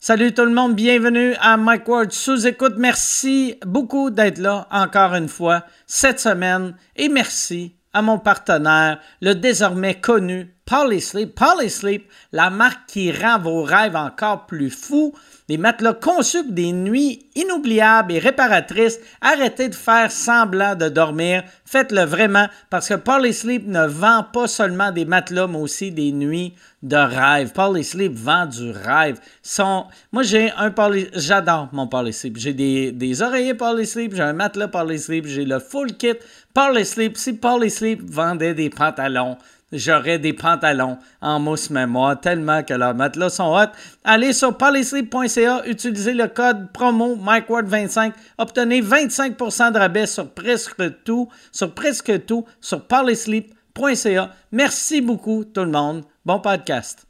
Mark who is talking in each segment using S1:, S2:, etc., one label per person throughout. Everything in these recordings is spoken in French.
S1: Salut tout le monde, bienvenue à Mike Ward sous écoute. Merci beaucoup d'être là encore une fois cette semaine et merci à mon partenaire, le désormais connu Polysleep. Polysleep, la marque qui rend vos rêves encore plus fous. Des matelas conçus pour des nuits inoubliables et réparatrices. Arrêtez de faire semblant de dormir. Faites-le vraiment parce que Polysleep ne vend pas seulement des matelas, mais aussi des nuits de rêve. Polysleep vend du rêve. Son... Moi, j'ai un Poly... J'adore mon Polysleep. J'ai des, des oreillers Polysleep, j'ai un matelas Polysleep, j'ai le full kit Polysleep. Si Polysleep vendait des pantalons, j'aurai des pantalons en mousse mémoire tellement que leurs matelas sont hot. Allez sur polysleep.ca, utilisez le code promo MikeWard25, obtenez 25% de rabais sur presque tout, sur presque tout, sur polysleep.ca. Merci beaucoup tout le monde. Bon podcast.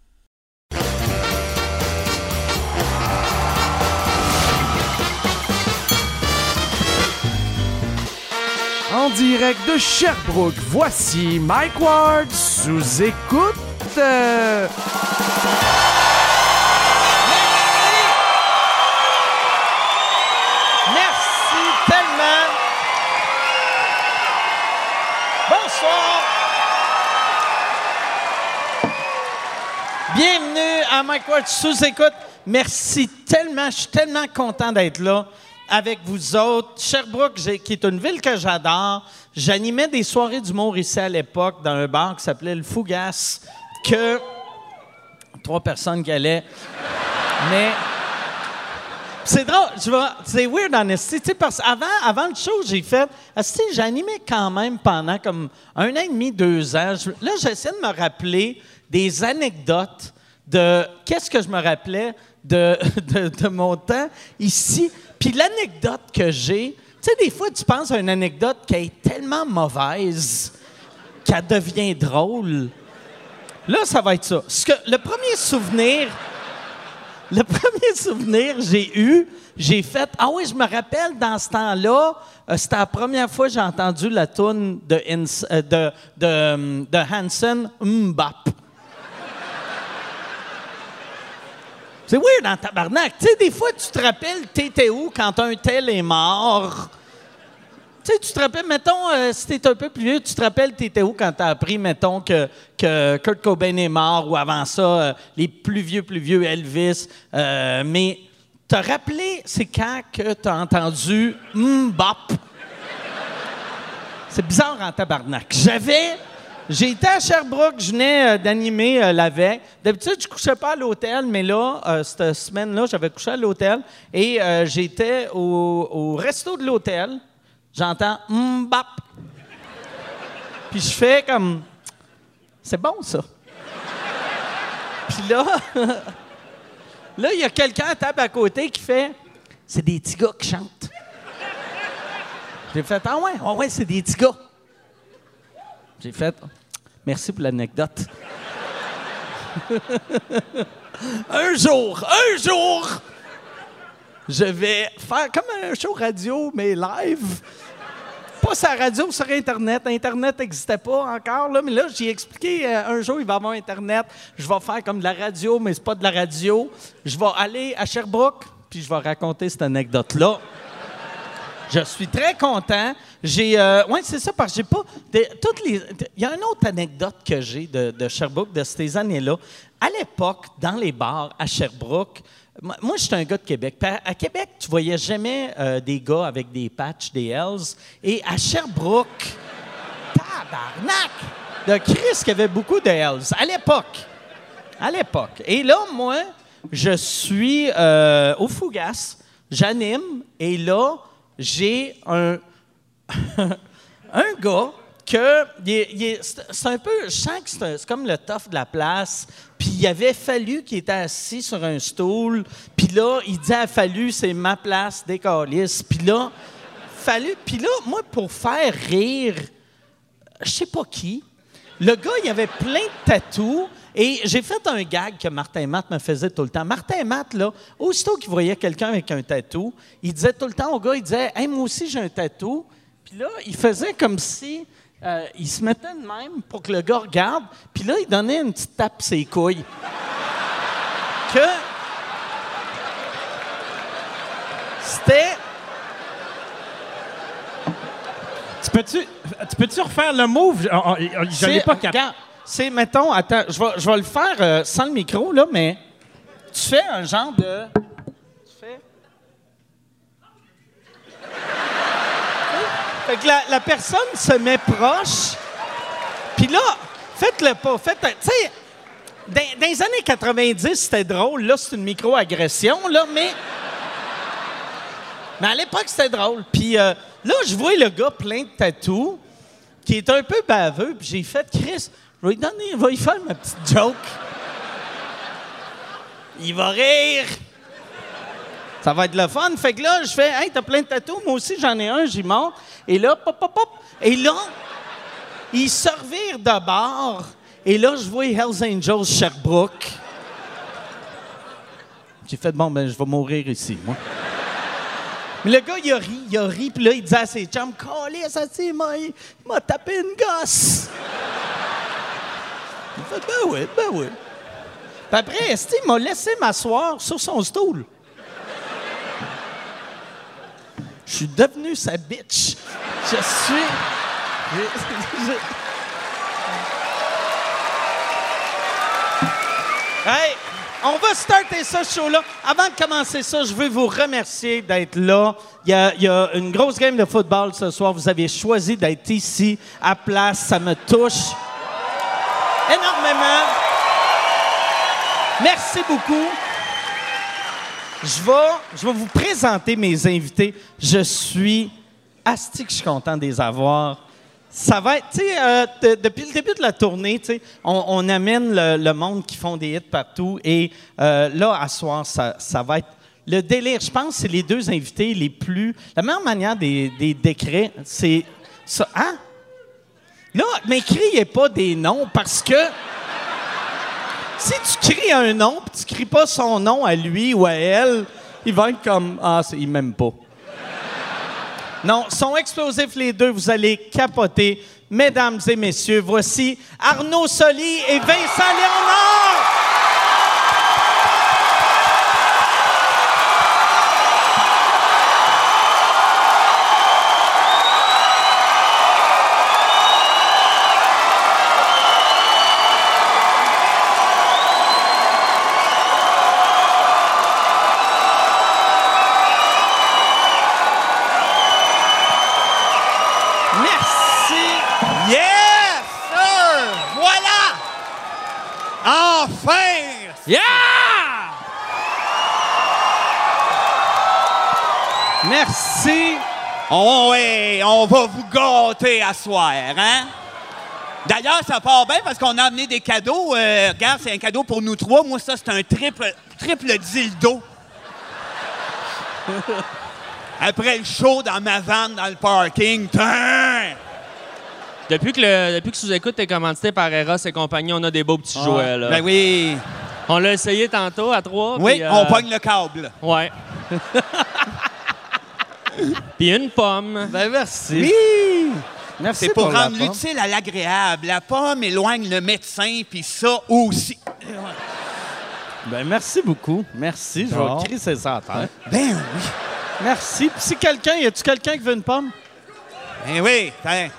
S2: En direct de Sherbrooke, voici Mike Ward sous écoute. Euh,
S1: Merci tellement. Bonsoir. Bienvenue à Mike Ward sous écoute. Merci tellement. Je suis tellement content d'être là avec vous autres. Sherbrooke, j'ai- qui est une ville que j'adore. J'animais des soirées d'humour ici à l'époque dans un bar qui s'appelait le Fougas, que trois personnes qui allaient. Mais c'est drôle, tu vois, c'est weird en esti, tu sais, parce qu'avant avant le show, j'ai fait, esti, j'animais quand même pendant comme un an et demi, deux ans. Je- là, j'essaie de me rappeler des anecdotes de qu'est-ce que je me rappelais de, de, de mon temps ici. Puis l'anecdote que j'ai, tu sais, des fois, tu penses à une anecdote qui est tellement mauvaise qu'elle devient drôle. Là, ça va être ça. Ce que, le premier souvenir... Le premier souvenir que j'ai eu, j'ai fait Ah oui, je me rappelle dans ce temps-là, euh, c'était la première fois que j'ai entendu la tune de, Ins- euh, de, de, hum, de Hanson Mbap. C'est weird en tabarnak. Tu sais, des fois, tu te rappelles, t'étais où quand un tel est mort? Tu sais, tu te rappelles, mettons, euh, si t'es un peu plus vieux, tu te rappelles, t'étais où quand t'as appris, mettons, que, que Kurt Cobain est mort ou avant ça, euh, les plus vieux, plus vieux, Elvis. euh, mais te rappeler, c'est quand que t'as entendu Mbop. C'est bizarre en tabarnak. J'avais. J'ai été à Sherbrooke, je venais euh, d'animer euh, la veille. D'habitude, je couchais pas à l'hôtel, mais là, euh, cette semaine-là, j'avais couché à l'hôtel et euh, j'étais au, au resto de l'hôtel. J'entends Mbap. Puis je fais comme. C'est bon, ça. Puis là, là, il y a quelqu'un à table à côté qui fait C'est des petits gars qui chantent. J'ai fait Ah ouais, ah ouais, c'est des petits gars. J'ai fait Merci pour l'anecdote. un jour, un jour, je vais faire comme un show radio, mais live. Pas sa radio sur Internet. Internet n'existait pas encore, là, mais là, j'ai expliqué euh, un jour, il va y avoir Internet. Je vais faire comme de la radio, mais c'est pas de la radio. Je vais aller à Sherbrooke, puis je vais raconter cette anecdote-là. Je suis très content. J'ai, euh, ouais, c'est ça parce que j'ai pas de- toutes les. de- Il y a une autre anecdote que j'ai de, de Sherbrooke de ces années-là. À l'époque, dans les bars à Sherbrooke, moi, moi, j'étais un gars de Québec. Puis À, à Québec, tu voyais jamais euh, des gars avec des patchs, des Hells. Et à Sherbrooke, tabarnak, de Chris qui avait beaucoup de Hells à l'époque. À l'époque. Et là, moi, je suis euh, au Fougas, j'anime, et là, j'ai un, un gars que. il est- il est- c'est c'est un peu. Je sens que c'est un- c'est comme le tof de la place. Puis il avait fallu qu'il était assis sur un stool. Puis là, il dit à Fallu, c'est ma place, des câlisses. Puis là, Fallu. Puis là, moi, pour faire rire je sais pas qui. Le gars, il avait plein de tatous. Et j'ai fait un gag que Martin Matt me faisait tout le temps. Martin Matt, là, aussitôt qu'il voyait quelqu'un avec un tatou, il disait tout le temps au gars, il disait Hey, moi aussi, j'ai un tatou. Puis là, il faisait comme si euh, il se mettait de même pour que le gars regarde. Puis là, il donnait une petite tape ses couilles. que C'était.
S3: Tu peux-tu tu peux-tu refaire le move? Je- on- on- Je l'ai
S1: c'est-
S3: pas capté.
S1: regarde, C'est, mettons, attends, je vais, je vais le faire euh, sans le micro, là, mais tu fais un genre de. Tu fais. Fait que la, la personne se met proche, puis là, faites-le pas. Faites, un- tu sais, dans, dans les années 90, c'était drôle. Là, c'est une micro-agression, là, mais. Mais à l'époque, c'était drôle. Puis euh, là, je vois le gars plein de tatous, qui est un peu baveux, puis j'ai fait Chris, je vais lui donner, va y faire ma petite joke. Il va rire. Ça va être le fun. Fait que là, je fais Hey, t'as plein de tatous, moi aussi j'en ai un, j'y monte. Et là, pop, pop, pop. Et là, ils se revirent de bord. Et là, je vois Hells Angels Sherbrooke. J'ai fait Bon, ben, je vais mourir ici, moi. Mais le gars, il a ri, il a ri, puis là, il disait à ses chums, Calais, ça, il m'a- il m'a tapé une gosse. Il fait, ben oui, ben oui. Puis après, Esti il m'a laissé m'asseoir sur son stool. Je suis devenu sa bitch. Je suis. je- je- Hey, on va starter ça, ce show-là. Avant de commencer ça, je veux vous remercier d'être là. Il y, a, il y a une grosse game de football ce soir. Vous avez choisi d'être ici, à place. Ça me touche énormément. Merci beaucoup. Je vais, je vais vous présenter mes invités. Je suis asti que je suis content de les avoir. Ça va être, tu sais, euh, de- depuis le début de la tournée, tu sais, on, on amène le, le monde qui font des hits partout. Et euh, là, à soir, ça, ça va être le délire. Je pense que c'est les deux invités les plus. La meilleure manière des, des décrets, c'est ça. Hein? Là, mais criez pas des noms parce que. Si tu cries un nom puis tu cries pas son nom à lui ou à elle, il va être comme ah, c'est- il m'aime pas. Non, sont explosifs les deux, vous allez capoter. Mesdames et messieurs, voici Arnaud Soli et Vincent Léonard. Merci.
S4: Yes, sir! Voilà! Enfin!
S1: Merci.
S4: On, ouais, Oh, on va vous gâter à soir, hein? D'ailleurs, ça part bien parce qu'on a amené des cadeaux. Euh, regarde, c'est un cadeau pour nous trois. Moi, ça, c'est un triple, triple dildo. Après le show dans ma vanne, dans le parking. Tain!
S5: Depuis que, le, depuis que Sous-Écoute est commandité par Eros et compagnie, on a des beaux
S1: Ah.
S5: petits jouets. Là.
S4: Ben oui.
S5: On l'a essayé tantôt à trois.
S4: Oui,
S5: puis, euh,
S4: on pogne le câble.
S5: Ouais. Puis une pomme.
S1: Ben merci.
S4: Oui!
S1: Merci
S4: C'est pour,
S1: la
S4: rendre
S1: pomme.
S4: l'utile à l'agréable. La pomme éloigne le médecin, puis ça aussi.
S1: Ben merci beaucoup. Merci. Je
S2: Bon.
S1: vais crier ses ça à terre.
S4: Ben oui.
S1: Merci. Puis si quelqu'un, y a-tu quelqu'un qui veut une pomme
S4: Ben oui. tiens.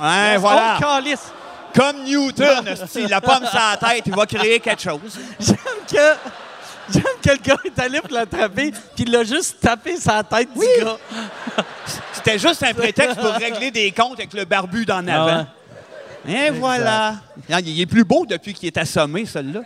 S4: Hein, voilà.
S1: Oh, calice.
S4: Comme Newton, si la pomme sur la tête, il va créer quelque chose.
S1: J'aime que. J'aime que le gars est allé pour l'attraper, puis il l'a juste tapé sa tête du gars.
S4: C'était juste un prétexte pour régler des comptes avec le barbu d'en avant. Et voilà. Regarde, Hein, Il est plus beau depuis qu'il est assommé, celui-là.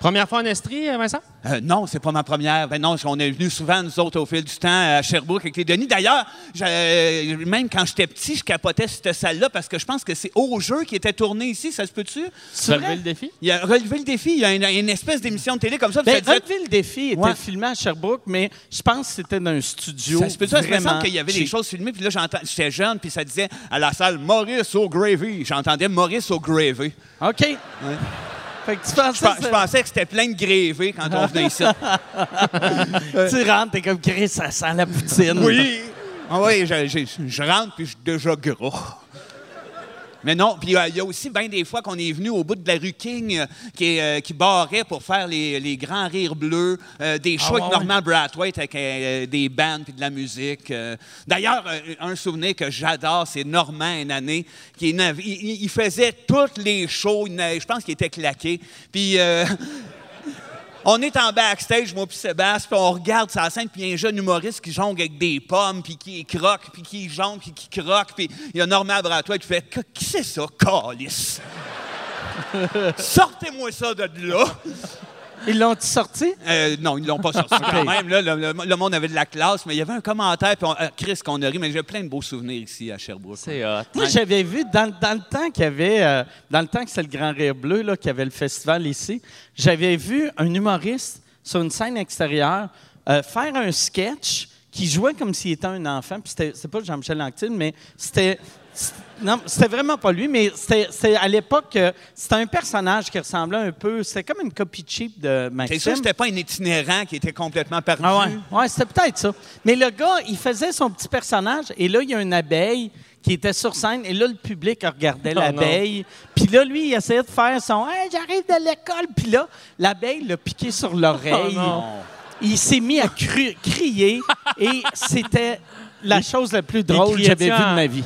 S5: Première fois en Estrie, euh, Vincent?
S4: Euh, non, c'est pas ma première. Ben non, on est venu souvent, nous autres, au fil du temps, à Sherbrooke avec les Denis. D'ailleurs, je- euh, même quand j'étais petit, je capotais cette salle-là parce que je pense que c'est au jeu qui était tourné ici, ça se peut-tu?
S5: Tu as levé le défi?
S4: Il a relevé le défi. Il y a une, une espèce d'émission de télé comme ça. puis
S1: Ben,
S4: ça disait-
S1: Rugville Défi était
S4: Ouais.
S1: filmé à Sherbrooke, mais je pense que c'était dans un studio.
S4: ça se peut-tu? Ça me
S1: vraiment
S4: semble qu'il y avait des
S1: cheap.
S4: choses filmées. Puis là, j'entends- j'étais jeune, puis ça disait à la salle Maurice au gravy. J'entendais Maurice au gravy.
S1: OK. Fait que tu
S4: Je,
S1: penses
S4: pens- je pensais que c'était plein de grévés quand on venait ici.
S1: tu rentres, t'es comme Chris, ça sent la poutine.
S4: oui! Ah oui, je, je- je rentre, puis je suis déjà gros. Mais non, puis euh, il y a aussi bien des fois qu'on est venu au bout de la rue King euh, qui, est, euh, qui barrait pour faire les, les grands rires bleus, euh, des shows avec
S3: Ah ouais,
S4: Norman Brathwaite avec euh, des bandes puis de la musique. euh. D'ailleurs, euh, un souvenir que j'adore, c'est Normand une année qui nav- il, il- il faisait toutes les shows, il na- je pense qu'il était claqué. Puis euh, on est en backstage, moi puis Sébastien, puis on regarde sa scène, puis il y a un jeune humoriste qui jongle avec des pommes, puis qui croque, puis qui jongle, puis qui croque, puis il y a Norman Bratois qui fait « Qui c'est ça, calice? Sortez-moi ça de là!
S1: Ils l'ont-ils sorti? »
S4: Euh, Non, ils l'ont pas sorti quand même. là. le, le- le monde avait de la classe, mais il y avait un commentaire, puis on- euh, Chris, qu'on a ri, mais j'ai plein de beaux souvenirs ici à Sherbrooke.
S5: C'est hot.
S1: Moi, j'avais vu dans, dans le temps qu'il y avait, euh, dans le temps que c'est le Grand Rire Bleu, là, qu'il y avait le festival ici, j'avais vu un humoriste sur une scène extérieure euh, faire un sketch qui jouait comme s'il était un enfant. Puis c'était, c'est pas Jean-Michel Anctil, mais c'était. c'est- Non, c'était vraiment pas lui, mais c'était, c'était à l'époque, euh, c'était un personnage qui ressemblait un peu. C'était comme une copie cheap de Maxime.
S4: C'est sûr que c'était pas un itinérant qui était complètement perdu.
S1: Ah ouais, ouais c'était peut-être ça. Mais le gars, il faisait son petit personnage et là, il y a une abeille qui était sur scène et là, le public regardait
S5: Oh
S1: l'abeille. Puis là, lui, il essayait de faire son Hey, j'arrive de l'école. Puis là, l'abeille l'a piqué sur l'oreille.
S5: Oh non.
S1: il s'est mis à cru- crier et c'était la chose la plus drôle que
S5: criait
S1: j'avais vue
S5: en-
S1: de ma vie.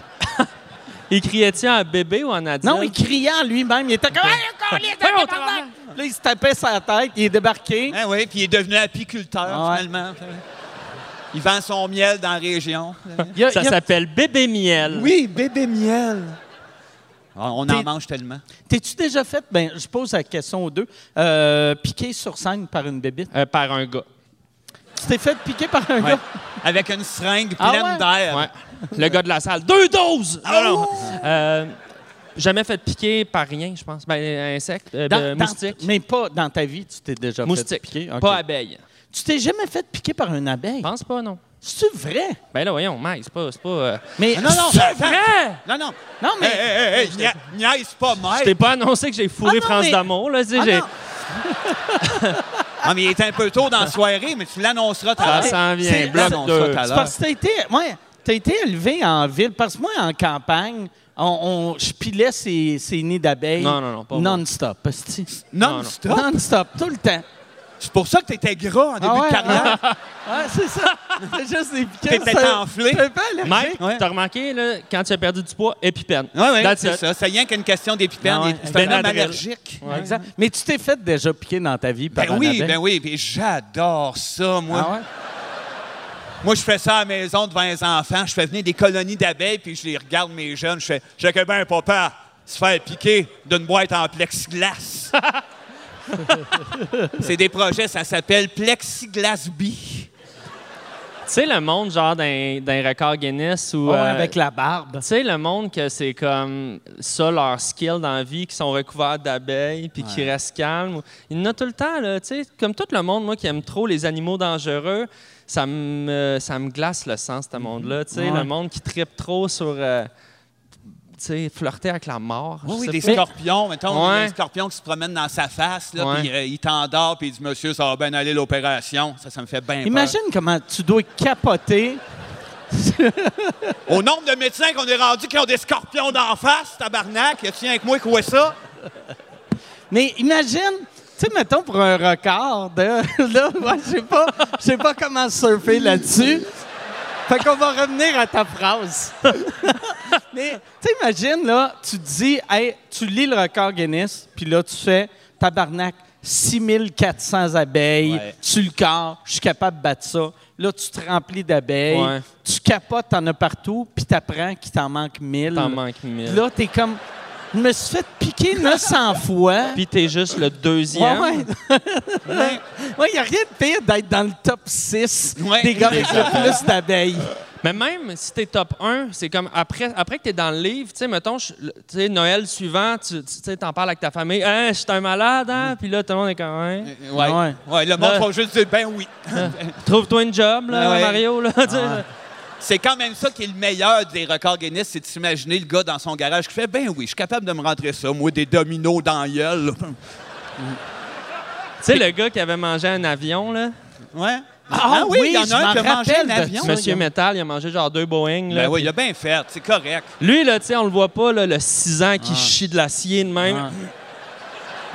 S5: Il criait-tu en bébé ou en adulte?
S1: Non, il criait en lui-même. Il était comme Hey, le collier, t'es
S5: Voyons,
S1: capable! Là, il se tapait sa tête, il est débarqué.
S4: Ah oui, puis il est devenu apiculteur,
S1: Ah ouais.
S4: finalement. Il vend son miel dans la région.
S1: Il y a-
S5: Ça
S1: il y a-
S5: s'appelle bébé miel.
S4: Oui, bébé miel. Ah, On en
S1: T'es-
S4: mange tellement.
S1: T'es-tu déjà fait, ben, je pose la question aux deux, euh, piqué sur scène par une bébite?
S5: Euh, par un gars.
S1: Tu t'es fait piquer par un
S4: Ouais.
S1: gars?
S4: Avec une seringue pleine
S1: Ah ouais?
S4: d'air.
S5: Ouais. Le gars de la salle. Deux doses!
S4: Ah non.
S5: Euh, jamais fait piquer par rien, je pense. Ben, insecte, euh, ben, moustique.
S1: mais pas dans ta vie, tu t'es déjà fait
S5: Moustique,
S1: piquer. ok.
S5: pas abeille.
S1: Tu t'es jamais fait piquer par une
S5: Je
S1: abeille?
S5: pense pas, non.
S1: C'est vrai?
S5: Ben là, voyons, Mike, c'est pas... C'est pas euh,
S1: Mais
S4: Non, non,
S1: C'est
S4: attends.
S5: vrai?
S4: Non, non.
S1: Non, mais
S4: Hey, hey, hey, hey, nia- niaise pas,
S5: Je t'ai
S4: Mike.
S5: pas annoncé que j'ai fourré
S1: Ah non,
S5: France
S1: mais-
S5: d'amour, là. tu sais,
S1: Ah
S5: j'ai-
S1: non.
S4: Ah, mais il était un peu tôt dans la soirée, mais tu l'annonceras tout à
S5: Ah, Ça
S4: l'heure.
S5: s'en
S1: Ah, c'est-
S5: vient, bloc
S4: non, ça,
S5: deux.
S4: t'as-
S1: c'est parce que t'as été, ouais, t'as été élevé en ville. Parce que moi, en campagne, on, on- je pilais ces, ces nids d'abeilles
S5: Non, non, non, pas moi.
S1: non-stop. hostie.
S4: Non-stop.
S1: Non-stop, tout le temps.
S4: C'est pour ça que t'étais gras en début
S1: Ah ouais,
S4: de carrière.
S1: ouais. Ouais, c'est ça. C'est juste des piquets.
S4: T'étais
S1: ça-
S4: enflé.
S1: t'es pas allergique.
S5: Mike,
S4: Ouais.
S5: t'as remarqué, là, quand tu as perdu du poids, épipène.
S4: Oui, oui,
S5: That's
S4: c'est
S5: it. Ben
S4: ça. C'est rien qu'une question d'épipène.
S1: Ah ouais.
S4: C'est un homme
S5: Benadryl.
S4: allergique.
S1: Exact. Mais tu t'es fait déjà piquer dans ta vie par
S4: Ben
S1: un
S4: oui,
S1: abeille.
S4: ben oui. Puis j'adore ça, moi.
S1: Ah ouais?
S4: Moi, je fais ça à la maison devant les enfants. Je fais venir des colonies d'abeilles, puis je les regarde, mes jeunes. Je fais J'ai que ben, papa, se faire piquer d'une boîte en plexiglas. C'est des projets, ça s'appelle Plexiglas B.
S5: Tu sais, le monde, genre, d'un, d'un record Guinness ou...
S1: Ah Ouais,
S5: euh,
S1: avec la barbe.
S5: Tu sais, le monde que c'est comme ça, leur skill dans la vie, qui sont recouverts d'abeilles puis qui restent calmes. Il y en a tout le temps, là. Tu sais, comme tout le monde, moi qui aime trop les animaux dangereux, ça me, ça me glace le sang, ce monde-là. Tu sais,
S1: Ouais.
S5: le monde qui tripe trop sur. euh, tu sais, flirter avec la mort. je
S4: Oui, oui,
S5: sais
S4: des
S5: pas.
S4: scorpions, mettons,
S5: Ouais.
S4: un scorpion qui se promène dans sa face, là,
S5: Ouais.
S4: puis euh, il t'endort, puis il dit Monsieur, ça va bien aller l'opération. Ça, ça me fait bien peur.
S1: Imagine comment tu dois capoter.
S4: Au nombre de médecins qu'on est rendus qui ont des scorpions d'en face, tabarnak, y a-tu rien que moi qui voit ça?
S1: Mais imagine, tu sais, mettons pour un record, de, là, moi, je sais pas, je sais pas comment surfer là-dessus. Fait qu'on va revenir à ta phrase. Mais tu sais, imagine, là, tu te dis, hey, tu lis le record Guinness, puis là, tu fais tabarnak, 6400 abeilles,
S4: Ouais.
S1: tu le corps, je suis capable de battre ça. Là, tu te remplis d'abeilles,
S5: Ouais.
S1: tu capotes, t'en as partout, puis t'apprends qu'il t'en manque 1000.
S5: T'en manques mille.
S1: Là, t'es comme, je me suis fait piquer 900 fois.
S5: Puis t'es juste le deuxième.
S1: Ouais, ouais. ouais, il n'y a rien de pire d'être dans le top 6
S4: Ouais.
S1: des gars avec le plus d'abeilles.
S5: Mais même si t'es top 1, c'est comme après, après que t'es dans le livre, tu sais, mettons, je- le- tu sais, Noël suivant, tu tu sais, t'en parles avec ta famille, hein, je suis un malade, hein, puis là, tout le monde est comme, hein,
S4: Ouais.
S1: Ouais.
S4: ouais. le monde
S5: Ouais.
S4: va juste dire ben oui.
S5: trouve-toi une job, là,
S4: Ouais.
S5: Mario, là, tu sais.
S4: C'est quand même ça qui est le meilleur des records Guinness, c'est de s'imaginer le gars dans son garage qui fait ben oui, je suis capable de me rentrer ça, moi, des dominos dans la gueule. là.
S5: Tu sais, le gars qui avait mangé un avion, là,
S4: Ouais.
S1: Ah oui,
S4: il y en
S1: je
S4: a un
S1: m'en
S4: qui a mangé un
S1: rappelle de
S4: avion.
S5: Monsieur
S1: oui.
S5: Metal, il a mangé genre deux Boeing. Là,
S4: Ben oui, il a bien fait, c'est correct.
S5: Lui, là, tu sais, on le voit pas, là, le 6 ans qui chie de l'acier de même.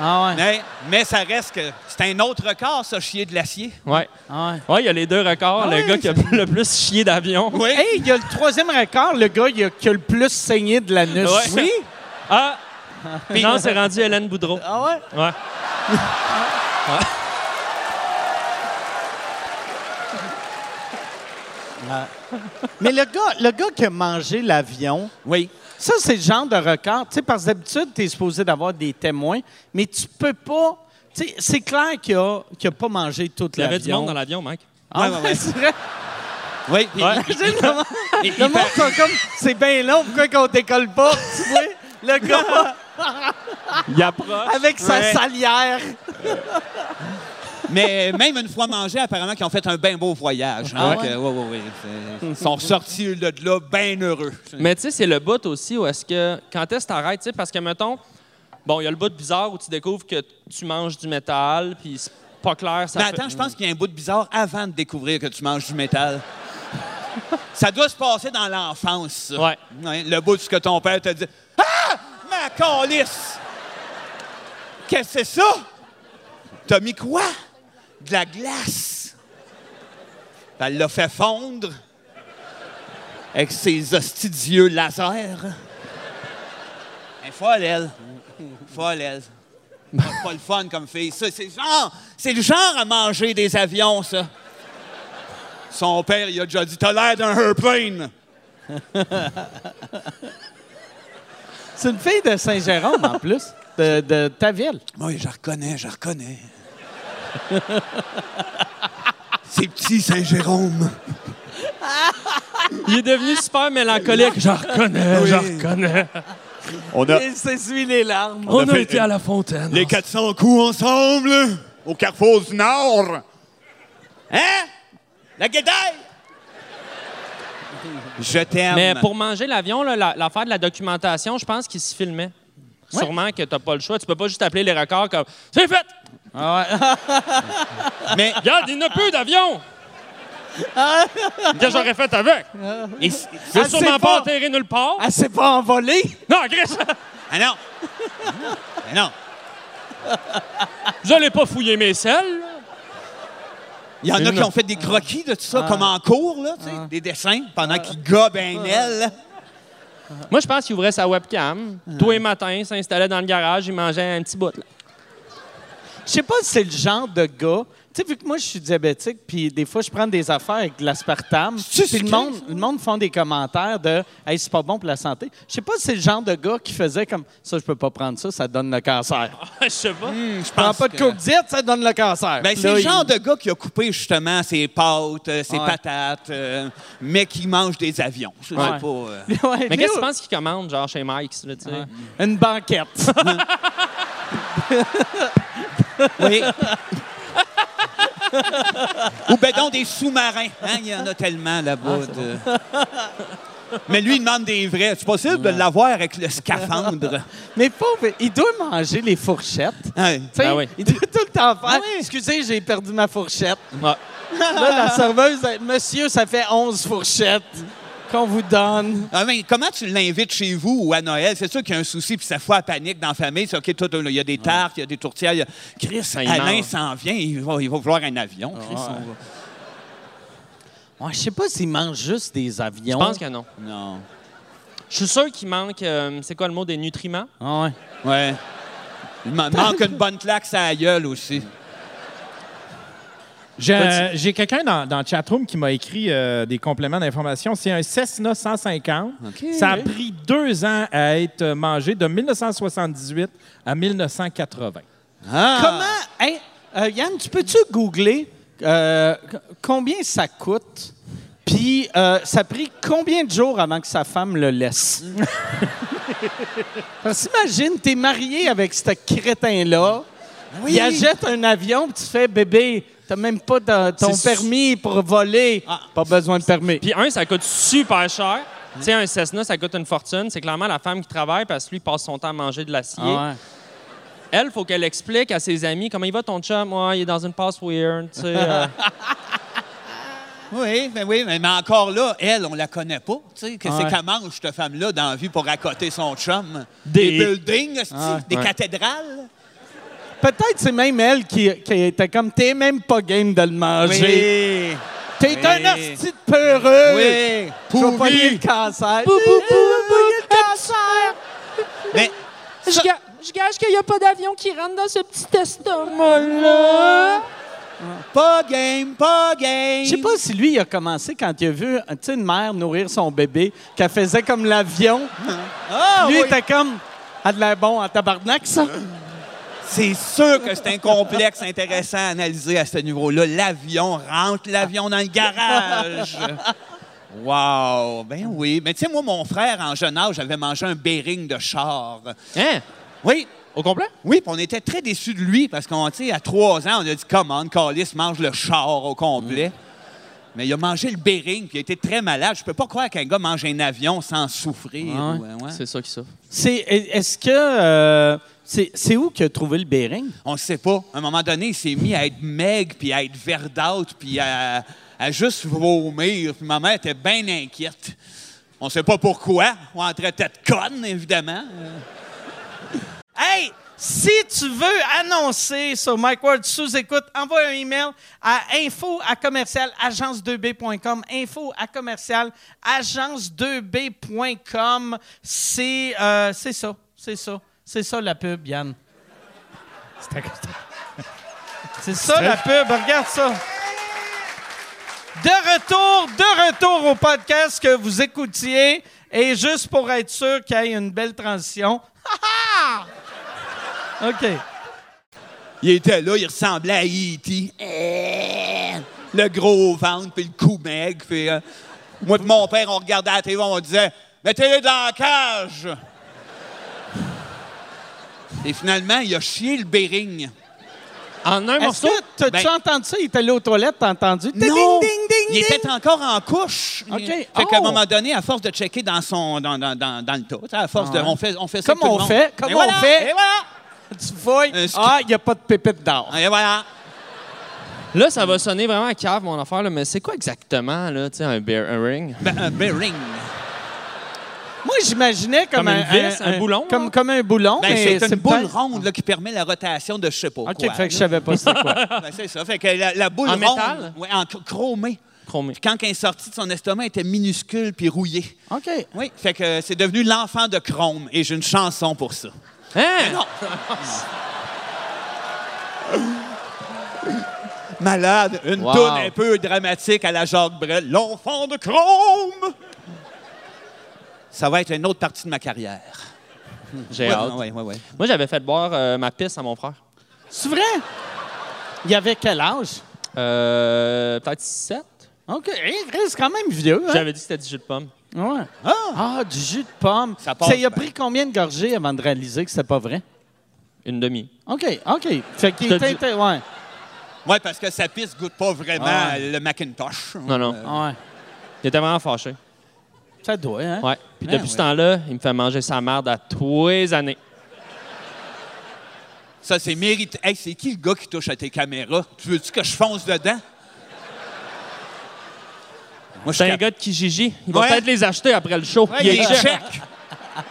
S1: Ah. Ah ouais.
S4: Mais, mais ça reste que c'est un autre record, ça, chier de l'acier.
S5: Ouais.
S1: Ah ouais.
S5: Ouais, il y a les deux records.
S1: Ah
S5: le
S1: ouais,
S5: gars qui a le plus chié d'avion.
S4: Oui.
S1: Hey, il y a le troisième record, le gars il a- qui a le plus saigné de l'anus.
S5: Ouais.
S1: Oui?
S5: Ah!
S4: Puis-
S5: non, c'est rendu Hélène Boudreau.
S1: Ah ouais?
S5: Ouais.
S1: Mais le gars, le gars qui a mangé l'avion,
S4: Oui.
S1: ça, c'est le genre de record. Tu sais, parce que d'habitude, tu es supposé d'avoir des témoins, mais tu peux pas. Tu sais, c'est clair qu'il a, qu'il a pas mangé toute
S5: Il y
S1: l'avion.
S5: avait du monde dans l'avion, Mike.
S1: Ah
S4: Ouais, ouais,
S1: ouais,
S4: ouais.
S1: c'est vrai.
S4: Oui. puis-
S5: Ouais.
S1: Imagine le monde- le monde qui a comme. C'est bien long, pourquoi qu'on décolle pas? Tu vois? Le gars
S5: Il approche.
S1: avec sa
S4: Ouais.
S1: salière.
S4: Mais même une fois mangé, apparemment, qu'ils ont fait un bien beau voyage.
S1: Ah
S4: Donc,
S1: ouais?
S4: euh, ouais, ouais, ouais, c'est- Ils sont sortis de là bien heureux.
S5: Mais tu sais, c'est le bout aussi où est-ce que. Quand est-ce que t'arrêtes, tu sais, parce que mettons, bon, il y a le bout bizarre où tu découvres que tu manges du métal, puis c'est pas clair. Ça
S4: Mais
S5: fait-
S4: attends, je pense qu'il y a un bout de bizarre avant de découvrir que tu manges du métal. ça doit se passer dans l'enfance, ça.
S5: Ouais.
S4: Le bout de ce que ton père te dit. Ah! Ma calice! Qu'est-ce que c'est ça? T'as mis quoi? De la glace. Elle l'a fait fondre avec ses hosties d'yeux laser. Elle est folle, elle. Folle, elle. Pas- pas le fun comme fille. Ça, c'est le genre, c'est le genre à manger des avions, ça. Son père, il a déjà dit T'as l'air d'un airplane.
S1: C'est une fille de Saint-Jérôme, en plus, de, de ta ville.
S4: Moi, je reconnais, je reconnais. c'est petit, Saint-Jérôme.
S5: Il est devenu super mélancolique. Genre, Ah.
S1: Il s'essuie les larmes.
S5: on a été à la fontaine.
S4: Les 400 coups ensemble, au carrefour du Nord. Hein? La guédaille? Je t'aime.
S5: Mais pour manger l'avion, là, la- l'affaire de la documentation, je pense qu'il se filmait. Sûrement que t'as pas le choix. Tu peux pas juste appeler les records comme C'est fait!
S4: Mais
S5: Regarde, il n'y a plus d'avion! Qu'est-ce que j'aurais fait avec?
S4: il s-
S5: J'ai
S1: Elle sait pas.
S5: sûrement pas atterri nulle part.
S1: Elle s'est pas envolée.
S5: Non, Chris,
S4: Ah non! Ah non!
S5: vous allez pas fouiller mes selles. là.
S4: Il y en a
S5: Une-
S4: qui ont fait des croquis de tout ça, comme en cours, là, tu sais, des dessins, pendant qu'ils gobent un aile.
S5: Moi, je pense qu'il ouvrait sa webcam.
S1: Ah.
S5: Tous les matins, il s'installait dans le garage, il mangeait un petit bout. là.
S1: Je sais pas si c'est le genre de gars. Tu sais, vu que moi, je suis diabétique, puis des fois, je prends des affaires avec de l'aspartame.
S4: C'est-tu
S1: Puis le
S4: sucré,
S1: monde, le monde font des commentaires de Hey, c'est pas bon pour la santé. Je sais pas si c'est le genre de gars qui faisait comme ça, je peux pas prendre ça, ça donne le cancer.
S5: je sais pas.
S4: Je
S1: Prends pas de coke diète, ça donne le cancer.
S4: Ben, c'est
S1: Là,
S4: le
S1: il-
S4: genre de gars qui a coupé justement ses pâtes, euh, ses
S1: Ouais.
S4: patates, euh, mais qui mange des avions. Je sais pas. euh,
S1: Ouais,
S5: Mais qu'est-ce que tu
S1: Léo, Ah.
S5: penses qu'il commande, genre chez Mike's? Là, tu sais?
S1: Une banquette.
S4: Oui. Ou ben donc des sous-marins. hein, Il y en a tellement
S1: Ah,
S4: là-bas. de- Mais lui, il demande des vrais. C'est possible de l'avoir avec le scaphandre.
S1: Mais pauvre, il doit manger les fourchettes.
S4: Hein.
S1: Tu sais,
S5: Ben oui.
S1: Il doit tout le temps faire. Excusez, j'ai perdu ma fourchette.
S5: Ouais.
S1: Là, la serveuse, elle, monsieur, ça fait 11 fourchettes qu'on vous donne.
S4: Ah, mais comment tu l'invites chez vous ou à Noël? C'est sûr qu'il y a un souci, puis ça fout à panique dans la famille. C'est OK, toi, toi, là, il y a des tartes, il y a des tourtières. il y a- Chris,
S1: Ben,
S5: Ça, il
S4: Alain
S5: mange.
S4: s'en vient, il va, il va vouloir un avion. Chris, on va-
S1: Ouais, je sais pas s'il mange juste des avions.
S5: Je pense que non.
S4: Non.
S5: Je suis sûr qu'il manque, euh, c'est quoi le mot, des nutriments?
S1: Ah ouais.
S4: Ouais. Il m'en manque une bonne claque, ça gueule aussi.
S3: J'ai, euh, j'ai quelqu'un dans, dans le chatroom qui m'a écrit euh, des compléments d'information. C'est un Cessna 150. Ça a pris deux ans à être mangé de 1978 à 1980.
S4: Ah!
S1: Comment. Hey, euh, Yann, tu peux-tu googler euh, c- combien ça coûte? Puis euh, ça a pris combien de jours avant que sa femme le laisse? Parce que imagine, t'es marié avec ce crétin-là. Il achète un avion, puis tu fais bébé, t'as même pas ta- ton
S5: C'est
S1: permis pour voler.
S4: Ah.
S1: pas besoin de permis.
S5: Puis un, ça coûte super cher.
S1: Ah.
S5: Tu sais, un Cessna, ça coûte une fortune. C'est clairement la femme qui travaille parce que lui, il passe son temps à manger de l'acier.
S1: Ah ouais.
S5: Elle, faut qu'elle explique à ses amis comment il va ton chum. Ouais, il est dans une passe weird. Tu sais, euh.
S4: Oui, ben oui, mais mais encore là, elle, on la connaît pas. Tu sais, qu'est-ce
S3: Ouais.
S4: qu'elle mange, cette femme-là, dans la vie pour accoter son chum?
S3: Des-
S4: buildings, esti,
S3: Ouais.
S4: des
S3: Ouais.
S4: cathédrales?
S1: Peut-être c'est même elle qui, qui était comme t'es même pas game de le manger.
S4: Oui.
S1: T'es
S4: Oui.
S1: un hostie de peureux.
S4: Oui.
S1: Tu vas pogner le cancer. Pou, pou, pou, le cancer.
S4: Mais
S6: Je, ga- je gage qu'il n'y a pas d'avion qui rentre dans ce petit estomac-là.
S4: pas game, pas game.
S1: Je sais pas si lui il a commencé quand il a vu tu sais, une mère nourrir son bébé, qu'elle faisait comme l'avion.
S4: Ah,
S1: lui
S4: oui.
S1: était comme a de l'air bon en tabarnak ça.
S4: C'est sûr que c'est un complexe intéressant à analyser à ce niveau-là. L'avion rentre l'avion dans le garage. Wow! Ben oui. Mais tu sais, moi, mon frère, en jeune âge, avait mangé un béring de char.
S5: Hein?
S4: Oui,
S5: Au complet?
S4: Oui, puis on était très déçus de lui parce qu'on, tu sais, à trois ans, on a dit commande, Calis mange le char au complet. Mais il a mangé le Bering, puis il a été très malade. Je peux pas croire qu'un gars mange un avion sans souffrir.
S1: Ah
S4: ou, euh, ouais.
S5: C'est ça qui ça.
S1: C'est est-ce que euh, c'est c'est où qu'il a trouvé le Bering
S4: On ne sait pas. À un moment donné, il s'est mis à être maigre, puis à être verdâtre, puis à, à juste vomir. Puis ma mère était bien inquiète. On sait pas pourquoi. On en traitait de conne, évidemment.
S1: Hey, si tu veux annoncer sur Mike Ward sous écoute, envoie un email à info à commercial agence2b.com. Info à commercial agence2b.com. C'est euh, c'est ça, c'est ça. C'est ça la pub, Yann. C'est ça la pub, regarde ça. De retour, de retour au podcast que vous écoutiez. Et juste pour être sûr qu'il y ait une belle transition. Ha, ha! OK.
S4: Il était là, il ressemblait à E.T. Euh, Le gros ventre, puis le cou maigre. Puis, euh, moi et mon père, on regardait la télé, on disait « Mettez-le dans la cage! » Et finalement, il a chié le Bering.
S5: En un
S1: Est-ce
S5: morceau?
S1: que t'as-tu
S4: Ben-
S1: entendu ça? Il était allé aux toilettes, t'as entendu? Ding,
S4: Non!
S1: ding, ding,
S4: il
S1: ding.
S4: était encore en couche.
S1: OK.
S4: Fait qu'à un
S1: Oh!
S4: moment donné, à force de checker dans son dans, dans, dans, dans le tas, tu sais, à force de... On fait, on fait ça
S1: Comme
S4: tout le
S1: on
S4: monde.
S1: fait, comme
S4: Et
S1: on
S4: voilà,
S1: fait.
S4: Et voilà!
S1: Tu fouilles.
S4: Euh, ce qui-
S1: Ah, il n'y a pas de pépite d'or.
S4: Et voilà!
S5: Là, ça va sonner vraiment à cave, mon affaire, là, mais c'est quoi exactement, là, tu sais, un bearing?
S4: Ben, un Bering.
S1: Moi, j'imaginais comme,
S5: Comme
S1: un,
S5: une vis, un boulon,
S1: Comme,
S5: là?
S1: comme un boulon.
S4: Ben,
S1: mais
S4: c'est une boule
S1: peut-être-
S4: ronde là, qui permet la rotation de je sais pas
S1: OK,
S4: quoi.
S1: fait que je savais pas c'était quoi.
S4: Ben, c'est ça. Fait que la, la boule
S5: En
S4: ronde,
S5: métal?
S4: ouais, en chr- chromée.
S5: Chromé.
S4: Puis quand elle est sortie de son estomac, elle était minuscule puis rouillée.
S1: OK.
S4: Oui, fait que c'est devenu l'enfant de Chrome et j'ai une chanson pour ça.
S5: Hein?
S4: non. Malade, une
S5: Wow.
S4: toune un peu dramatique à la Jacques Brel. L'enfant de Chrome! Ça va être une autre partie de ma carrière.
S5: J'ai
S4: Oui,
S5: hâte.
S4: oui, oui, oui.
S5: Moi, j'avais fait boire euh, ma pisse à mon frère.
S1: C'est vrai? Il avait quel âge?
S5: Euh, Peut-être 7.
S1: OK. Hey, Chris, c'est quand même vieux. Hein?
S5: J'avais dit que c'était du jus de pomme.
S1: Ouais.
S4: Ah!
S1: Ah, du jus de pomme.
S4: Ça
S1: Ça,
S4: passe
S1: il a
S4: bien.
S1: pris combien de gorgées avant de réaliser que c'était pas vrai?
S5: Une demi.
S1: OK, OK. Fait qu'il
S5: Je te
S1: était...
S5: dis-
S1: était- Ouais,
S4: Ouais, parce que sa piste goûte pas vraiment le Macintosh.
S5: Non, non.
S1: ouais.
S5: Il était vraiment fâché.
S1: Ça doit, hein?
S5: Ouais. Puis
S4: Ah,
S5: depuis
S4: ouais.
S5: ce temps-là, il me fait manger sa merde à tous les années.
S4: Ça, c'est mérité. Hey, c'est qui le gars qui touche à tes caméras? Tu veux-tu que je fonce dedans? Moi, je
S5: C'est un
S4: cap-
S5: gars de Kijiji. Il va
S4: Ouais.
S5: peut-être les acheter après le show.
S4: Ouais,
S5: il est
S4: les
S5: check.
S4: chèques.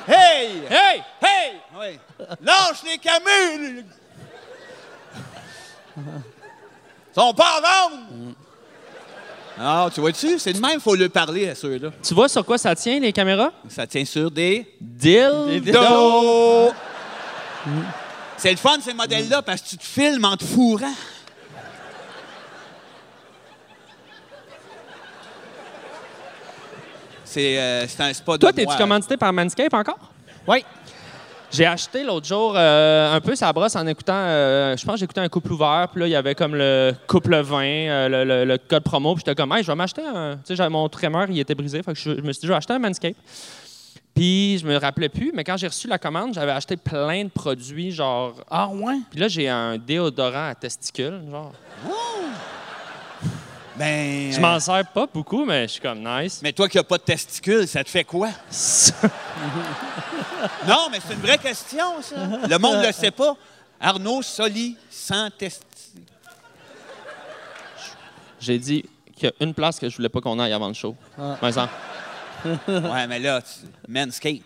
S4: Hey!
S5: Hey!
S4: Hey! Ouais. Lâche les camus! Ils sont pas à vendre! Ah, tu vois-tu? C'est de même, faut le parler à ceux-là.
S5: Tu vois sur quoi ça tient, les caméras?
S4: Ça tient sur des...
S5: Deal.
S4: dos. C'est le fun, ces modèles-là, parce que tu te filmes en te fourrant. C'est euh, c'est un spot
S5: Toi,
S4: de
S5: t'es-tu
S4: moi.
S5: commandité par Manscape encore?
S1: Oui.
S5: J'ai acheté l'autre jour euh, un peu sa brosse en écoutant, euh, je pense que j'écoutais un couple ouvert, puis là, il y avait comme le couple 20, euh, le, le- le code promo, puis j'étais comme, hey, je vais m'acheter un. Tu sais, j'avais mon trimmer, il était brisé, fait que je, je me suis dit, je vais acheter un Manscape. Puis je me rappelais plus, mais quand j'ai reçu la commande, j'avais acheté plein de produits, genre.
S1: Ah, ouais?
S5: Puis là, j'ai un déodorant à testicules, genre.
S4: Ben,
S5: Je m'en sers pas beaucoup, mais je suis comme nice.
S4: Mais toi qui n'as pas de testicules, ça te fait quoi? non, mais c'est une vraie question, ça. Le monde ne le sait pas. Arnaud Soli, sans testicules.
S5: J'ai dit qu'il y a une place que je voulais pas qu'on aille avant le show.
S1: Ah.
S5: Mais, ça-
S4: Ouais, mais là, tu... Manscape.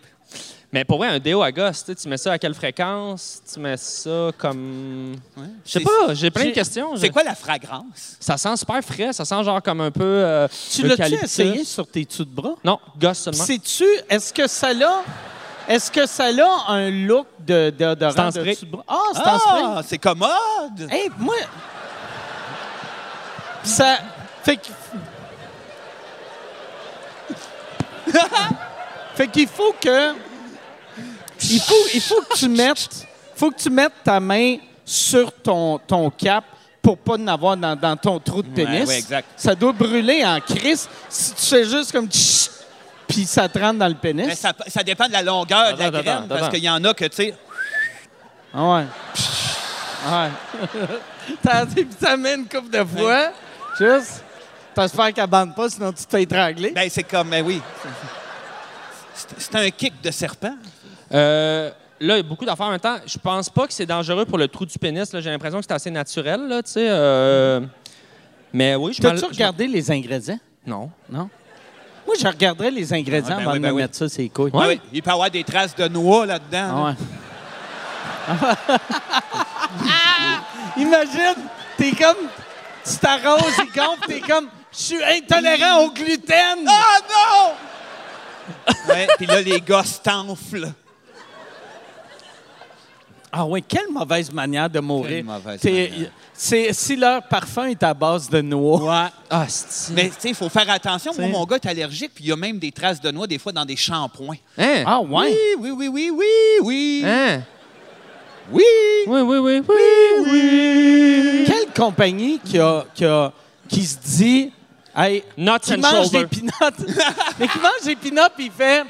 S5: mais pour vrai, un déo à gosse, tu sais, tu mets ça à quelle fréquence? Tu mets ça comme... Je sais
S4: C'est-
S5: pas, j'ai plein de questions.
S4: C'est
S5: Je-
S4: quoi la fragrance?
S5: Ça sent super frais, ça sent genre comme un peu... euh,
S7: Tu l'as-tu
S5: eucalyptus.
S7: essayé sur tes dessus de bras?
S5: Non, gosse seulement.
S7: Sais-tu, est-ce que ça l'a... Est-ce que ça a un look de
S5: C'est en
S7: déodorant de
S5: spray.
S7: dessus de bras? Ah, c'est en spray.
S4: Ah, c'est commode!
S7: Hey, moi... Pis ça... Fait que... fait qu'il faut que... Il faut, il faut que tu mettes... faut que tu mettes ta main sur ton, ton cap pour pas en avoir dans, dans ton trou de pénis.
S4: ouais, exact.
S7: Ça doit brûler en crise si tu fais juste comme... tch, Puis ça te rentre dans le pénis.
S4: Mais Ben, ça, ça dépend de la longueur de la
S5: Attends, attends,
S4: graine, parce
S5: attends.
S4: qu'il y en a que, tu sais,
S7: Ah ouais. Ah ouais. T'as des vitamines une couple de fois. Juste. T'espères qu'elle bande pas, sinon tu te fais étrangler.
S4: ben c'est comme, ben oui. C'est- C'est un kick de serpent.
S5: Euh, là, il y a beaucoup d'affaires en même temps. Je pense pas que c'est dangereux pour le trou du pénis. là. J'ai l'impression que c'est assez naturel, là, tu sais. euh, Mais oui, je m'en- je
S7: T'as-tu regardé les ingrédients?
S5: m'en- Non.
S7: Moi, je regarderais les ingrédients
S4: Ah, ben
S7: avant
S4: oui,
S7: de
S4: ben
S7: me
S4: oui.
S7: mettre ça, c'est cool.
S4: Ah oui, Il peut y avoir des traces de noix là-dedans. là.
S7: Ah ouais. Ah! Imagine, t'es comme. Tu t'arroses, il gonfle, t'es comme. Je suis intolérant au gluten!
S4: Ah non! ouais, puis là, les gars s'enflent.
S7: Ah oui, quelle mauvaise manière de mourir.
S4: Quelle mauvaise
S7: T'es-
S4: manière.
S7: c'est- Si leur parfum est à base de noix.
S4: Ouais.
S5: Ah, c'est...
S4: Mais tu sais, il faut faire attention. Moi,
S7: T'sais.
S4: mon gars est allergique, puis il y a même des traces de noix, des fois, dans des shampoings.
S5: Hein?
S7: Ah ouais?
S4: Oui, oui, oui, oui, oui, oui.
S5: Hein?
S4: Oui!
S5: Oui, oui, oui, oui, oui.
S7: Quelle compagnie qui, a, qui, a- qui se dit. Hey,
S5: Nuts
S7: qui
S5: and
S7: mange
S5: shoulder.
S7: des peanuts. mais qui mange des peanuts puis il fait.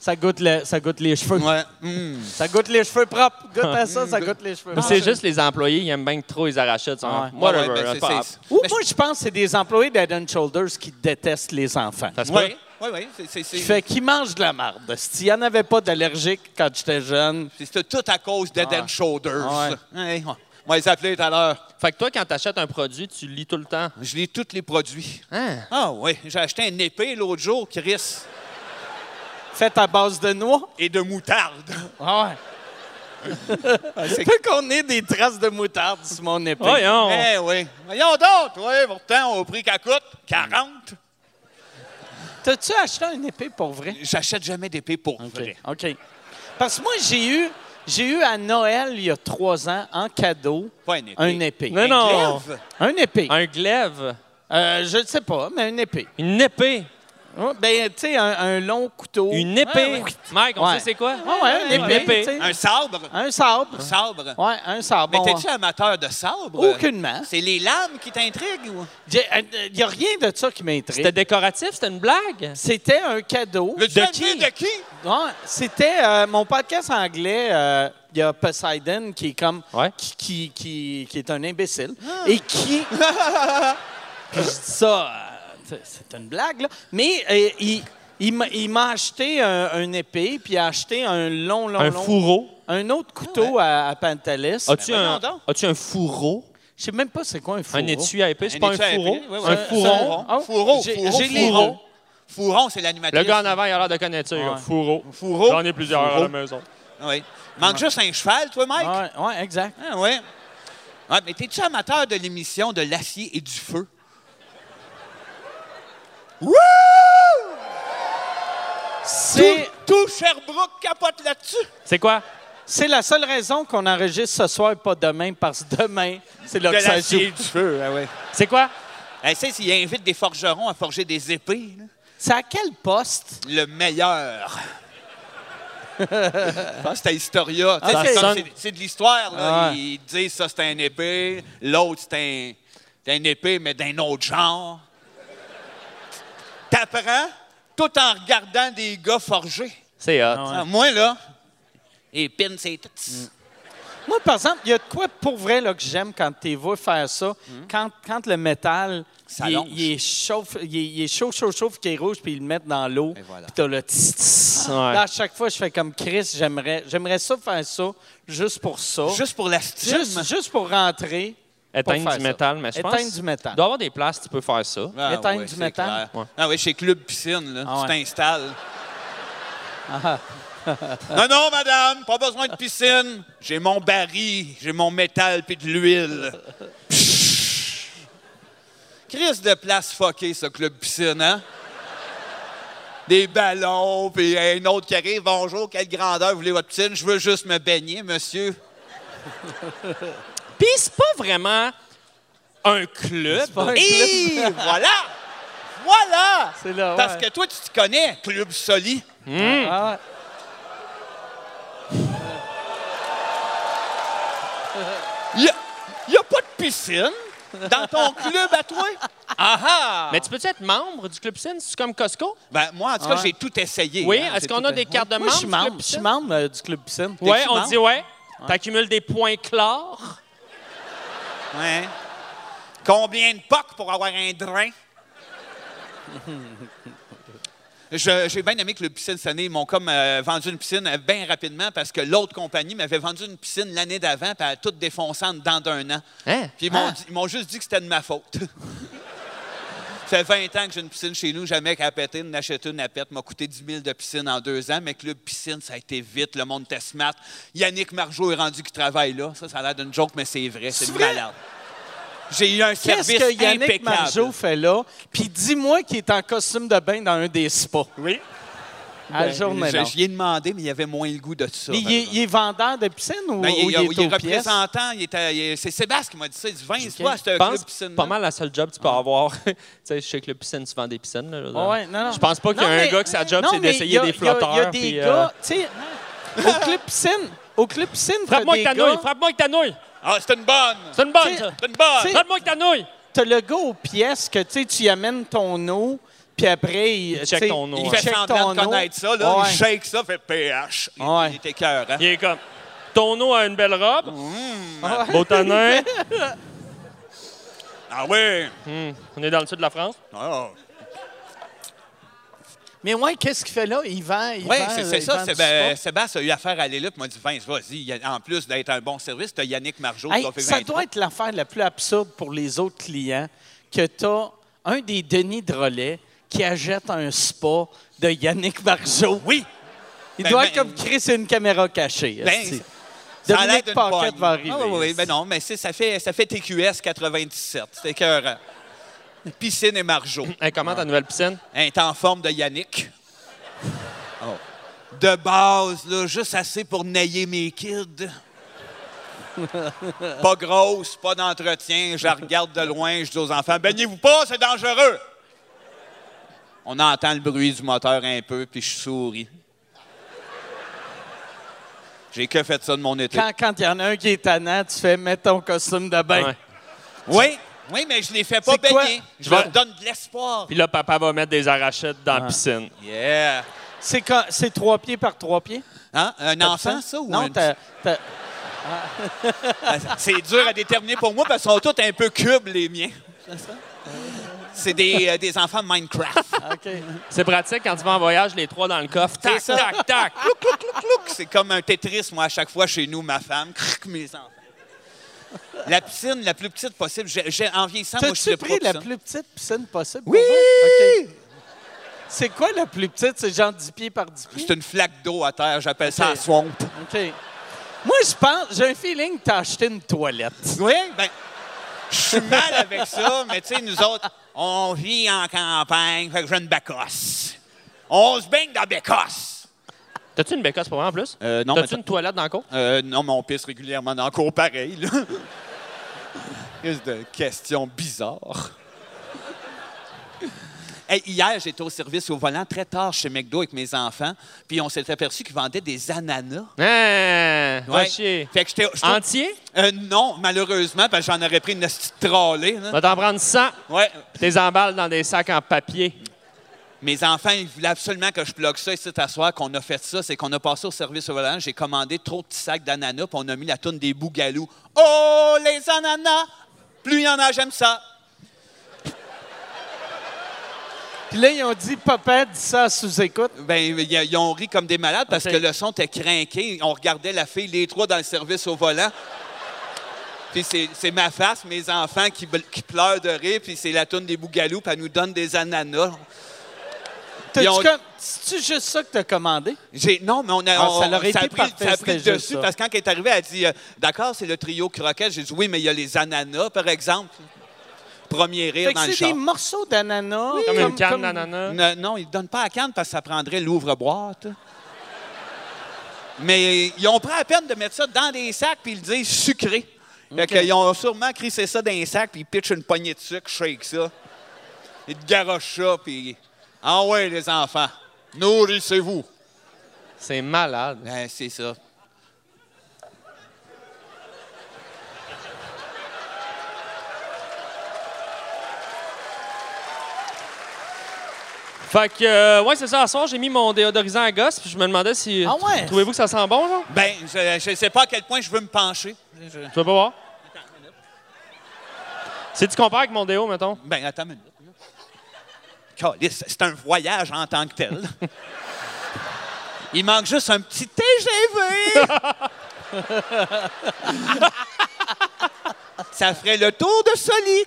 S7: Ça goûte, le- ça goûte les cheveux.
S4: Ouais. Mm.
S7: Ça goûte les cheveux propres. Goûte à ça, ça goûte les cheveux
S5: Mais C'est juste les employés, ils aiment bien que trop, ils arrachent. ça.
S7: Ouais.
S5: Whatever,
S4: Ouais, ouais, ben,
S5: c'est pas
S4: c'est-
S7: Ou moi, je pense que c'est des employés d'Head and Shoulders qui détestent les enfants.
S5: Ça se
S4: Oui,
S5: peut.
S4: oui, oui. c'est- c'est-
S7: Qui
S4: C'est
S7: fait qu'ils mangent de la marde. S'il n'y en avait pas d'allergiques quand j'étais jeune,
S4: c'est- c'est tout à cause d'Head and Shoulders.
S7: Ah
S4: Ouais, ouais. Moi, ils appelaient tout à l'heure.
S5: Fait que toi, quand t'achètes un produit, tu le lis tout le temps.
S4: Je lis tous les produits.
S5: Hein?
S4: Ah oui, j'ai acheté une épée l'autre jour, Chris,
S7: faites à base de noix.
S4: et de moutarde.
S7: Ah ouais.
S4: c'est-
S7: Peut qu'on ait des traces de moutarde sur mon épée.
S5: Voyons!
S7: Euh,
S4: Eh oui. Voyons d'autres. Oui, pourtant, au prix qu'elle coûte, 40.
S7: T'as-tu acheté une épée pour vrai?
S4: J'achète jamais d'épée pour vrai.
S7: OK. Parce que moi, j'ai eu, j'ai eu à Noël, il y a trois ans, en cadeau,
S4: Pas une épée.
S7: un épée.
S5: Mais non!
S4: glaive.
S7: Un épée.
S5: Un glaive,
S7: Euh, je ne sais pas, mais une épée.
S5: une épée,
S7: Oh, Ben, tu sais, un, un long couteau.
S5: une épée.
S7: Oh. Ouais, ouais.
S5: Mike, on
S7: Ouais.
S5: sait c'est quoi?
S7: Ah ouais, une épée. tu sais.
S4: Un sabre.
S7: Un sabre.
S4: Un sabre.
S7: Ouais, un sabre.
S4: Mais
S7: Bon,
S4: t'es-tu amateur de sabre?
S7: Aucunement.
S4: C'est les lames qui t'intriguent? ou?
S7: j'ai- euh, Il n'y a rien de ça qui
S5: C'était
S7: m'intrigue.
S5: décoratif, c'était une blague?
S7: C'était un cadeau.
S4: Le
S7: de
S4: duel
S7: qui?
S4: de qui?
S7: Ouais, C'était euh, mon podcast anglais. euh, Il y a Poseidon qui est comme.
S5: Ouais.
S7: Qui, qui, qui, qui est un imbécile.
S4: Ah.
S7: Et qui. Puis je dis ça, euh, c'est- c'est une blague, là. Mais euh, il, il m'a- il m'a acheté un, une épée, puis il a acheté un long, long,
S5: Un
S7: long.
S5: fourreau.
S7: Un autre couteau
S4: Ah
S7: à, à Pantalis.
S5: As-tu
S7: Ben,
S5: un,
S7: voyons donc.
S5: as-tu un fourreau?
S7: Je sais même pas c'est quoi un fourreau.
S5: Un étui à épée, c'est
S4: Un
S5: pas un
S4: étui à
S5: fourreau?
S4: épée, oui, oui.
S5: Un
S4: Ça-
S5: fourron?
S7: Ah,
S4: Fourreau,
S7: j'ai-
S4: fourreau,
S7: j'ai les
S4: fourreau.
S7: deux.
S4: Fourron, c'est l'animatrice.
S5: Le gars en avant, il a l'air de connaître ça. il a
S7: Ouais.
S5: Fourreau.
S4: Fourreau.
S5: J'en ai plusieurs à la maison.
S4: Oui. Manque juste un cheval, toi, Mike? Ah,
S7: Ouais, ouais, exact.
S4: oui. Ah, mais t'es-tu amateur de l'émission de l'acier et du feu? Wouh!
S7: C'est
S4: Tout Sherbrooke capote là-dessus.
S5: C'est quoi?
S7: c'est la seule raison qu'on enregistre ce soir et pas demain, parce que demain, c'est là
S4: De
S7: que ça se
S4: l'acier
S7: joue.
S4: et du feu, ah oui.
S5: C'est quoi?
S4: Elle sait s'il invite des forgerons à forger des épées. là.
S7: C'est à quel poste?
S4: Le meilleur. Je pense que c'est à Historia. Tu sais,
S7: Ah,
S4: c'est
S7: ça
S4: comme-
S5: sonne.
S4: c'est- c'est de l'histoire. là.
S7: Ah ouais.
S4: Ils disent ça, c'est un épée. L'autre, c'est un, c'est un épée, mais d'un autre genre. T'apprends tout en regardant des gars forgés.
S5: C'est hot.
S4: Ah, moi, là, épine, c'est tout.
S7: Moi, par exemple, il y a de quoi pour vrai là, que j'aime quand tu vois faire ça. Quand, quand le métal,
S4: Ça
S7: il, est-
S4: longe.
S7: il est chauffe- il est- il est chaud, chaud, chaud, puis qu'il est rouge, puis ils le mettent dans l'eau.
S4: Et voilà.
S7: Puis t'as le tss, tss.
S5: Ouais.
S7: Là, à chaque fois, je fais comme Chris, j'aimerais j'aimerais ça faire ça, juste pour ça.
S4: Juste pour la stime.
S7: Juste, juste pour rentrer,
S5: Éteindre
S7: faire
S5: du
S7: ça.
S5: métal, mais je pense.
S7: Éteindre du métal.
S5: Il doit y avoir des places, tu peux faire ça.
S4: Ah,
S7: Éteindre
S4: ouais,
S7: du
S4: c'est
S7: métal.
S4: clair.
S5: Ouais.
S4: Ah oui, chez Club Piscine, là.
S7: Ah
S4: tu
S7: ouais. Ah.
S4: t'installes. non, non, madame, pas besoin de piscine. J'ai mon baril, j'ai mon métal puis de l'huile. Crise de place fuckée, ce Club Piscine, hein? Des ballons, puis un autre qui arrive. Bonjour, quelle grandeur voulez votre piscine? Je veux juste me baigner, monsieur.
S5: Puis c'est pas vraiment un club.
S4: Et voilà! Voilà!
S7: C'est là,
S4: Parce
S7: ouais.
S4: que toi, tu te connais, Club Soli. Hmm.
S7: Ah ouais.
S4: Il n'y a, pas de piscine dans ton club à toi? Ah ah!
S5: Mais tu peux-tu être membre du club piscine? C'est comme Costco?
S4: Ben, moi, en tout cas,
S7: Ouais.
S4: j'ai tout essayé.
S5: Oui.
S4: hein,
S5: Est-ce
S4: j'ai
S5: qu'on
S4: tout
S5: a
S4: essayé.
S5: des cartes de
S7: Moi,
S5: membre?
S7: je suis
S5: du club
S7: membre, je suis
S5: piscine?
S7: membre euh, du club piscine.
S5: Oui,
S7: T'es-tu
S5: on
S7: membre?
S5: dit ouais. T'accumules des points clairs.
S4: Ouais. Combien de pocs pour avoir un drain? Je- J'ai bien aimé que le piscine cette année, ils m'ont comme euh, vendu une piscine euh, bien rapidement parce que l'autre compagnie m'avait vendu une piscine l'année d'avant, puis elle a tout défoncé en dedans d'un an.
S5: Hein?
S4: Puis ils m'ont dit- ils m'ont juste dit que c'était de ma faute. Ça fait 20 ans que j'ai une piscine chez nous, jamais qu'à péter, une acheté une à pète, m'a coûté 10 000 de piscine en deux ans, mais Club Piscine, ça a été vite, le monde était smart. Yannick Margeau est rendu qui travaille là. Ça, ça a l'air d'une joke, mais c'est vrai, c'est
S7: C'est vrai?
S4: malade. J'ai eu un service
S7: Qu'est-ce que Yannick
S4: impeccable.
S7: Margeau fait là? Puis dis-moi qu'il est en costume de bain dans un des spas.
S4: Oui. Ben,
S7: À la journée longue.
S4: J'y ai demandé, mais il avait moins le goût de ça.
S7: Mais il est, il est vendeur de piscine ou,
S4: Ben, il, est-
S7: ou il
S4: il est
S7: est aux pièces?
S4: représentant, il est à- il est- c'est Sébastien qui m'a dit ça. Il dit Vince,
S5: Je
S4: toi, c'est un club
S5: pense
S4: piscine. hein.
S5: pas mal la seule job que tu peux avoir. tu sais, je sais que le piscine, tu vends des piscines. là, là.
S7: Ah Ouais, non, non.
S5: Je pense pas qu'il y a
S7: Non,
S5: un
S7: mais-
S5: gars que sa job,
S7: non,
S5: c'est
S7: mais il y
S5: d'essayer
S7: a-
S5: des flotteurs.
S7: Il y a,
S5: puis,
S7: des
S5: euh,
S7: gars, tu sais, au club piscine, au club piscine, t'as
S5: Frappe-moi
S7: des
S5: avec ta
S7: gars-
S5: nouille! Frappe-moi avec ta nouille!
S4: Ah, c'est une bonne!
S5: C'est une bonne,
S7: T'sais-
S5: ça!
S4: C'est une bonne!
S7: t'sais-
S5: Frappe-moi avec ta nouille!
S7: T'as le gars aux pièces que tu sais, tu y amènes ton eau, puis après, il,
S5: check
S7: tu sais,
S5: ton eau, ouais.
S7: il
S4: Il fait
S7: check
S4: semblant de
S7: ton eau.
S4: connaître ça, là.
S7: Ouais.
S4: Il shake ça, fait PH. Il,
S7: Ouais.
S4: il était cœur, hein?
S5: Il est comme. Ton eau a une belle robe.
S4: Mmh.
S7: Ouais.
S5: Beau tanin.
S4: Ah oui!
S5: Hmm, On est dans le sud de la France.
S4: Oh.
S7: Mais ouais, qu'est-ce qu'il fait là? Il vend. il
S4: Oui,
S7: vend-
S4: c'est c'est
S7: il vend
S4: ça.
S7: du
S4: c'est- ben,
S7: sport.
S4: Sébastien a eu affaire à aller là, puis m'a dit Vince, vas-y. Il y a- En plus d'être un bon service, t'as Yannick Margeau
S7: Hey,
S4: qui a fait
S7: ça
S4: 23.
S7: doit être l'affaire la plus absurde pour les autres clients que t'as un des Denis Drolet qui achète un spa de Yannick Margeau.
S4: Oui!
S7: Il
S4: Ben,
S7: doit
S4: ben,
S7: être comme Chris une caméra cachée.
S4: Ben,
S7: esti.
S4: Ça a l'air
S7: Dominique
S4: d'une
S7: Paquette
S4: pogne.
S7: va arriver.
S4: Ah oui, oui, ben non, mais c'est- ça fait, ça fait TQS 97. C'est cœur. Piscine et Margeau.
S5: Hey, comment ta nouvelle piscine?
S4: Elle est en forme de Yannick. Oh. De base, là, juste assez pour nailler mes kids. pas grosse, pas d'entretien. Je la regarde de loin, je dis aux enfants Baignez-vous pas, c'est dangereux. On entend le bruit du moteur un peu, puis je souris. J'ai que fait ça de mon été.
S7: Quand quand il y en a un qui est tannant, tu fais mets ton costume de bain.
S5: Ouais.
S4: Oui, oui, mais je les fais pas
S7: C'est quoi?
S4: baigner. Je leur donne de l'espoir.
S5: Puis là, papa va mettre des arachides dans la piscine.
S4: Yeah.
S7: C'est quand- c'est trois pieds par trois pieds?
S4: Hein? Un enfant, ça? Ou
S7: non,
S4: un
S7: t'as- t'as-
S4: C'est dur à déterminer pour moi parce qu'ils sont tous un peu cubes, les miens. C'est des, euh, des enfants de Minecraft.
S7: OK.
S5: C'est pratique quand tu vas en voyage, les trois dans le coffre. Tac,
S4: ça.
S5: tac, tac.
S4: Clouc, clouc, clouc, clouc. C'est comme un Tetris, moi, à chaque fois chez nous, ma femme. Cric, mes enfants. La piscine la plus petite possible. J'ai, j'ai- en vieillissant, moi, je suis
S7: T'as-tu
S4: le pro
S7: pris la
S4: piscine.
S7: plus petite piscine possible?
S4: Oui!
S7: pour vous? OK. C'est quoi la plus petite? C'est genre 10 pieds par 10 pieds?
S4: C'est une flaque d'eau à terre, j'appelle ça
S7: Ok.
S4: un swamp.
S7: OK. Moi, je pense, j'ai un feeling que t'as acheté une toilette.
S4: Oui, ben, je suis mal avec ça, mais tu sais, nous autres, on vit en campagne, fait que j'ai une bacosse. On se baigne dans la bécosse.
S5: T'as-tu une bécosse pour moi en plus?
S4: Euh, non, mais
S5: T'as-tu une toilette dans le coffre?
S4: Euh, non, mais on pisse régulièrement dans le cours pareil, là. Juste de questions bizarres. Hey, hier, j'étais au service au volant très tard chez McDo avec mes enfants, puis on s'est aperçu qu'ils vendaient des ananas.
S5: Hein? Va
S4: Ouais.
S5: chier.
S4: Fait que j'étais. j'étais-
S5: Entier?
S4: Euh, non, malheureusement, parce que j'en aurais pris une petite trollée. là.
S5: Va t'en prendre 100,
S4: Ouais.
S5: puis t'es emballes dans des sacs en papier.
S4: Mes enfants, ils voulaient absolument que je bloque ça ici à soir. Qu'on a fait ça, c'est qu'on a passé au service au volant. J'ai commandé trop de petits sacs d'ananas, puis on a mis la toune des bougalous. Oh, les ananas! Plus il y en a, j'aime ça.
S7: Puis là, ils ont dit, papa, dis ça sous écoute.
S4: Ben, y- ils ont ri comme des malades parce
S7: Ok.
S4: que le son était craqué. On regardait la fille, les trois dans le service au volant. Puis c'est c'est ma face, mes enfants qui, bl- qui pleurent de rire, puis c'est la toune des Bougalous, puis elle nous donne des ananas.
S7: T'as-tu
S4: Ils ont-
S7: com- C'est-tu juste ça que t'as commandé?
S4: J'ai- Non, mais on a,
S7: Ah,
S4: on-
S7: ça l'aurait
S4: a
S7: été
S4: pris,
S7: parfait,
S4: ça a pris le
S7: c'était
S4: dessus
S7: juste ça.
S4: parce que quand elle est arrivée, elle a dit euh, D'accord, c'est le trio croquette. J'ai dit Oui, mais il y a les ananas, par exemple. Premier rire
S7: Fait que
S4: dans le
S7: c'est
S4: char.
S7: des morceaux d'ananas.
S5: Comme une canne d'ananas.
S4: Ne- non, ils ne donnent pas à Cannes parce que ça prendrait l'ouvre-boîte. Mais ils ont pris la peine de mettre ça dans des sacs puis ils le disent sucré. Fait qu'ils ont sûrement crissé ça dans un sac puis ils pitchent une poignée de sucre, shake ça. Ils te garochent ça puis. Ah ouais, les enfants, nourrissez-vous.
S5: C'est malade.
S4: Ben, c'est ça.
S5: Fait que, euh, ouais, c'est ça. À soir, j'ai mis mon déodorisant à gosse, puis je me demandais si.
S7: Ah ouais?
S5: Trouvez-vous que ça sent bon, genre?
S4: Ben, je ne sais pas à quel point je veux me pencher.
S5: Tu veux pas voir? Si tu compares avec mon déo, mettons.
S4: Ben, attends une minute. Calisse, c'est un voyage en tant que tel. Il manque juste un petit TGV. Ça ferait le tour de Soli.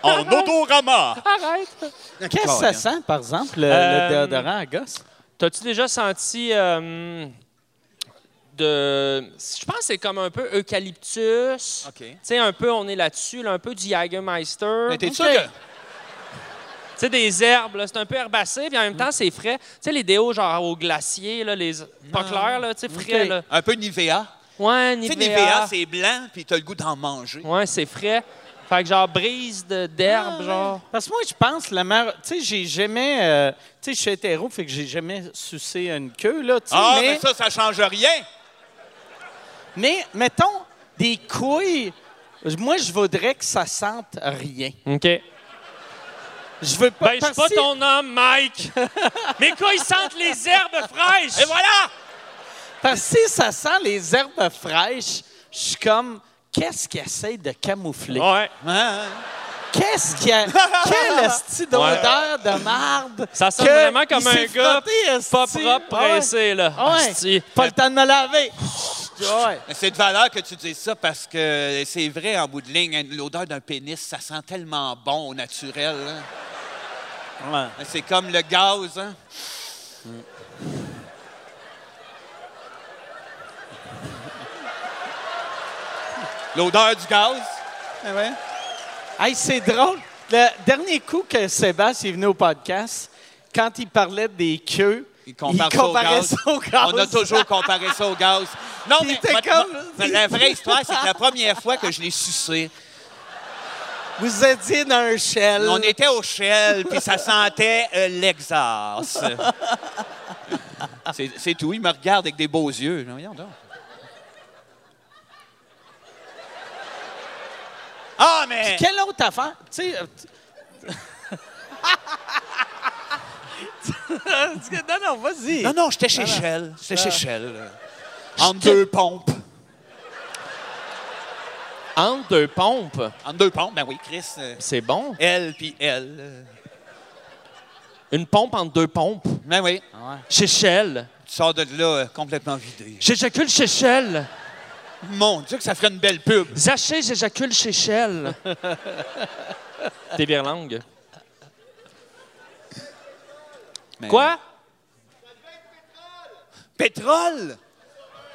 S4: En autorama.
S8: Arrête.
S7: Qu'est-ce que ça sent, par exemple, le, le
S5: Euh,
S7: déodorant à gosse?
S5: T'as-tu déjà senti euh, de. Je pense que c'est comme un peu eucalyptus.
S4: OK.
S5: Tu sais, un peu, on est là-dessus, là, un peu du Jagermeister.
S4: Mais
S5: Tu
S4: t'es sûr
S7: Ok.
S4: que-
S5: sais, des herbes, là, c'est un peu herbacé, puis en même temps, c'est frais. Tu sais, les déos, genre au glacier, là, les. Pas clair, là, tu sais, frais,
S7: Ok.
S5: là.
S4: Un peu Nivea.
S5: Ouais,
S4: Tu
S5: Nivea.
S4: sais, Nivea, c'est blanc, puis t'as le goût d'en manger.
S5: Ouais, c'est frais. Fait que genre brise de- d'herbe, genre.
S7: Parce que moi, je pense, la mère. Tu sais, j'ai jamais. euh, tu sais, je suis hétéro, fait que j'ai jamais sucé une queue, là. tu sais,
S4: Ah,
S7: mais,
S4: mais ça, ça change rien.
S7: mais, mettons, des couilles. Moi, je voudrais que ça sente rien.
S5: OK.
S7: Je veux pas.
S5: Ben, je suis pas
S7: parce-
S5: ton homme, Mike. Mais quoi, ils sentent les herbes fraîches.
S4: Et voilà!
S7: Parce que si ça sent les herbes fraîches, je suis comme, qu'est-ce qu'il essaie de camoufler?
S5: Eh, Ouais.
S4: Hein,
S7: ah.
S4: hein.
S7: Qu'est-ce qu'il y a? Quelle esti d'odeur de marde!
S5: Ça sonne
S7: que
S5: vraiment comme
S7: il s'est
S5: un gars
S7: frotté, esti.
S5: Pas propre,
S7: Ah ouais.
S5: pressé, là.
S7: Ah ouais.
S5: Hostie.
S7: Pas le temps de me laver. Ouais.
S4: Mais C'est de valeur que tu dises ça parce que c'est vrai, en bout de ligne, hein, l'odeur d'un pénis, ça sent tellement bon au naturel. hein. C'est comme le gaz. hein. L'odeur du gaz. Eh ouais.
S7: Hey, c'est drôle. Le dernier coup que Sébastien est venu au podcast, quand il parlait des queues,
S4: Il
S7: il,
S4: compare ça au
S7: comparait
S4: gaz.
S7: Ah, ça au gaz.
S4: On a toujours comparé ça au gaz. Non,
S7: Il
S4: mais
S7: était
S4: ma-
S7: comme-
S4: ma- la vraie histoire, c'est que la première fois que je l'ai sucé,
S7: Vous étiez dans un shell.
S4: On était au Shell, puis ça sentait euh, l'exhaust. C'est c'est tout. Il me regarde avec des beaux yeux. Voyons donc. Ah, mais...
S7: Quelle autre affaire? Tu sais. euh, tu- non, non, vas-y.
S4: Non, non, j'étais chez Shell. J'étais chez Shell. là. Entre Ah. deux pompes.
S5: Entre deux pompes,
S4: Entre deux pompes, ben oui, Chris. euh,
S5: c'est bon.
S4: Elle puis elle. euh.
S5: Une pompe entre deux pompes.
S4: Ben oui,
S5: Chez Shell.
S4: tu sors de là euh, complètement vidé.
S5: J'éjacule chez Shell.
S4: Mon Dieu, que ça ferait une belle pub.
S5: Zaché, j'éjacule chez Shell. T'es berlangue.
S4: Mais-
S5: Quoi?
S4: Pétrole?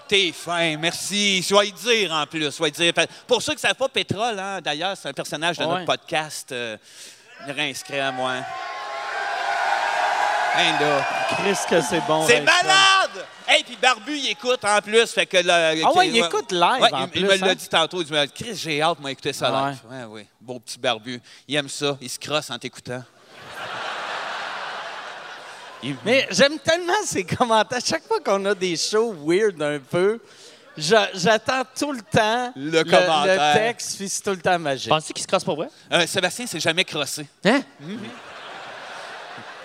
S4: T'es fin, merci. Sois y dire en plus. Sois y dire. Pour ceux qui ne savent pas, Pétrole, hein, d'ailleurs, c'est un personnage de notre
S7: Ouais.
S4: podcast. Euh, inscrit à moi. Hein, là.
S7: Chris, que c'est bon. hein.
S4: C'est
S7: Vincent.
S4: malade! Hey, puis Barbu, il écoute en plus. Fait que le-
S7: Ah ouais,
S4: qu'il-
S7: il écoute live
S4: Ouais,
S7: en
S4: il, il
S7: plus,
S4: me l'a
S7: hein.
S4: dit tantôt. Il m'a dit Chris, j'ai hâte, moi, écouter ça live. Ouais, ouais. Beau petit Barbu. Il aime ça. Il se crosse en t'écoutant. Il-
S7: Mais j'aime tellement ces commentaires. Chaque fois qu'on a des shows weird un peu, je- j'attends tout le temps
S4: Le commentaire.
S7: le texte, puis c'est tout le temps magique.
S5: Penses-tu qu'il se casse pour vrai?
S4: Euh, Sébastien s'est jamais crossé.
S5: Hein?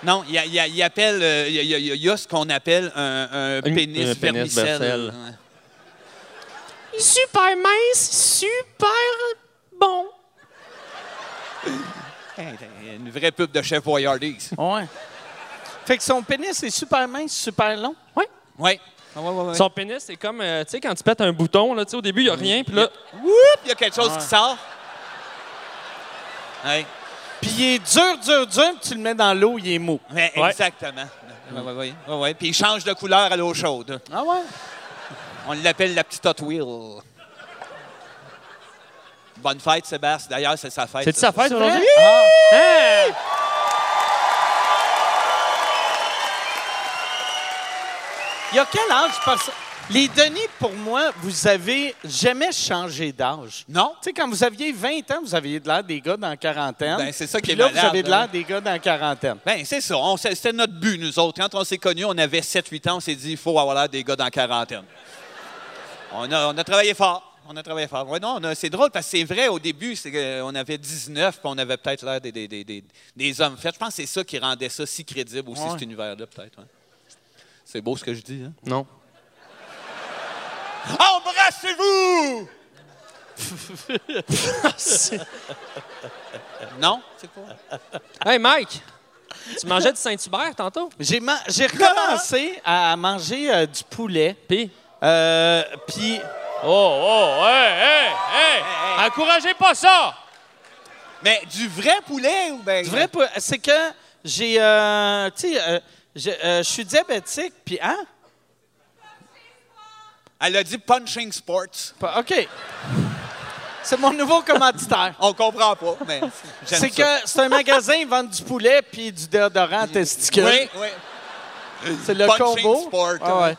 S4: Non, il, y a- il y a- il appelle, euh, il y a- il y a- il y a ce qu'on appelle un, un
S5: Une-
S4: pénis,
S5: un pénis
S4: vermicelle.
S5: vercel.
S4: Ouais.
S8: Super mince, super bon.
S4: Hey, t'as Une vraie pub de Chef Boyardee.
S7: Ouais. Fait que son pénis est super mince, super long.
S4: Oui. Ah, ouais, ouais, ouais.
S5: Son pénis, c'est comme, euh, tu sais, quand tu pètes un bouton, là, tu sais, au début, il n'y a rien, puis là,
S4: Whoop, il y a quelque chose qui sort. Ouais.
S7: Puis il est dur, dur, dur, puis tu le mets dans l'eau, il est mou.
S4: Ouais,
S5: Ouais.
S4: Exactement. Ouais, ouais, ouais, ouais, ouais. Puis il change de couleur à l'eau chaude.
S7: Ah ouais?
S4: On l'appelle la petite Hot Wheel. Bonne fête, Sébastien. D'ailleurs, c'est sa fête.
S5: c'est de
S4: ce
S5: sa
S4: soir.
S5: fête aujourd'hui? Ah. Hein?
S7: Il y a quel âge? Parce... Les Denis, pour moi, vous avez jamais changé d'âge.
S4: Non?
S7: Tu sais, quand vous aviez 20 ans, vous aviez de l'air des gars dans la quarantaine.
S4: Ben, c'est ça qui
S7: Puis
S4: est
S7: là,
S4: malade,
S7: vous avez de l'air
S4: hein.
S7: des gars dans la quarantaine.
S4: Ben, c'est ça. On s'est- C'était notre but, nous autres. Quand on s'est connus, on avait 7-8 ans. On s'est dit, il faut avoir l'air des gars dans la quarantaine. On a, on a travaillé fort. On a travaillé fort. Ouais, non, on a- c'est drôle parce que c'est vrai, au début, c'est que euh, on avait 19 puis on avait peut-être l'air des, des- des- des- des hommes faits. Je pense que c'est ça qui rendait ça si crédible aussi, cet univers-là, peut-être. ouais. C'est beau ce que je dis, hein?
S5: Non.
S4: Embrassez-vous! non? C'est quoi?
S5: Hey, Mike, tu mangeais du Saint-Hubert tantôt?
S7: J'ai man- j'ai recommencé à manger euh, du poulet.
S5: Puis?
S7: Euh, puis,
S5: Oh, oh, hey, hey, hey!
S4: hey.
S5: Encouragez pas ça!
S4: Mais du vrai poulet ou ben
S7: du vrai, pou- c'est que j'ai. euh, tu sais, euh, j'ai- euh, je suis diabétique, puis hein?
S4: euh, Elle a dit punching sports.
S7: Pas- OK. C'est mon nouveau commanditaire.
S4: On comprend pas, mais j'aime
S7: C'est que
S4: ça.
S7: c'est un magasin, ils vendent du poulet puis du déodorant testicule.
S4: Oui, oui.
S7: C'est le
S4: Punching
S7: combo.
S4: sport. hein.
S7: Ah ouais.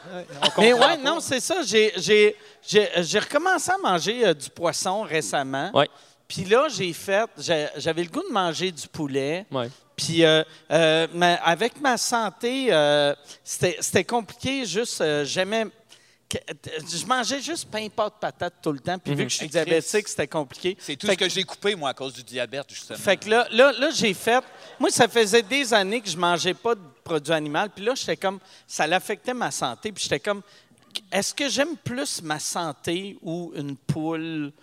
S7: Mais ouais,
S4: comprend
S7: non, c'est ça. J'ai, j'ai, j'ai, euh, j'ai recommencé à manger euh, du poisson récemment.
S5: Ouais,
S7: Puis là, j'ai fait, j'ai- j'avais le goût de manger du poulet.
S5: ouais.
S7: Puis euh, euh, ma- avec ma santé, euh, c'était, c'était compliqué. Juste, euh, j'aimais. que- Je mangeais juste pain, pâte, patate tout le temps. Puis
S5: Mhm.
S7: vu que je suis
S4: Hey, Chris.
S7: diabétique, c'était compliqué.
S4: C'est tout
S7: Fait
S4: ce que j'ai coupé, moi, à cause du diabète, justement.
S7: fait que là, là, là, j'ai fait. Moi, ça faisait des années que je mangeais pas de produits animaux. Puis là, j'étais comme. Ça l'affectait ma santé. Puis j'étais comme. Est-ce que j'aime plus ma santé ou une poule?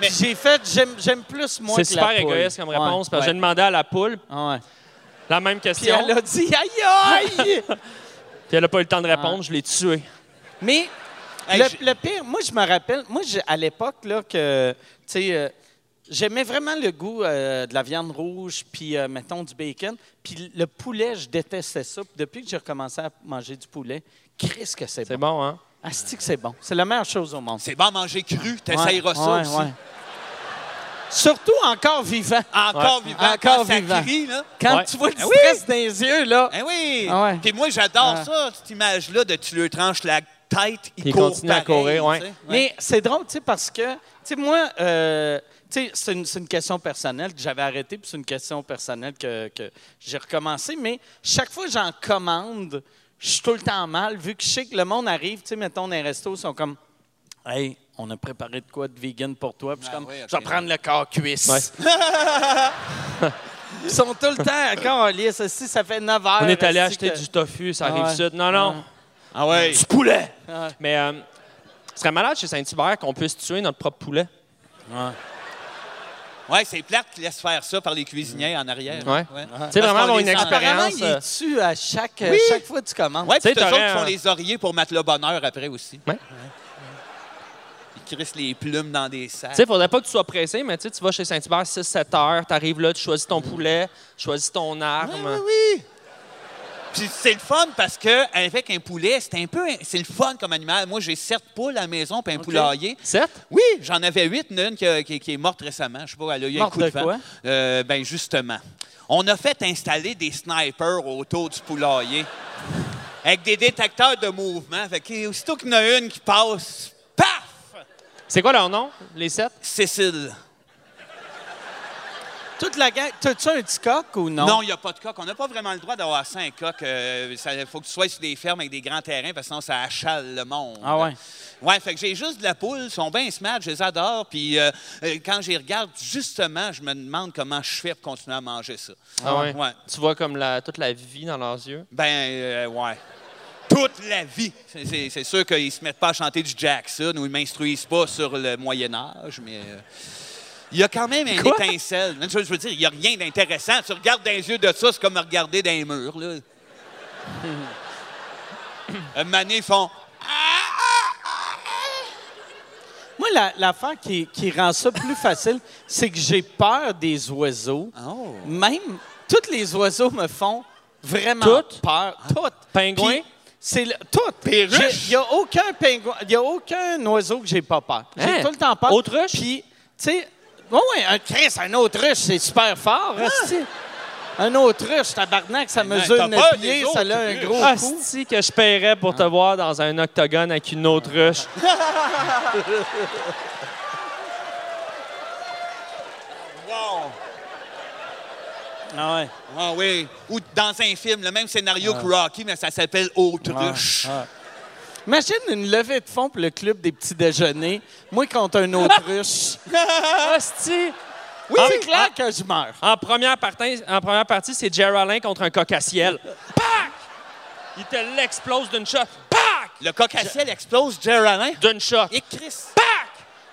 S4: Mais-
S7: J'ai fait. J'aime, j'aime plus moi
S5: C'est
S7: que la
S5: super
S7: poule.
S5: égoïste comme
S7: Ouais,
S5: réponse, parce que
S7: ouais,
S5: j'ai demandé à la poule
S7: ouais.
S5: la même
S7: Puis
S5: question,
S7: elle a dit aïe aïe!
S5: puis elle a pas eu le temps de répondre, je l'ai tuée.
S7: Mais
S4: Hey,
S7: le,
S4: j'ai-
S7: le pire, moi, je me rappelle, moi, j'ai- à l'époque, là, que, tu sais, euh, j'aimais vraiment le goût euh, de la viande rouge, puis, euh, mettons, du bacon. Puis le poulet, je détestais ça. Puis depuis que j'ai recommencé à manger du poulet, qu'est-ce que c'est
S5: C'est
S7: bon.
S5: bon, hein?
S7: Asti que c'est bon. C'est la meilleure chose au monde.
S4: C'est bon à manger cru. T'essayeras ça
S7: Ouais,
S4: aussi.
S7: ouais. Surtout encore vivant.
S4: Encore
S7: Ouais.
S4: vivant.
S7: Encore
S4: quand ça
S7: vivant.
S4: crie, là.
S7: Quand
S5: Ouais.
S7: tu vois le
S4: Ah oui!
S7: stress dans les yeux, là.
S4: Eh oui!
S7: Ah ouais.
S4: Puis moi, j'adore
S7: Ah.
S4: ça, cette image-là de tu lui tranches la tête, il,
S5: Il
S4: court
S5: continue à
S4: pareil,
S5: courir, ouais.
S4: tu sais.
S7: Mais c'est drôle, tu sais, parce que, tu sais, moi, euh, tu sais, c'est une, c'est une question personnelle que j'avais arrêtée, puis c'est une question personnelle que, que j'ai recommencé, mais chaque fois que j'en commande, je suis tout le temps mal, vu que je sais que le monde arrive, tu sais, mettons, dans les restos, ils sont comme, hey, on a préparé de quoi de vegan pour toi, puis je suis
S4: Ah
S7: comme,
S4: oui, ok.
S7: je vais prendre le corps cuisse. Ils sont tout le temps à Carolis, si ça fait 9 heures.
S5: On est allé
S7: esti,
S5: acheter
S7: Ah, que-
S5: du tofu, ça arrive
S7: Ah ouais.
S5: sud. Non, non,
S4: Ah ouais.
S5: du poulet! Mais euh, ce serait malade chez Saint-Hubert qu'on puisse tuer notre propre poulet.
S4: Ouais, c'est plate qu'ils laissent faire ça par les cuisiniers en arrière.
S5: Ouais.
S7: Ah.
S4: Parce
S5: vraiment
S4: qu'on
S5: avoir
S4: les
S5: une
S4: sent-
S5: expérience.
S7: Apparemment, il
S5: euh,
S7: est dessus à chaque, chaque fois que tu commandes.
S4: Ouais,
S5: Tu sais,
S4: puis c'est eux autres
S5: t'aurais
S4: qui font
S5: un-
S4: les oreillers pour mettre le bonheur après aussi.
S5: Ouais.
S4: Ils crissent les plumes dans des sacs.
S5: Tu sais, faudrait pas que tu sois pressé, mais tu sais, tu vas chez Saint-Hubert 6-7 heures, t'arrives là, tu choisis ton poulet, tu choisis ton arme.
S4: oui. Puis c'est le fun parce que avec un poulet, c'est un peu c'est le fun comme animal. Moi, j'ai sept poules à la maison puis un poulailler.
S5: Sept?
S4: Oui, j'en avais huit, Il y en a une qui, a- qui- qui est morte récemment. Je sais pas, elle a eu un
S7: Morte
S4: coup de,
S7: de
S4: vent.
S7: quoi?
S4: Euh, ben justement, on a fait installer des snipers autour du poulailler avec des détecteurs de mouvement. Fait que aussitôt qu'il y en a une qui passe, paf,
S5: C'est quoi leur nom, les sept?
S4: Cécile.
S7: Toute la gang. T'as-tu un petit coq ou non?
S4: Non, il n'y a pas de coq. On n'a pas vraiment le droit d'avoir cinq coqs. Il faut que tu sois sur des fermes avec des grands terrains parce que sinon, ça achale le monde.
S7: Ah ouais.
S4: Ouais, fait que j'ai juste de la poule. Ils sont bien smart, je les adore. Puis euh, euh, quand je les regarde, justement, je me demande comment je fais pour continuer à manger ça.
S5: Ah ouais.
S4: Ouais.
S5: Tu vois comme la, toute la vie dans leurs yeux.
S4: Ben, euh, ouais. Toute la vie. C'est- C'est c'est sûr qu'ils se mettent pas à chanter du Jackson ou ils m'instruisent pas sur le Moyen Âge, mais euh, il y a quand même une étincelle. Même chose, je veux dire, il n'y a rien d'intéressant. Tu regardes dans les yeux de ça, c'est comme regarder dans les murs. Là. Un moment donné, ils font.
S7: Moi, la- l'affaire qui, qui rend ça plus facile, c'est que j'ai peur des oiseaux.
S4: Oh.
S7: Même, tous les oiseaux me font vraiment
S5: Toutes?
S7: peur. Toutes.
S5: Pingouins?
S7: Puis, C'est le- toutes.
S4: Ah. Perruche?
S7: J'ai- Il n'y a aucun pingouin, il y a aucun oiseau que j'ai pas peur. J'ai
S5: Hein?
S7: tout le temps peur.
S5: Autruche?
S7: Puis, tu sais, oui, oui, un Chris, un autruche, c'est super fort.
S4: Ah.
S7: asti. Un autruche, tabarnak, ça mesure
S4: t'as
S7: 9
S4: peur des
S7: pieds,
S4: autres
S7: ça a un
S4: autruches. Ah.
S7: gros cou.
S5: Asti que je paierais pour
S7: Ah.
S5: te voir dans un octogone avec une autruche.
S4: Wow!
S7: Ah ouais.
S4: Ah oui. Ou dans un film, le même scénario que Rocky, mais ça s'appelle Autruche.
S7: Imagine une levée de fonds pour le club des petits déjeuners. Moi, contre un Ah, autruche.
S5: Asti!
S7: Oui, c'est clair que je meurs.
S5: En première partie, en première partie c'est Geraldine contre un coq à ciel. Pac! Il te l'explose d'une shot. Pac!
S4: Le coq à ciel explose, Geraldin.
S5: D'une shot.
S4: Et Chris,
S5: Pac!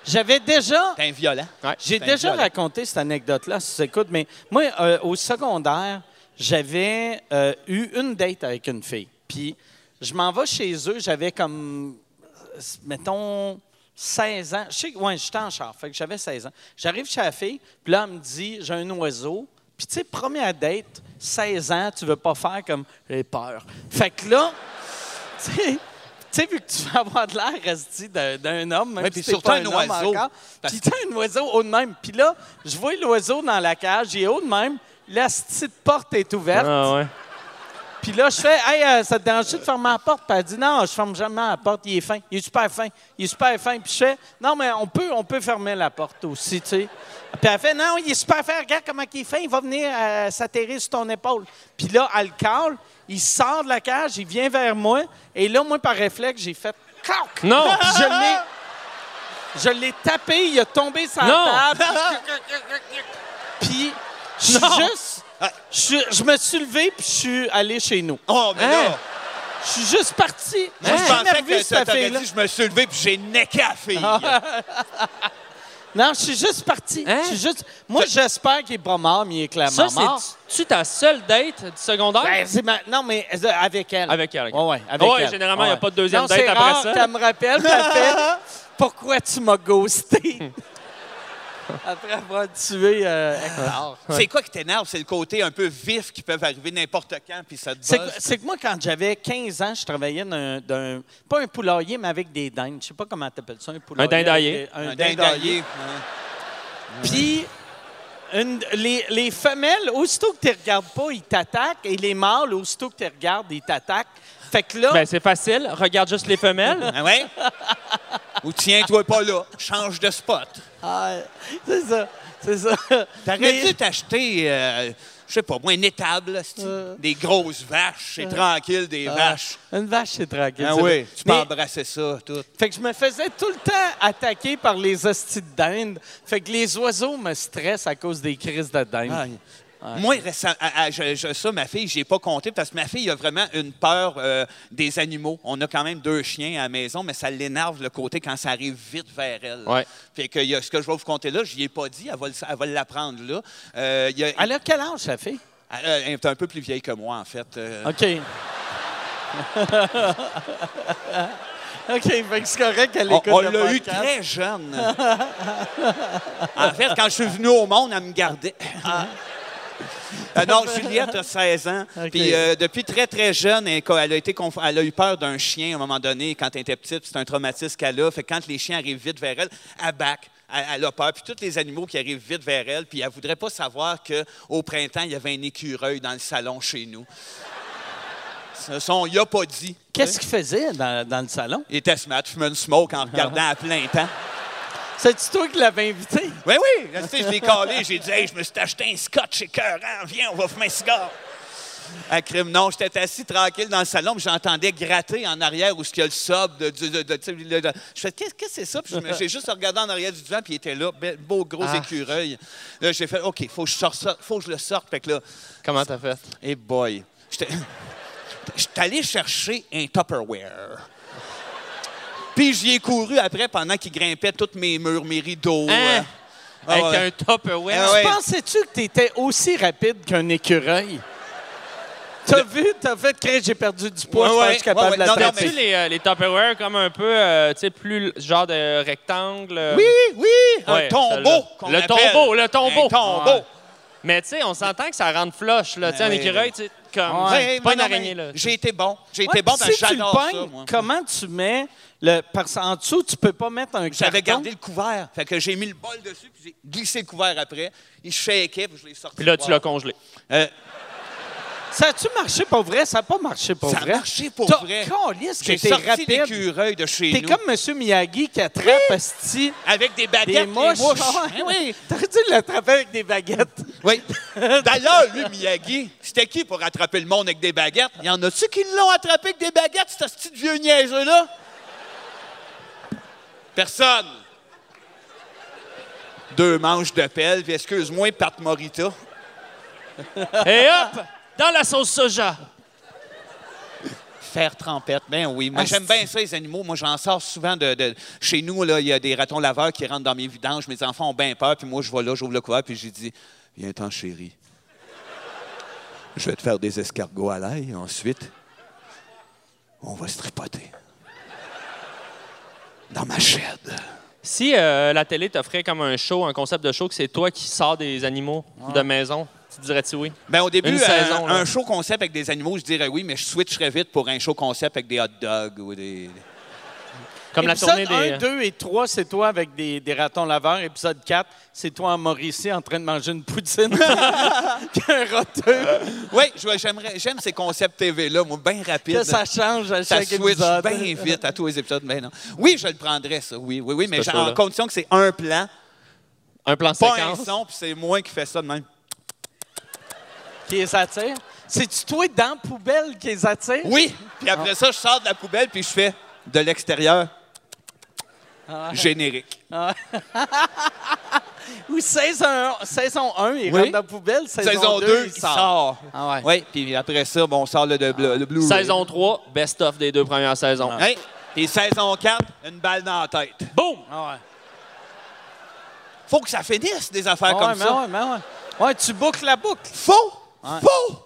S7: J'avais déjà
S4: t'es un violent.
S7: J'ai
S4: Ben,
S7: déjà
S4: voilà.
S7: raconté cette anecdote-là, si tu écoutes, mais moi, euh, au secondaire, j'avais euh, eu une date avec une fille. Puis je m'en vais chez eux, j'avais comme, euh, mettons, 16 ans. Je sais, que- ouais, j'étais en char, fait que j'avais 16 ans. J'arrive chez la fille, puis là, elle me dit, j'ai un oiseau. Puis tu sais, première date, 16 ans, tu veux pas faire comme, j'ai peur. Fait que là, tu sais... tu sais, vu que tu vas avoir de l'air esti d'un d'un homme, même
S4: Ouais,
S7: si
S4: puis
S7: t'es
S4: surtout
S7: pas
S4: un
S7: un, homme
S4: oiseau.
S7: encore,
S4: Parce
S7: puis t'as un oiseau haut de même. Puis là, je vois l'oiseau dans la cage, il est haut de même. La petite porte est ouverte.
S5: Ah ouais.
S7: Puis là, je fais Hey, euh, ça te dérange de fermer la porte? Puis elle dit Non, je ferme jamais la porte, il est fin. Il est super fin. Il est super fin. Puis je fais Non, mais on peut, on peut fermer la porte aussi, tu sais. Puis elle fait Non, il est super fin, regarde comment il est fin, il va venir euh, s'atterrir sur ton épaule. Puis là, elle le cale, il sort de la cage, il vient vers moi. Et là, moi, par réflexe, j'ai fait Clac!
S5: Non!
S7: Puis je l'ai. Je l'ai tapé, il a tombé sur la
S5: Non.
S4: Ah,
S7: table. Puis, je suis
S5: Non.
S7: juste. Je, suis- je me suis levé, puis je suis allé chez nous.
S4: Oh, mais là,
S7: Je suis juste parti.
S4: moi,
S7: J'ai
S4: je
S7: jamais
S4: pensais
S7: revu
S4: que
S7: cette
S4: ça t'aurait
S7: fille-là. Ah.
S4: dit, je me suis levé puis j'ai necké la fille.
S7: Non, je suis juste parti.
S5: Hein?
S7: Je suis juste... Moi, j'espère qu'il est pas mort, mais il est clairement
S5: Ça,
S7: mort.
S5: c'est-tu ta seule date du secondaire?
S7: Ben, c'est ma- Non, mais euh, avec elle.
S5: Avec elle, ok.
S7: Ouais, ouais, avec
S5: Ouais,
S7: elle.
S5: généralement, il y a
S7: Ouais.
S5: pas de deuxième
S7: Non,
S5: date
S7: c'est
S5: après
S7: rare
S5: ça.
S7: qu'elle me rappelle, puis elle fait Pourquoi tu m'as ghosté Après avoir tué euh,
S5: Ah,
S7: Hector.
S4: C'est quoi qui t'énerve? C'est le côté un peu vif qui peuvent arriver n'importe quand puis ça te
S7: C'est
S5: bah,
S4: buzz.
S7: que, c'est que moi, quand j'avais 15 ans, je travaillais d'un, d'un- pas un poulailler, mais avec des dindes. Je sais pas comment t'appelles ça, un poulailler.
S5: dindailler.
S7: avec des-
S4: Un
S7: dindailler.
S4: dindaillé. hein.
S7: Puis, une- les, les femelles, aussitôt que tu regardes pas, ils t'attaquent. Et les mâles, aussitôt que tu regardes, ils t'attaquent. Fait que là,
S5: Ben, c'est facile. Regarde juste les femelles.
S4: Ah ouais? Ou tiens-toi pas là. Change de spot.
S7: ah, c'est ça, c'est ça.
S4: T'aurais
S7: Mais-
S4: dû t'acheter, euh, je sais pas moi, une étable, là, c'ti.
S7: Euh.
S4: des grosses vaches, c'est tranquille, des vaches.
S7: Une vache, c'est tranquille.
S4: Ah
S7: c'est
S4: oui,
S7: vrai.
S4: tu peux
S7: Ah. Mais-
S4: embrasser ça, tout.
S7: Fait que je me faisais tout le temps attaquer par les hosties de dinde. Fait que les oiseaux me stressent à cause des crises de dinde.
S4: Moi, récem- à- à- je- je- ça, ma fille, j'ai pas compté parce que ma fille a vraiment une peur euh, des animaux. On a quand même deux chiens à la maison, mais ça l'énerve le côté quand ça arrive vite vers elle.
S5: Ouais.
S4: Fait que il y a- ce que je vais vous compter là, je n'y ai pas dit, elle va, le- elle va l'apprendre là. Euh, il y a-
S7: Elle a quel âge, la fille?
S4: elle, euh, elle est un peu plus vieille que moi, en fait. Euh,
S7: OK. OK, fait que c'est correct qu'elle
S4: On,
S7: écoute
S4: Ah, on
S7: le
S4: l'a eu
S7: podcast.
S4: très jeune. en fait, quand je suis venu au monde, elle me gardait.
S7: Ah.
S4: Euh, non, Juliette a 16 ans.
S7: OK.
S4: Puis euh, depuis très, très jeune, elle, elle a été conf- elle a eu peur d'un chien à un moment donné quand elle était petite. puis C'est un traumatisme qu'elle a. Fait que quand les chiens arrivent vite vers elle, elle back. Elle, elle a peur. Puis tous les animaux qui arrivent vite vers elle, puis elle voudrait pas savoir qu'au printemps, il y avait un écureuil dans le salon chez nous. Ça, ça, on y a pas dit.
S7: Qu'est-ce qu'il faisait dans, dans le salon?
S4: Il était smart, fumait une smoke en regardant à plein temps.
S7: C'est-tu toi qui l'avais invité?
S4: Oui, oui. Tu sais, je l'ai collé. J'ai dit, hey, je me suis acheté un scotch écœurant. Viens, on va fumer un cigare. À Ah, crime, non, j'étais assis tranquille dans le salon, puis j'entendais gratter en arrière où ce qu'il y a le sob. De, du- de- de- tu sais, le- de- je fais, qu'est-ce que c'est ça? Puis je me- j'ai juste regardé en arrière du divan, puis il était là, be- beau gros écureuil. Là, j'ai fait, OK, faut que je sorte ça- faut que je le sorte. Fait que là,
S5: Comment t'as fait?
S4: et boy, j'étais j'étais allé chercher un Tupperware. Puis j'y ai couru après pendant qu'il grimpait tous mes murs, mes rideaux.
S5: Hein?
S4: euh. Ah
S5: Avec
S4: ouais.
S5: un Tupperware.
S4: Ah ouais.
S7: Pensais-tu que tu étais aussi rapide qu'un écureuil? T'as vu, t'as fait craindre, j'ai perdu du
S4: Ouais,
S7: poids, je pense que je
S4: ouais,
S7: suis capable
S4: ouais, ouais,
S7: de la
S4: non, non,
S7: traiter.
S5: Tu sais, les, euh, les Tupperware comme un peu, euh, tu sais, plus le- genre de rectangle. euh,
S4: Oui, oui, un
S5: ouais,
S4: tombeau.
S5: celle-là.
S4: qu'on
S5: Le
S4: appelle.
S5: tombeau, le tombeau.
S4: Un tombeau.
S5: Ouais. Mais tu sais, on s'entend que ça rentre flush, là. Tu sais, un
S4: oui.
S5: écureuil, tu sais, comme.
S4: Ouais,
S5: c'est pas
S4: mais
S5: une
S4: non,
S5: araignée,
S4: mais
S5: là.
S4: J'ai été bon. J'ai
S7: Ouais,
S4: été bon,
S7: puis
S4: parce
S7: si
S4: que
S7: tu le
S4: j'adore ça,
S7: peignes,
S4: moi.
S7: comment tu mets le parce en dessous, tu peux pas mettre un carton.
S4: J'avais gardé le couvert. Fait que j'ai mis le bol dessus, puis j'ai glissé le couvert après. Il shakeait, puis je l'ai sorti.
S5: Puis là, tu l'as
S4: voir.
S5: congelé.
S4: Euh,
S7: Ça a-tu marché pour vrai? Ça a pas marché pour
S4: Ça a
S7: vrai.
S4: marché pour
S7: T'as-
S4: vrai.
S7: Calisse que
S4: J'ai
S7: t'es
S4: sorti
S7: rapide.
S4: l'écureuil de chez
S7: T'es
S4: nous.
S7: comme M. Miyagi qui attrape asti,
S4: Avec des
S7: des
S4: baguettes,
S7: mouches.
S4: Des mouches.
S7: Ah ouais, oui, t'aurais dû l'attraper avec des baguettes.
S4: Oui. D'ailleurs, lui, Miyagi, c'était qui pour attraper le monde avec des baguettes? Il y en a-tu qui l'ont attrapé avec des baguettes, ce petit vieux niaiseux-là? Personne. Deux manches de pelle, puis excuse-moi, Pat Morita.
S5: Et hop! Dans la sauce soja.
S4: Faire trempette, ben oui.
S5: Ah,
S4: Moi, j'aime bien ça, les animaux. Moi, j'en sors souvent de, de- Chez nous, là, il y a des ratons laveurs qui rentrent dans mes vidanges. Mes enfants ont bien peur, puis moi, je vais là, j'ouvre le couvert, puis j'ai dit Viens-t'en, chérie. Je vais te faire des escargots à l'ail, ensuite, on va se tripoter. Dans ma chaîne.
S5: Si euh, la télé t'offrait comme un show, un concept de show, que c'est toi qui sors des animaux de maison, tu dirais-tu oui?
S4: Ben, au début,
S5: Une
S4: un,
S5: saison, là.
S4: un show concept avec des animaux, je dirais oui, mais je switcherais vite pour un show concept avec des hot dogs ou des.
S5: Comme la
S7: Épisode
S5: tournée des.
S7: 1, 2 et 3, c'est toi avec des, des ratons laveurs. Épisode 4, c'est toi en Mauricie en train de manger une poutine. Puis un roteux.
S4: Oui, je- j'aimerais- j'aime ces concepts TV-là, moi, bien rapide.
S7: Que ça change à
S4: Ça
S7: chaque
S4: switch
S7: épisode.
S4: bien vite à tous les épisodes. Mais non. Oui, je le prendrais, ça. Oui, oui, oui. Mais
S5: Ce
S4: j'ai-
S5: show-là.
S4: en condition que c'est un plan,
S5: Un plan
S4: pas
S5: séquence.
S4: un son, puis c'est moi qui fais ça de même.
S7: Qui les attire. C'est-tu toi dans la poubelle qui les attire?
S4: Oui. Puis
S7: Ah.
S4: après ça, je sors de la poubelle, puis je fais de l'extérieur.
S7: Ah.
S4: Générique.
S7: Ou saison, saison 1, il
S4: Oui.
S7: rentre dans la poubelle. Saison,
S4: Saison
S7: 2,
S4: 2,
S7: il
S4: il
S7: sort.
S4: sort.
S7: Ah ouais.
S4: Oui, puis après ça, bon, on sort le, de bl- le Blu-ray.
S5: Saison 3, best-of des deux premières saisons.
S4: Hein? Puis saison 4, une balle dans la tête.
S5: Boum!
S7: Ah ouais.
S4: Faut que ça finisse, des affaires
S7: Ah ouais,
S4: comme
S7: mais
S4: ça.
S7: ouais, mais ouais. Ouais, tu boucles la boucle.
S4: Faux! Faux!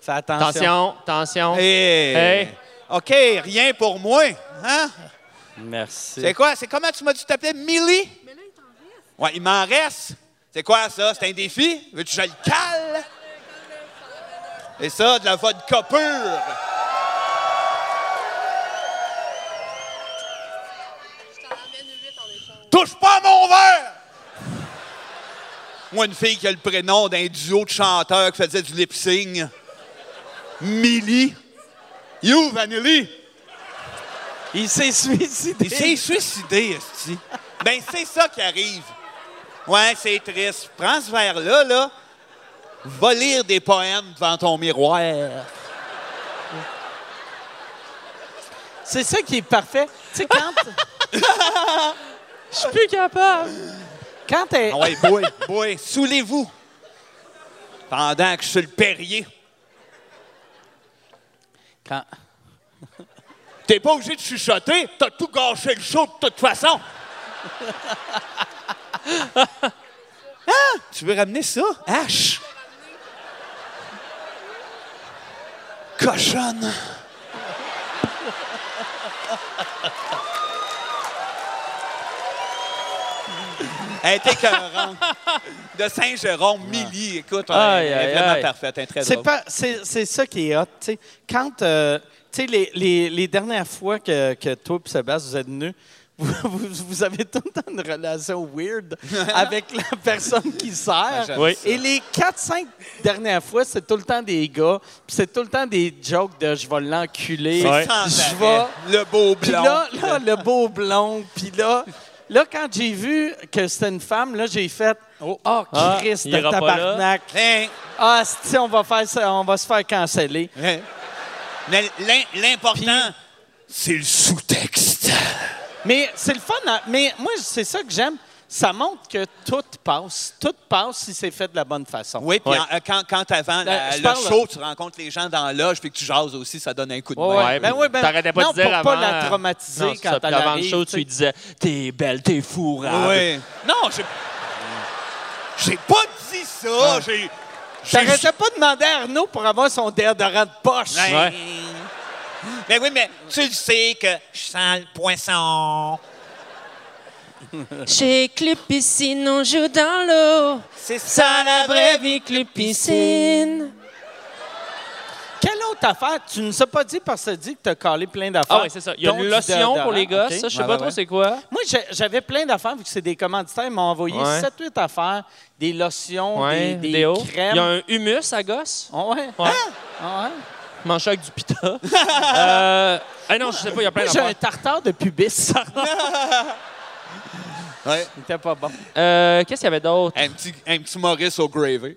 S7: Fais attention.
S5: Attention, attention.
S4: Hey.
S5: Hey.
S4: OK, rien pour moi. Hein?
S7: Merci.
S4: C'est quoi? C'est comment tu m'as dit que tu t'appelais Millie? Mais là, il t'en reste. Ouais, il m'en reste. C'est quoi ça? C'est un défi? Veux-tu que je le cale? Et ça, de la vodka pure. Touche pas à mon verre! Moi, une fille qui a le prénom d'un duo de chanteurs qui faisait du lip-sync. Millie. You, Vanilli.
S7: Il s'est suicidé.
S4: Il s'est suicidé, esti. Ben, c'est ça qui arrive. Ouais, c'est triste. Prends ce verre-là, là. Va lire des poèmes devant ton miroir.
S7: C'est ça qui est parfait. Tu sais, quand...
S9: Je suis plus capable.
S7: quand t'es...
S4: Ah ouais, boy, boy, saoulez-vous. Pendant que je suis le Perrier.
S7: Quand...
S4: T'es pas obligé de chuchoter. T'as tout gâché le show de toute façon. ah, tu veux ramener ça? H. Cochonne. Elle était écœurante. De Saint-Jérôme, Milly, écoute, elle
S5: Aïe,
S4: est
S5: aïe,
S4: vraiment
S5: aïe.
S4: parfaite, elle est très
S7: C'est
S4: drôle.
S7: pas, c'est, c'est ça qui est hot. tu sais. Quand, euh, tu sais, les, les, les dernières fois que, que toi et Sébastien, vous êtes venus, vous, vous- vous avez tout le temps une relation weird avec la personne qui sert.
S4: j'aime
S5: Oui.
S7: Et les 4-5 dernières fois, c'est tout le temps des gars, puis c'est tout le temps des jokes de « je vais l'enculer
S5: Ouais.
S7: je
S4: Sans
S7: vais...
S4: arrêt. Le beau »
S7: Puis
S4: blond.
S7: là, là, le beau blond, puis là... Là, quand j'ai vu que c'était une femme, là, j'ai fait « Oh,
S5: Ah,
S7: Christ,
S5: il
S7: de
S5: ira pas là.
S7: tabarnak! »
S4: Hein?
S7: Ah, si on va faire ça, on va se faire canceller.
S4: Hein? Mais l'im- l'important, c'est le sous-texte.
S7: Mais c'est le fun. hein? Mais moi, c'est ça que j'aime. Ça montre que tout passe. Tout passe si c'est fait de la bonne façon.
S4: Oui, puis
S5: Ouais.
S4: en- euh, quand, quand avant la-
S7: Ben, je
S4: le
S7: parle-
S4: show, tu rencontres les gens dans la loge puis que tu jases aussi, ça donne un coup de
S7: Ouais,
S4: main.
S7: ouais. Ben oui, ben-
S5: T'arrêtais pas
S7: non,
S5: de dire
S7: pour
S5: avant. euh,
S7: pas la traumatiser
S5: Non, c'est
S7: quand
S5: ça. Puis
S7: elle
S5: Avant le
S7: arrive,
S5: show,
S7: tu
S5: tu lui
S7: sais.
S5: disais T'es belle, t'es
S4: Ah,
S5: fourrable.
S4: Ah. Ouais. Non, j'ai... J'ai pas dit ça. J'ai...
S7: T'arrêtais pas de demander à Arnaud pour avoir son déodorant de poche.
S4: Ben,
S5: Ouais.
S4: ben oui, mais tu le sais que je sens le poisson.
S10: Chez Club Piscine, on joue dans l'eau.
S4: C'est ça la vraie vie.
S10: Club Piscine.
S7: Quelle autre affaire? Tu ne sais pas dit parce que tu dit que t'as calé plein d'affaires.
S5: Ah oui, c'est ça. Il y a
S7: dont
S5: une
S7: du
S5: lotion pour les
S7: déodorant.
S5: gosses.
S7: OK.
S5: Ça, je sais
S7: Ouais,
S5: pas
S7: ouais,
S5: trop
S7: ouais.
S5: c'est quoi.
S7: Moi, j'ai- j'avais plein d'affaires vu que c'est des commanditaires. Ils m'ont envoyé
S5: Ouais.
S7: 7-8 affaires. Des lotions,
S5: Ouais,
S7: des, des
S5: déo.
S7: crèmes.
S5: Il y a un humus à gosse.
S7: Ah ouais.
S5: Ouais.
S7: Ah ouais.
S5: Manger avec du pita. euh... ah non, je sais pas, il y a plein
S7: Moi, j'ai un
S5: d'affaires.
S7: tartare de pubis.
S4: Ouais.
S7: Il était pas bon.
S5: Euh, Qu'est-ce qu'il y avait d'autre?
S4: Un petit, un petit Maurice au gravy.
S7: Eh.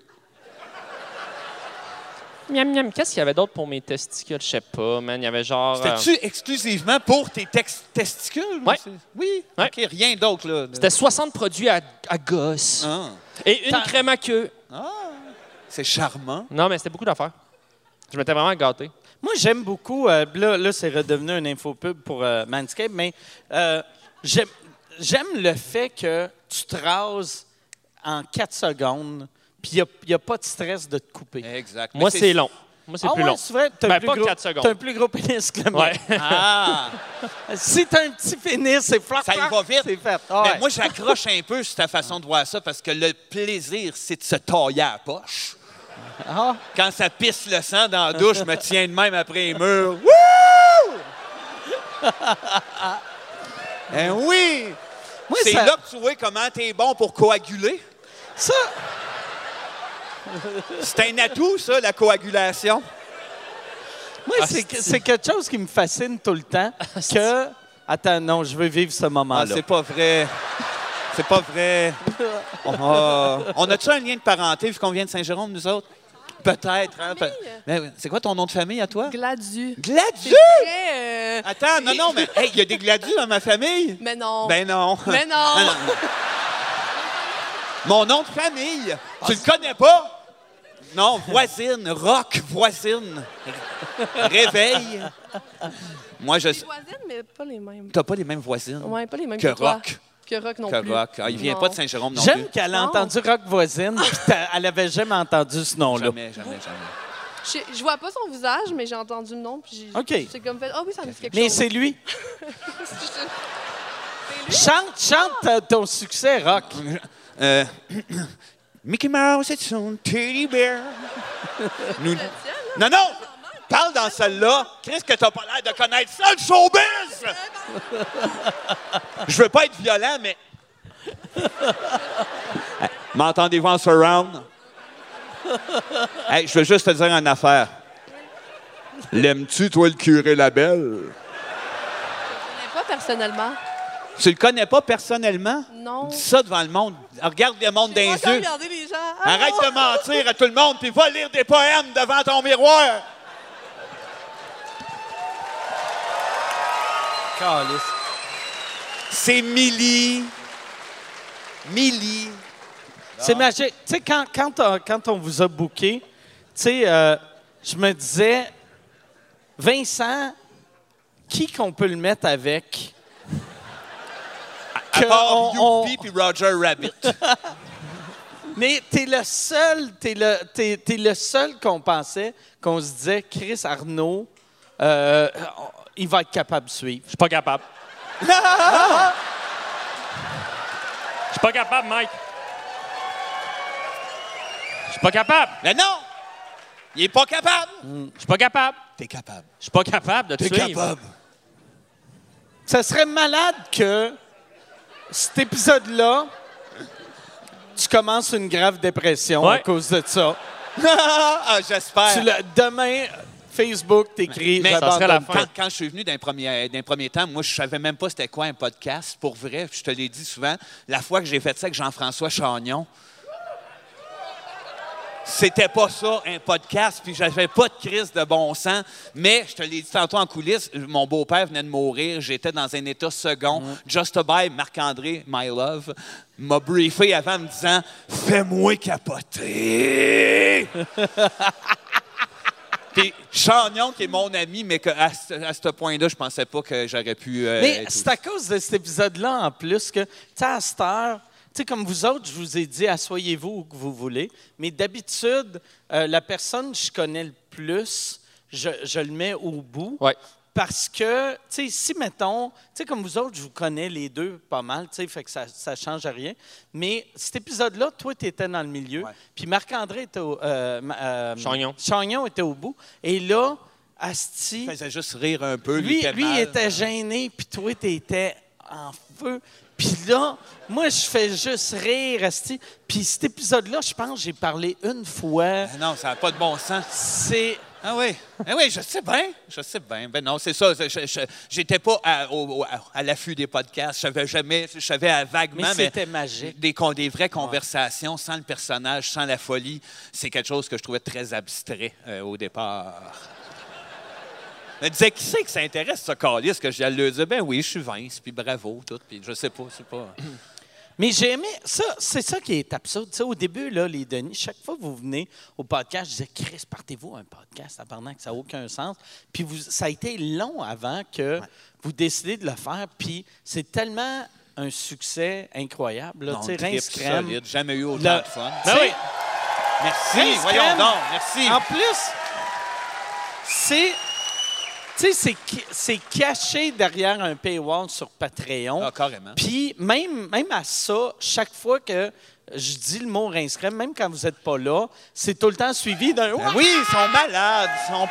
S5: Miam, miam. Qu'est-ce qu'il y avait d'autre pour mes testicules? Je sais pas, man. Il y avait genre... euh,
S4: C'était-tu exclusivement pour tes tex- testicules?
S5: Ouais.
S4: C'est- Oui?
S5: Ouais.
S4: OK, rien d'autre, là.
S5: C'était 60 produits à, à gosse.
S4: Ah,
S5: Et une
S7: T'as-
S5: crème à queue.
S4: c'est charmant.
S5: Non, mais c'était beaucoup d'affaires. Je m'étais vraiment gâté.
S7: Moi, j'aime beaucoup. euh, là, là, c'est redevenu un infopub pour euh, Manscaped, mais euh, j'aime j'aime le fait que tu te rases en 4 secondes, puis il n'y a, pas de stress de te couper.
S4: Exact.
S5: Moi,
S4: Mais
S5: c'est long. Moi, c'est
S7: Ah
S5: plus
S7: ouais,
S5: long.
S7: c'est vrai? T'as
S5: Ben,
S7: un plus
S5: pas
S7: gros-
S5: quatre secondes.
S7: T'as un plus gros pénis que le mien.
S5: Ouais.
S4: Ah!
S7: Si t'as un petit pénis, c'est flop,
S4: Ça y va vite.
S7: C'est fait. Ah ouais.
S4: Mais moi, j'accroche un peu sur ta façon de voir ça parce que le plaisir, c'est de se tailler à la poche.
S7: Ah.
S4: Quand ça pisse le sang dans la douche, je me tiens de même après les murs. Wouh! ben oui!
S7: Moi,
S4: c'est
S7: ça-
S4: là que tu vois comment t'es bon pour coaguler.
S7: ça,
S4: C'est un atout, ça, la coagulation.
S7: Moi,
S4: Ah,
S7: c'est que- c'est quelque chose qui me fascine tout le temps. Que. Attends, non, je veux vivre ce
S4: Ah,
S7: moment-là.
S4: c'est pas vrai. C'est pas vrai. Ah. on a-tu un lien de parenté vu qu'on vient de Saint-Jérôme, nous autres? Peut-être. hein, peut- Mais oui. c'est quoi ton nom de famille à toi?
S11: Gladu.
S4: Gladu!
S11: Très, euh,
S4: Attends, non, non, mais hey, il y a des gladus dans ma famille.
S11: Mais non.
S4: Ben non.
S11: Mais non.
S4: Mon nom de famille, tu le connais pas? Non, voisine, rock, voisine. Réveil. Moi, je.
S11: Les voisines, mais pas les mêmes.
S4: T'as pas les mêmes voisines
S11: Ouais, pas les mêmes
S4: Que
S11: que, toi.
S4: Rock.
S11: Que Rock non
S4: que
S11: plus.
S4: rock. Ah, il vient
S11: Non.
S4: pas de Saint-Jérôme non plus.
S7: J'aime qu'elle a
S11: Non.
S7: entendu Rock Voisine, puis t'as- elle avait jamais entendu ce nom-là.
S4: Jamais, jamais, jamais.
S11: Je, je vois pas son visage, mais j'ai entendu le nom. Puis j'ai,
S7: OK.
S11: J'ai comme fait, ah oui, ça me dit quelque
S7: Mais
S11: chose.
S7: c'est lui.
S11: c'est...
S7: Chante, chante euh, ton succès, Rock.
S4: Euh, Mickey Mouse, c'est son teddy bear. Nous- Non, non! Parle dans celle-là. Chris, que t'as pas l'air de connaître ça, le showbiz! Je veux pas être violent, mais. Hey, M'entendez-vous en surround? Hey, je veux juste te dire une affaire. L'aimes-tu, toi, le curé Labelle?
S11: Je connais pas personnellement.
S4: Tu le connais pas personnellement?
S11: Non.
S4: Dis ça devant le monde. Regarde le monde dans les
S11: J'ai pas encore
S4: yeux.
S11: regardé les gens. Ah,
S4: Arrête
S11: non.
S4: de mentir à tout le monde, puis va lire des poèmes devant ton miroir. C'est Millie. Millie.
S7: C'est magique. Tu sais, quand, quand, on- quand on vous a booké, tu sais, euh, je me disais, Vincent, qui qu'on peut le mettre avec?
S4: À
S7: Que
S4: part
S7: on-
S4: Youpi puis Roger Rabbit.
S7: Mais t'es le seul, t'es le, t'es- t'es le seul qu'on pensait, qu'on se disait, Chris Arnaud, euh, il va être capable de suivre.
S5: Je suis pas capable. Je suis pas capable, Mike. Je suis pas capable.
S4: Mais non! Il est pas capable!
S5: Je suis pas capable.
S4: T'es capable.
S5: Je suis pas capable de te
S4: T'es
S5: suivre.
S4: capable.
S7: Ça serait malade que cet épisode-là, tu commences une grave dépression à
S5: Ouais. Euh,
S7: cause de ça.
S4: ah,
S7: Tu
S4: j'espère.
S7: le- demain, Facebook t'écrit,
S4: Mais
S5: ça serait la
S7: j'abandonne.
S5: fin.
S4: Quand, quand je suis venu d'un premier, d'un premier temps, moi, je savais même pas c'était quoi un podcast. Pour vrai, je te l'ai dit souvent, la fois que j'ai fait ça avec Jean-François Chagnon, c'était pas ça, un podcast, puis j'avais pas de crise de bon sens. Mais je te l'ai dit tantôt en coulisses, mon beau-père venait de mourir, j'étais dans un état second.
S7: Mm.
S4: Just a by Marc-André, my love, m'a briefé avant en me disant Fais-moi capoter! Puis Chagnon, qui est mon ami, mais que à ce, à ce point-là, je pensais pas que j'aurais pu. euh,
S7: Mais
S4: être
S7: c'est à cause de cet épisode-là en plus que, tu sais, à cette heure, sais, comme vous autres, je vous ai dit, asseyez-vous où que vous voulez. Mais d'habitude, euh, la personne que je connais le plus, je, je le mets au bout.
S5: Ouais.
S7: Parce que, tu sais, si, mettons, tu sais, comme vous autres, je vous connais les deux pas mal, tu sais, fait que ça ne change rien. Mais cet épisode-là, toi, tu étais dans le milieu, puis Marc-André était au... euh, ma- euh,
S5: Chagnon.
S7: Chagnon était au bout. Et là, Asti...
S4: Il faisait juste rire un peu.
S7: Lui,
S4: était
S7: lui, il
S4: mal.
S7: était gêné, puis toi, t'étais en feu. Puis là, moi, je fais juste rire, asti. Puis cet épisode-là, je pense que j'ai parlé une fois.
S4: Ah Non, ça n'a pas de bon sens.
S7: C'est...
S4: Ah oui, ah oui, je sais bien, je sais bien. Ben non, c'est ça, je- je- je- j'étais pas à, au- au- à- à l'affût des podcasts, je savais jamais, je savais à vaguement,
S7: Mais c'était magique.
S4: Des, con- des vraies conversations sans le personnage, sans la folie, c'est quelque chose que je trouvais très abstrait euh, au départ. Je me disais, qui c'est que ça intéresse, ce calice? Que j'allais lui dire, ben oui, je suis Vince, puis bravo, tout, puis je sais pas, c'est pas...
S7: Mais j'ai aimé ça. C'est ça qui est absurde. Tu sais, au début, là, les Denis, chaque fois que vous venez au podcast, je disais, Chris, partez-vous un podcast, tabarnak, ça n'a aucun sens. Puis vous, ça a été long avant que vous décidez de le faire. Puis c'est tellement un succès incroyable. Là,
S4: Non,
S7: tu sais,
S4: trip
S7: Rince Crème.
S4: solide, jamais eu autant
S7: Le-
S4: de fun.
S7: Tu sais,
S4: Merci,
S7: Rince
S4: voyons
S7: Crème.
S4: donc, merci.
S7: En plus, c'est. Tu sais, c'est ca- c'est caché derrière un paywall sur Patreon.
S4: Ah, carrément.
S7: Puis même, même à ça, chaque fois que je dis le mot inscrit, même quand vous n'êtes pas là, c'est tout le temps suivi d'un.
S4: Ben oui, ils sont malades. ils sont-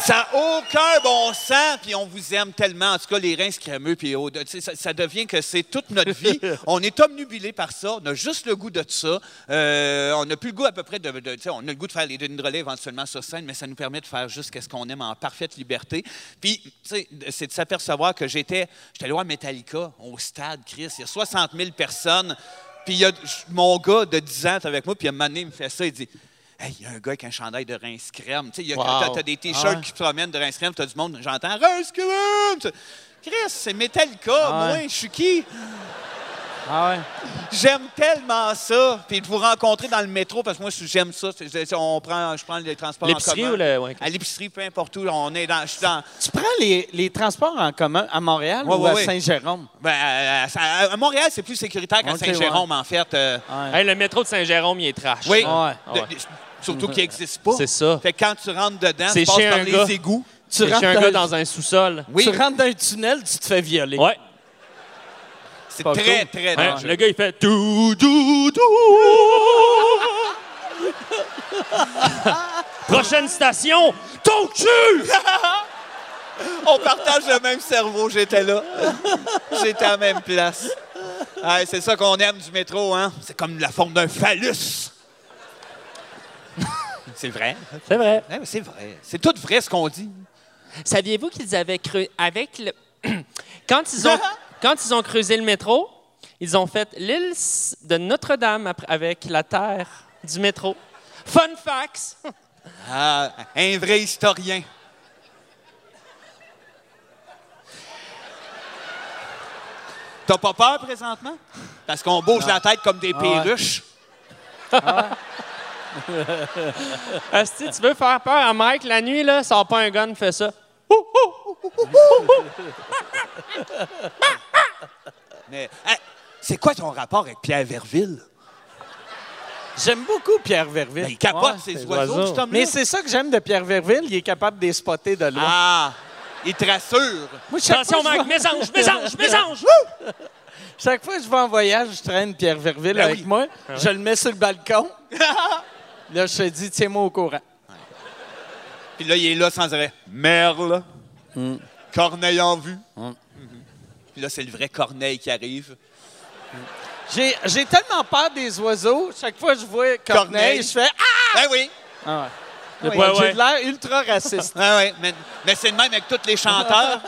S4: Ça n'a aucun bon sens, puis on vous aime tellement. En tout cas, les reins crémeux, puis oh, tu sais, ça, ça devient que c'est toute notre vie. on est obnubilé par ça, on a juste le goût de ça. Euh, on n'a plus le goût à peu près de... de- tu sais, on a le goût de faire les dîners de relais éventuellement sur scène, mais ça nous permet de faire juste ce qu'on aime en parfaite liberté. Puis, tu sais, c'est de s'apercevoir que j'étais... J'étais allé voir Metallica au stade, Chris. Il y a 60 000 personnes. Puis il y a j- mon gars de 10 ans est avec moi, puis à un moment donné, il me fait ça, il dit Hey, il y a un gars avec un chandail de Rince Crème. Tu sais, il y a- t'as- T'as des
S5: Ah
S4: t-shirts qui te promènent de Rince Crème, t'as du monde, j'entends Rince Crème. Chris, c'est Metallica,
S5: Ah
S4: moi, je suis qui? J'aime tellement ça. Puis de vous rencontrer dans le métro, parce que moi, j'aime ça. C'est- c'est- On prend, je prends les transports en
S5: L'épicerie
S4: commun.
S5: ou le- ouais, ok.
S4: À l'épicerie, peu importe où. On est dans, je suis dans,
S7: Tu prends les, les transports en commun à Montréal
S4: Ouais,
S7: ou
S4: ouais,
S7: à
S4: ouais.
S7: Saint-Jérôme?
S4: ben, à, à- à Montréal, c'est plus sécuritaire qu'à
S7: Ok,
S4: Saint-Jérôme, en fait. euh,
S5: Hey, le métro de Saint-Jérôme, il est trash.
S4: Oui.
S5: Ah ouais. Mm-hmm.
S4: De- de- surtout qu'il n'existe pas.
S5: C'est ça.
S4: Fait que quand tu rentres dedans,
S5: C'est
S4: tu passes
S5: chez
S4: par
S5: un
S4: les
S5: gars.
S4: égouts.
S7: Tu
S5: J'ai un
S7: dans-
S5: gars dans un sous-sol.
S4: Oui,
S7: tu rentres dans un tunnel, tu te fais violer.
S5: Ouais.
S4: c'est
S7: pas
S4: très,
S7: cool.
S4: très
S5: Hein,
S4: dangereux.
S5: le gars, il fait tout, tout, tout. Prochaine station, ton cul!
S4: On partage le même cerveau, j'étais là. j'étais à la même place. Ah, c'est ça qu'on aime du métro, hein? C'est comme la forme d'un phallus. c'est vrai.
S5: C'est vrai.
S4: Ouais, mais c'est vrai. C'est tout vrai ce qu'on dit.
S6: Saviez-vous qu'ils avaient cru avec le
S5: Quand ils ont, quand ils ont creusé le métro, ils ont fait l'île s- de Notre-Dame après- avec la terre du métro. Fun facts!
S4: Ah, un vrai historien. T'as pas peur présentement? Parce qu'on bouge la tête comme des perruches.
S5: Asti, tu veux faire peur à Mike la nuit, là? Sors pas un gun, fais ça.
S4: Mais hey, c'est quoi ton rapport avec Pierre Verville?
S7: J'aime beaucoup Pierre Verville.
S4: Ben, il capote
S7: Ouais.
S4: ses oiseaux,
S5: oiseaux.
S4: cet homme-là.
S7: Mais c'est ça que j'aime de Pierre Verville, il est capable de les spotter de loin.
S4: Ah! Il te rassure.
S7: Moi, chaque
S5: Attention,
S7: fois que
S5: Mike,
S7: je vais-
S5: mésange, mésange, mésange!
S7: Chaque fois que je vais en voyage, je traîne Pierre Verville
S4: Ben
S7: avec
S4: oui.
S7: moi. Je le mets sur le balcon. là, je te dis, tiens-moi au courant.
S4: Puis là, il est là sans arrêt. Merle.
S7: Hmm.
S4: Corneille en vue. Mhm. Puis là, c'est le vrai Corneille qui arrive.
S7: J'ai j'ai tellement peur des oiseaux. Chaque fois que je vois Corneille,
S4: Corneille.
S7: je fais Ah!
S4: Ben oui.
S7: J'ai
S5: Ouais, ouais.
S7: de l'air ultra raciste.
S4: Ah ouais, mais, mais c'est le même avec tous les chanteurs.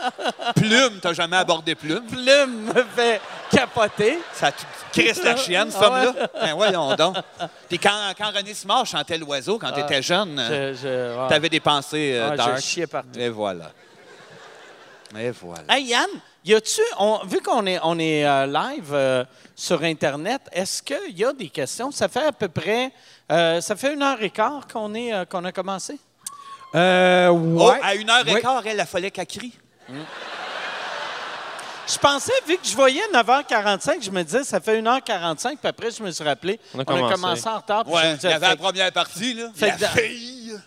S4: Plume, t'as jamais abordé Plume.
S7: Plume me fait capoter.
S4: Ça te crisse la chienne, ce
S7: Ah ouais.
S4: homme-là. Ben voyons donc. Puis quand, quand René Simard chantait l'oiseau,
S7: Ah,
S4: quand t'étais jeune,
S7: Je, je- ouais.
S4: t'avais des pensées euh,
S7: Ouais, Ah, je
S4: dark.
S7: chiais partout.
S4: Et voilà. Et voilà.
S7: Hey Yann, y a-tu, on- vu qu'on est, on est euh, live euh, sur Internet, est-ce qu'il y a des questions? Ça fait à peu près, euh, ça fait une heure et quart qu'on est, euh, qu'on a commencé.
S2: Euh, ouais.
S4: Oh, à une heure et
S2: Ouais.
S4: quart, elle, la fallait qu'elle crie.
S7: Je pensais, vu que je voyais 9h45, je me disais, ça fait 1h45, puis après, je me suis rappelé.
S5: On a commencé.
S7: en retard. puis je
S4: Ouais,
S7: me
S4: il y
S7: disais,
S4: avait la
S7: fait-
S4: première partie, là.
S7: Fait
S4: la
S7: que dans-
S4: fille.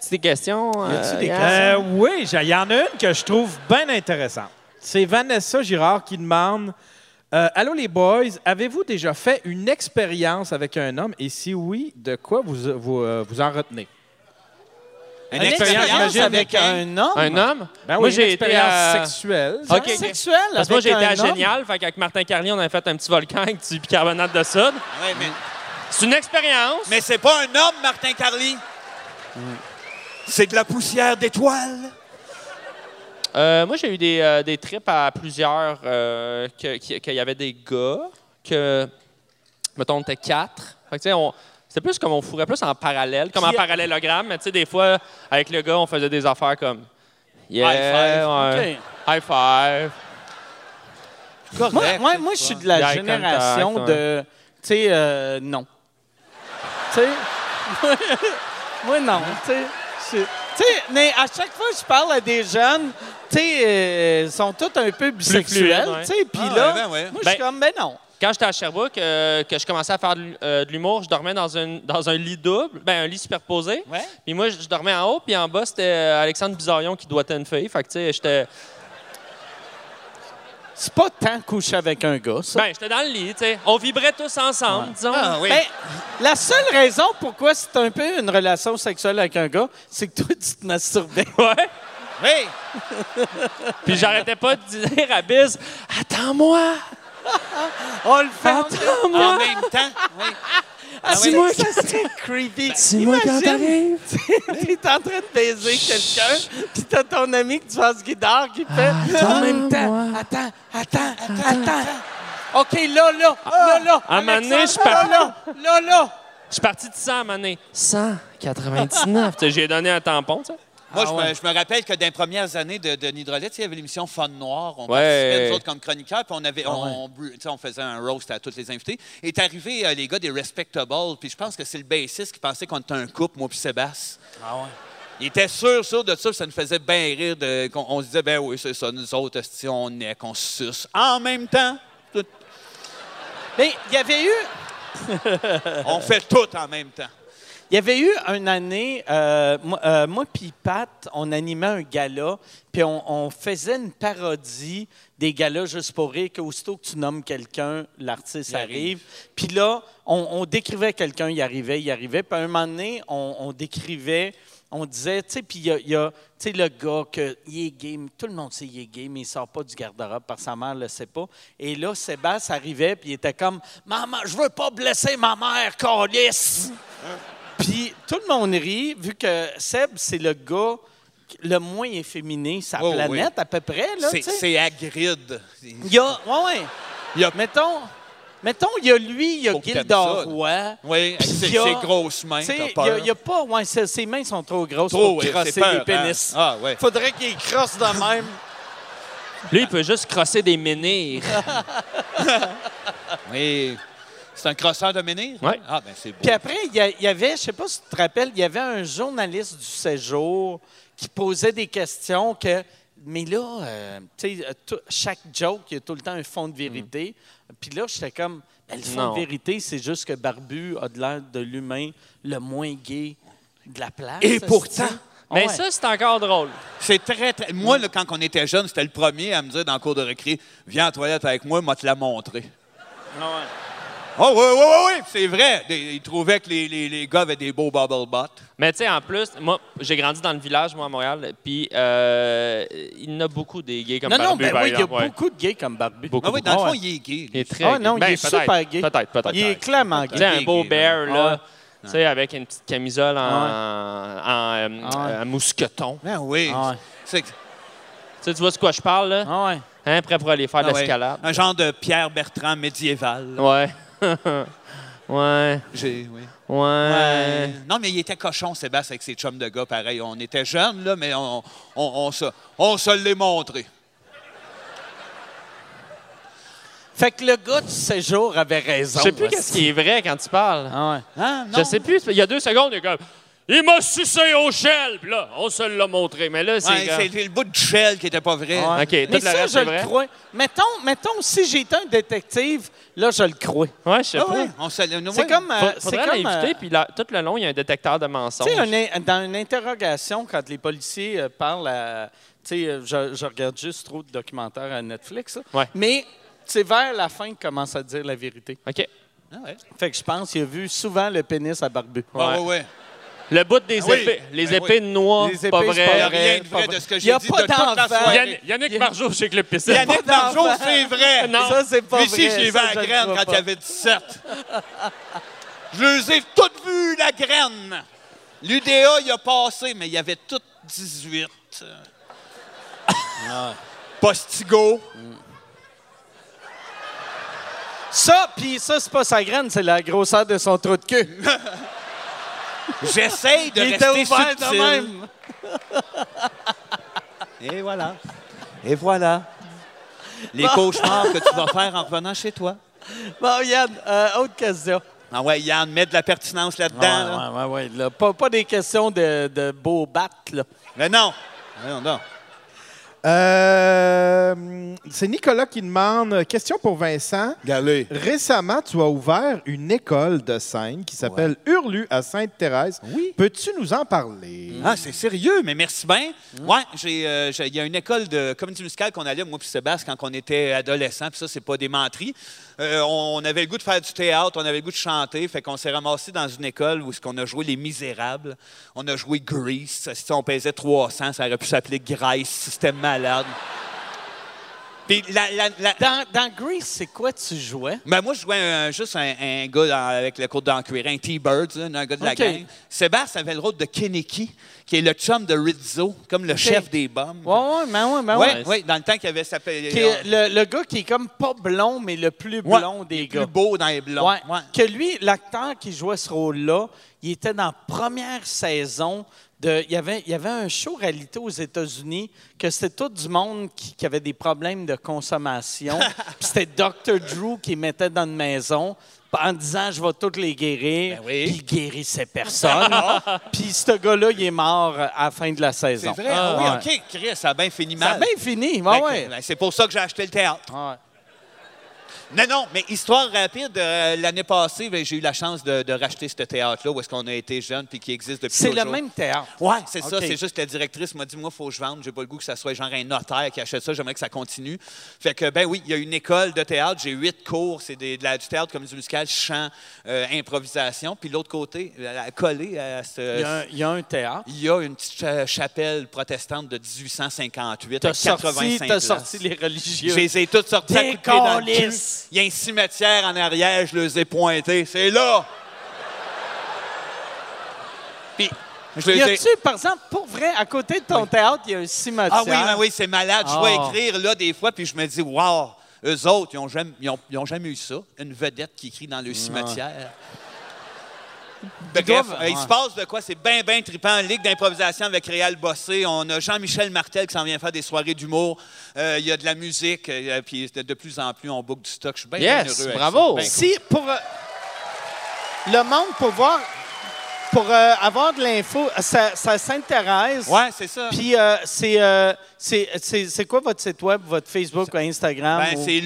S5: C'est des questions. euh, Yann?
S3: Euh, oui, j'ai- il y en a une que je trouve bien intéressante. C'est Vanessa Girard qui demande euh, Allô les boys, avez-vous déjà fait une expérience avec un homme et si oui, de quoi vous, vous, euh, vous en retenez
S4: Une,
S7: expérience,
S4: j'imagine,
S7: avec un homme.
S5: un homme?
S3: Ben oui,
S5: moi,
S3: une
S5: j'ai été
S3: expérience
S5: à... Ah,
S3: sexuelle.
S5: Ok, ok.
S7: Sexuel.
S5: Parce que moi, j'ai
S7: avec
S5: été à
S7: un homme.
S5: Génial, fait qu'avec Martin Carlier, on avait fait un petit volcan avec du bicarbonate de soude.
S4: Ouais, mais,
S5: C'est une expérience.
S4: mais c'est pas un homme, Martin Carly. Mm. C'est de la poussière d'étoiles.
S5: Euh, moi, j'ai eu des, euh, des trips à plusieurs, euh, que- qui- qu'il y avait des gars, que, mettons, on était quatre. Fait que, tu sais, on- c'était plus comme on fourrait plus en parallèle, comme en parallélogramme, mais tu sais, des fois, avec le gars, on faisait des affaires comme. Yeah,
S7: High five.
S5: ouais. High five.
S7: Moi, moi, moi, je suis de la
S5: Eye
S7: génération
S5: contact,
S7: de. Tu sais, euh, non. Tu sais? moi, non. Tu sais, je- tu sais, mais à chaque fois que je parle à des jeunes, tu sais, euh, ils sont tous un peu bisexuels.
S5: fluides, ouais.
S7: Tu sais, puis
S4: Ah,
S7: là,
S4: ouais, ben ouais.
S7: moi, je suis
S5: Ben-
S7: comme, ben non.
S5: Quand j'étais à Sherbrooke, euh, que je commençais à faire de l'hu- euh, de l'humour, je dormais dans un, dans un lit double, ben, un lit superposé.
S7: Ouais.
S5: Puis moi, je je dormais en haut, puis en bas, c'était euh, Alexandre Bizarion qui doitait une fille. Fait que, tu sais, j'étais.
S7: C'est pas tant coucher avec un gars, ça.
S5: Ben, j'étais dans le lit, tu sais. On vibrait tous ensemble, disons.
S4: Ah oui.
S7: Ben, la seule raison pourquoi c'est un peu une relation sexuelle avec un gars, c'est que toi, tu te masturbais.
S5: Ouais.
S4: Oui.
S5: Puis j'arrêtais pas de dire à Biz, attends-moi,
S7: On le fait.
S4: En
S5: attends-moi.
S4: même temps. Oui. Ben,
S7: Ah,
S5: C'est moi
S7: ça, c'est creepy.
S5: moi
S7: Imagine, T'es en train de baiser quelqu'un, puis t'as ton ami que tu fasses guitare qui fait
S5: Ah,
S7: en même temps. Attends, attends, attends, attends. OK, là, là, là, là.
S5: À un moment donné,
S7: Alexandre,
S5: je parle-
S7: Là, là, là, là.
S5: Je suis parti de 100 à mané. 199. Tu sais, j'ai donné un tampon, tu sais.
S4: Moi, je, me, je me rappelle que dans les premières années de, de Nidrolette, il y avait l'émission Fun Noir. On
S5: Ouais.
S4: participait, nous autres, comme chroniqueurs, puis on, avait, on, on bu- tu sais, on faisait un roast à tous les invités. Est arrivé euh, les gars des Respectable, puis je pense que c'est le bassiste qui pensait qu'on était un couple, moi puis Sébastien. Ah ouais. Il était sûr, sûr de ça, puis ça nous faisait bien rire. De, qu'on- on, se disait, ben oui, c'est ça, nous autres, si on est, qu'on se suce. En même temps, tout-
S7: Mais il y avait eu,
S4: on fait tout en même temps.
S7: il y avait eu une année, euh, moi, euh, moi puis Pat, on animait un gala, puis on, on faisait une parodie des galas juste pour rire, qu'aussitôt que tu nommes quelqu'un, l'artiste
S4: Il arrive.
S7: arrive. Puis là, on, on décrivait quelqu'un, il arrivait, il arrivait. Puis à un moment donné, on, on décrivait, on disait, tu sais, puis il y a, il y a, tu sais, le gars que il est gay, mais tout le monde sait qu'il est gay, mais il sort pas du garde-robe parce que sa mère le sait pas. Et là, Sébastien arrivait, puis il était comme, maman, je veux pas blesser ma mère, calice. Puis tout le monde rit, vu que Seb, c'est le gars le moins efféminé sur la
S4: Oh, oui.
S7: planète, à peu près, là,
S4: C'est-
S7: tu sais.
S4: C'est Hagrid.
S7: Il y a. Ouais, ouais.
S4: Il y a-
S7: Mettons. Mettons, il y a lui, il y a
S4: Faut que t'aimes
S7: Gildor
S4: ça, là.
S7: Roy.
S4: Oui, avec
S7: Puis
S4: ses,
S7: il y a-
S4: ses grosses mains,
S7: Tu sais,
S4: t'as
S7: il y a-
S4: peur.
S7: il y a pas. Ouais, ses, ses mains sont trop grosses
S4: Trop,
S7: pour
S4: hein, c'est
S7: crosser
S4: peur,
S7: des pénis.
S4: hein. Ah, ouais.
S7: Faudrait qu'il crosse de même.
S5: Lui, il peut juste crosser des menhirs.
S4: Oui. C'est un crosseur de menhir?
S5: Ouais.
S4: Ah, ben c'est beau.
S7: Puis après, il y, a- il y avait, je sais pas si tu te rappelles, il y avait un journaliste du séjour qui posait des questions que. Mais là, euh, tu sais, euh, tout- chaque joke, il y a tout le temps un fond de vérité. Puis là, j'étais comme, ben, le fond
S5: Mm. Non.
S7: de vérité, c'est juste que Barbu a de l'air de l'humain le moins gay de la place.
S4: Et pourtant,
S5: Mais
S7: Ah Ouais.
S5: ça, c'est encore drôle.
S4: c'est très, très. Moi, là, quand on était jeune, c'était le premier à me dire dans le cours de récré Viens en toilette avec moi, moi te la montrer.
S7: Ah
S4: Oh, oui, oui, oui, oui, c'est vrai. Des- Ils trouvaient que les, les- les gars avaient des beaux bubble butts. Ah
S5: Mais tu sais, en plus, moi, j'ai grandi dans le village, moi, à Montréal, puis euh, il y en a beaucoup des gays comme
S7: Non, non,
S5: Barbu,
S7: ben
S5: par
S7: oui, il y a
S5: exemple, ouais.
S7: beaucoup de gays comme Barbu.
S5: Beaucoup,
S4: Ah oui,
S5: beaucoup. Ah
S4: dans le
S7: Ah
S4: fond,
S7: ouais.
S4: il est gay.
S5: Il est très
S7: Ah non,
S5: gay. Ben,
S7: il est
S5: peut-être,
S7: super gay.
S5: Peut-être, peut-être.
S7: Il est clairement
S5: Tu sais,
S7: gay.
S5: un beau bear, là,
S7: Ah Ouais. Ah
S5: tu sais, avec une petite camisole en, en, euh, euh, mousqueton.
S4: Ben oui.
S7: Ah ouais.
S4: C'est-
S5: Tu sais, tu vois de quoi je parle, là?
S7: Ah ouais.
S5: Hein, prêt pour aller faire de
S4: ah ouais.
S5: l'escalade?
S4: Un genre de Pierre Bertrand médiéval.
S5: Ouais. ouais.
S4: J'ai- oui.
S5: Ouais.
S7: Euh.
S4: Ouais. Non, mais il était cochon, Sébastien, avec ses chums de gars, pareil. On était jeunes, là, mais on, on, on se, on se l'est montré.
S7: Fait que le gars du séjour avait raison.
S5: Je sais plus qu'est-ce qui est vrai quand tu parles.
S7: Ah ouais. Ah, non.
S5: Je sais plus. Il y a deux secondes, il est comme Il m'a sucé au shell. Puis là, on se l'a montré. Mais là, c'est.
S4: Ouais,
S5: comme-
S4: C'était le bout du shell qui était pas vrai.
S5: OK, tout
S7: Mais
S5: le
S7: ça,
S5: reste,
S7: je
S5: c'est
S7: le
S5: vrai.
S7: crois. Mettons, mettons, si j'étais un détective, là, je le crois.
S5: Ouais, je sais
S7: Ah
S5: pas.
S7: ouais.
S4: On se l'a-
S7: C'est
S4: oui.
S7: comme. euh,
S5: Faudrait
S7: c'est comme,
S5: l'inviter,
S7: euh,
S5: puis là, tout le long, il y a un détecteur de mensonges.
S7: Tu sais, un in- dans une interrogation, quand les policiers euh, parlent à. Tu sais, euh, je, je regarde juste trop de documentaires à Netflix. là.
S5: Ouais.
S7: Mais c'est vers la fin qu'ils commencent à dire la vérité.
S5: OK.
S7: Fait que je pense qu'il a vu souvent le pénis à barbu.
S4: Ah,
S5: Ouais.
S4: ouais, ouais.
S5: Le bout des
S4: oui.
S5: épées. Les
S4: Ah oui.
S5: épées noires,
S7: Les épées,
S5: pas
S7: c'est
S5: vrai.
S7: pas
S4: Il n'y a
S7: vrai.
S4: rien de
S7: pas
S4: vrai
S7: vrai.
S4: de ce que
S7: Il y
S4: j'ai
S7: a
S4: dit
S7: pas
S4: de toute la
S7: d'enfant.
S4: soirée.
S5: Yannick, Ah, Yannick Margeau chez Club Piscine.
S4: Yannick Margeau, c'est vrai.
S5: Non.
S7: Ça, c'est pas
S4: Lui
S7: vrai.
S4: aussi, j'ai vu
S7: ça,
S4: la
S7: je le
S4: graine
S7: crois
S4: quand
S7: pas.
S4: il avait 17. Je les ai toutes vues, la graine. L'UDA, il a passé, mais il y avait toutes 18. Postigo.
S7: Ça, puis ça, c'est pas sa graine, c'est la grosseur de son trou de cul.
S4: J'essaye de
S7: Il était
S4: rester
S7: ouvert de
S4: subtil.
S7: même.
S4: Et voilà. Et voilà. Les cauchemars que tu vas faire en revenant chez toi.
S7: Bon, Yann, euh, autre question.
S4: Ah ouais, Yann, mets de la pertinence là-dedans. là.
S7: Ouais, ouais, ouais, là, pas, pas des questions de, de beau bat, là.
S4: Mais non. Non, non.
S2: Euh, c'est Nicolas qui demande euh, question pour Vincent.
S4: Regardez.
S2: Récemment, tu as ouvert une école de scène qui s'appelle Hurlu à Sainte-Thérèse.
S4: Oui.
S2: Peux-tu nous en parler?
S4: Ah, c'est sérieux, mais merci bien. Ouais, j'ai, euh, j'ai- il y a une école de comédie musicale qu'on allait, moi puis Sébastien, quand on était adolescents, puis ça, c'est pas des menteries. Euh, on, on avait le goût de faire du théâtre, on avait le goût de chanter, fait qu'on s'est ramassé dans une école où est-ce qu'on a joué Les Misérables, on a joué Grease. Si on pesait 300, ça aurait pu s'appeler Grace, Système Malade. Puis la- la- la-
S7: Dans, dans Grease, c'est quoi tu jouais?
S4: ben moi, je jouais un- juste un, un gars dans- avec le côte dans le cuir, un T-Bird, là, un gars de la
S7: OK.
S4: gang. Sébastien avait le rôle de Kenneki, qui est le chum de Rizzo, comme le chef des bombes.
S7: Ouais, ouais, mais ouais, mais
S4: Oui,
S7: ouais.
S4: oui, dans le temps qu'il avait s'appelait
S7: Qui est le, le gars qui est comme pas blond, mais le plus
S4: Ouais,
S7: blond des
S4: plus
S7: gars.
S4: beau dans les blonds.
S7: Ouais.
S4: Ouais.
S7: Que lui, l'acteur qui jouait ce rôle-là, il était dans la première saison. De, il, y avait, il y avait un show réalité aux États-Unis que c'était tout du monde qui, qui avait des problèmes de consommation. Puis c'était Dr. Drew qui mettait dans une maison en disant Je vais tous les guérir.
S4: Ben oui.
S7: Puis il guérissait personne. Puis ce gars-là, il est mort à la fin de la
S4: C'est
S7: saison.
S4: vrai?
S7: Ouais.
S4: Ah oui, OK, Chris, ça a bien fini
S7: Ça a
S4: mal.
S7: bien fini. Ouais,
S4: Ben,
S7: ouais. Ah
S4: ben, c'est pour ça que j'ai acheté le théâtre.
S7: Ouais.
S4: Non, non, mais histoire rapide, euh, l'année passée, ben, j'ai eu la chance de, de racheter ce théâtre-là où est-ce qu'on a été jeune puis qui existe depuis
S7: C'est le
S4: toujours.
S7: même théâtre.
S4: Oui, c'est ça.
S7: OK.
S4: C'est juste que la directrice m'a dit Moi, il faut que je vende. J'ai pas le goût que ça soit genre un notaire qui achète ça. J'aimerais que ça continue. Fait que, ben oui, il y a une école de théâtre. J'ai huit cours. C'est des- de la- du théâtre, comédie musicale, chant, euh, improvisation. Puis l'autre côté, euh, collé à
S7: Il y a
S4: ce.
S7: un- il y a un théâtre.
S4: Il y a une petite cha- chapelle protestante de 1858
S7: T'as
S4: avec 85
S7: sorti, t'as
S4: places.
S7: sorti les religieux.
S4: Je les ai toutes sorties à
S7: Des
S4: coups de pied dans le cul.
S7: câlisses.
S4: Il y a un cimetière en arrière, je les ai pointés. C'est là! Puis, je les
S7: Y
S4: ai...
S7: a-tu, par exemple, pour vrai, à côté de ton théâtre, il y a un cimetière?
S4: Ah oui, ben oui, c'est malade. Je vais
S7: Ah.
S4: écrire là des fois, puis je me dis, wow, eux autres, ils n'ont jamais, ils ont- ils ont jamais eu ça, une vedette qui écrit dans le cimetière. Bref,
S7: doivent-
S4: euh, il se passe de quoi? C'est bien, bien trippant. Ligue d'improvisation avec Réal Bossé. On a Jean-Michel Martel qui s'en vient faire des soirées d'humour. Euh, Il y a de la musique. euh, puis de, de plus en plus, on boucle du stock. Je suis bien bien
S5: Yes,
S4: heureux. avec
S5: bravo.
S4: ça. Ben,
S2: Si pour euh, le monde pour voir pour euh, avoir de l'info, ça, ça s'intéresse.
S4: ouais, c'est ça.
S7: Puis, euh, c'est, euh, c'est, c'est, c'est quoi votre site web, votre Facebook, ou Instagram?
S4: Ben,
S7: ou-
S4: c'est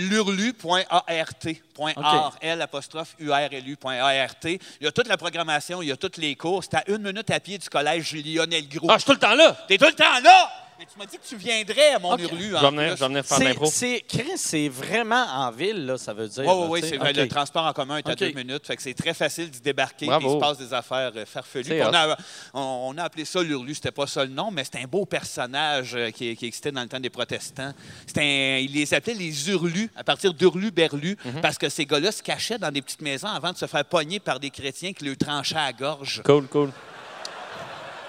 S4: lurlu.art.art, L apostrophe URLU.art. Il y a toute la programmation, il y a tous les cours. C'est à une minute à pied du collège Lionel Gros.
S5: Ah, je suis tout le temps là.
S4: T'es tout le temps là! Mais tu m'as dit que tu viendrais à mon Hurlu.
S5: Je vais venir, je vais venir faire de
S7: c'est,
S5: l'impro.
S7: c'est- Chris, c'est vraiment en ville, là, ça veut dire.
S4: Oui, oui,
S7: là,
S4: c'est
S7: tu sais.
S4: le
S7: OK.
S4: transport en commun est à
S7: OK.
S4: deux minutes. Fait que c'est très facile d'y débarquer.
S5: Bravo.
S4: puis Il se passe des affaires euh, farfelues.
S5: C'est
S4: Puis On
S5: hot.
S4: a, on, on a appelé ça l'Urlu. C'était pas ça le nom, mais c'était un beau personnage euh, qui, qui existait dans le temps des protestants. C'était un- ils les appelaient les Hurlus, à partir d'Hurlu-Berlu,
S7: Mhm.
S4: parce que ces gars-là se cachaient dans des petites maisons avant de se faire pogner par des chrétiens qui le tranchaient à la gorge.
S5: Cool, cool.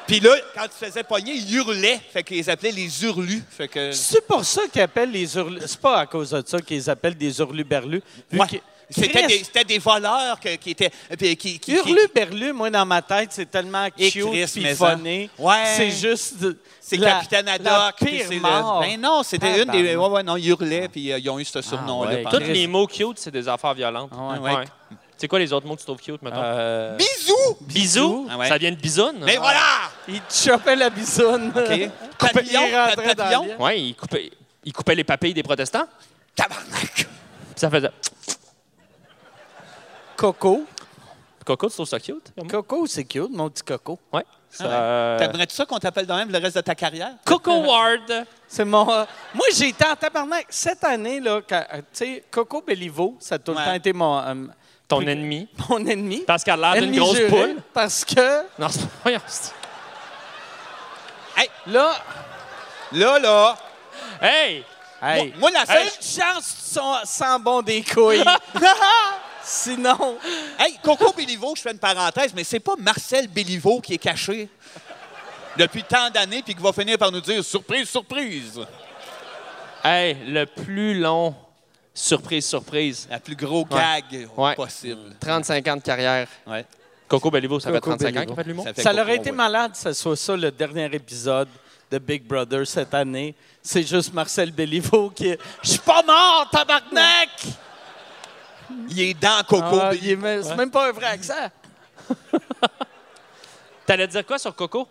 S4: Puis là, quand ils se faisaient pogner, ils hurlaient. Fait qu'ils les appelaient les Hurlus. Fait que...
S7: C'est pour ça qu'ils appellent les hurlus. C'est pas à cause de ça qu'ils appellent des hurlus-berlus. vu
S4: Ouais.
S7: qu'ils-
S4: C'était
S7: Chris.
S4: des, c'était des voleurs que- qui étaient. euh, puis Qui, qui- qui-
S7: Hurlu berlu, moi, dans ma tête, c'est tellement
S4: Et
S7: cute
S4: Chris,
S7: pis
S4: mais ça.
S7: funny.
S4: Ouais.
S7: C'est juste... de-
S4: C'est
S7: la-
S4: Capitaine Haddock.
S7: La
S4: puis
S7: pire
S4: c'est le-
S7: mort.
S4: Ben non, c'était une des.
S7: Tabarnak. Ah,
S4: Ouais, ouais, non, ils hurlaient, puis euh, ils ont eu ce surnom-là.
S7: ouais.
S4: pendant-
S5: Tous les mots cute, c'est des affaires violentes.
S4: ouais. Ouais.
S5: C'est quoi les autres mots que tu trouves cute, mettons?
S7: Euh,
S4: Bisous!
S5: Bisous,
S4: Ah ouais.
S5: ça vient de bisoune.
S4: Mais voilà!
S7: il te chopait la bisoune.
S4: OK.
S7: il
S4: Papillon,
S7: rentrait dans
S4: papillon.
S5: Ouais, il coupait, il coupait les papilles des protestants.
S4: Tabarnak!
S5: Puis ça faisait
S7: Coco.
S5: Coco, tu trouves ça cute? comme mot?
S7: Coco, c'est cute, mon petit coco.
S5: Ouais. Ça, euh,
S4: T'aimerais-tu ça qu'on t'appelle de même le reste de ta carrière?
S5: Coco Ward.
S7: C'est mon. euh, moi, j'ai été en tabarnak. Cette année, là, quand, euh, tu sais, Coco Bellivo, ça a tout
S4: Ouais.
S7: le temps été mon, euh,
S5: Ton ennemi.
S7: mon ennemi.
S5: Parce qu'elle a l'air d'une
S7: Ennemi
S5: grosse
S7: juré,
S5: poule.
S7: Parce que,
S5: Non, c'est pas voyons, c'est-
S7: là.
S4: Là, là!
S5: Hey!
S7: Hey,
S4: Moi, la seule.
S7: une chance, tu sens, sens bon des couilles. Sinon,
S4: Hey, Coco Béliveau, je fais une parenthèse, mais c'est pas Marcel Béliveau qui est caché depuis tant d'années puis qui va finir par nous dire surprise, surprise.
S5: Hey, le plus long surprise, surprise.
S4: La plus gros gag
S5: Ouais.
S4: possible.
S5: 35 ans de carrière.
S4: Ouais.
S5: Coco Bellivo, ça
S7: Coco
S5: fait 35 ans
S7: Belliveau.
S5: qu'il fait de l'humour.
S4: Ça fait
S7: ça
S4: Coco,
S7: aurait été
S4: ouais.
S7: malade que ce soit ça le dernier épisode de Big Brother cette année. C'est juste Marcel Bellivo qui est. Je suis pas mort, tabarnak!
S4: Il est dans Coco
S7: Ah, il est-
S4: Béliveau.
S7: C'est même pas un vrai accent.
S5: T'allais dire quoi sur Coco?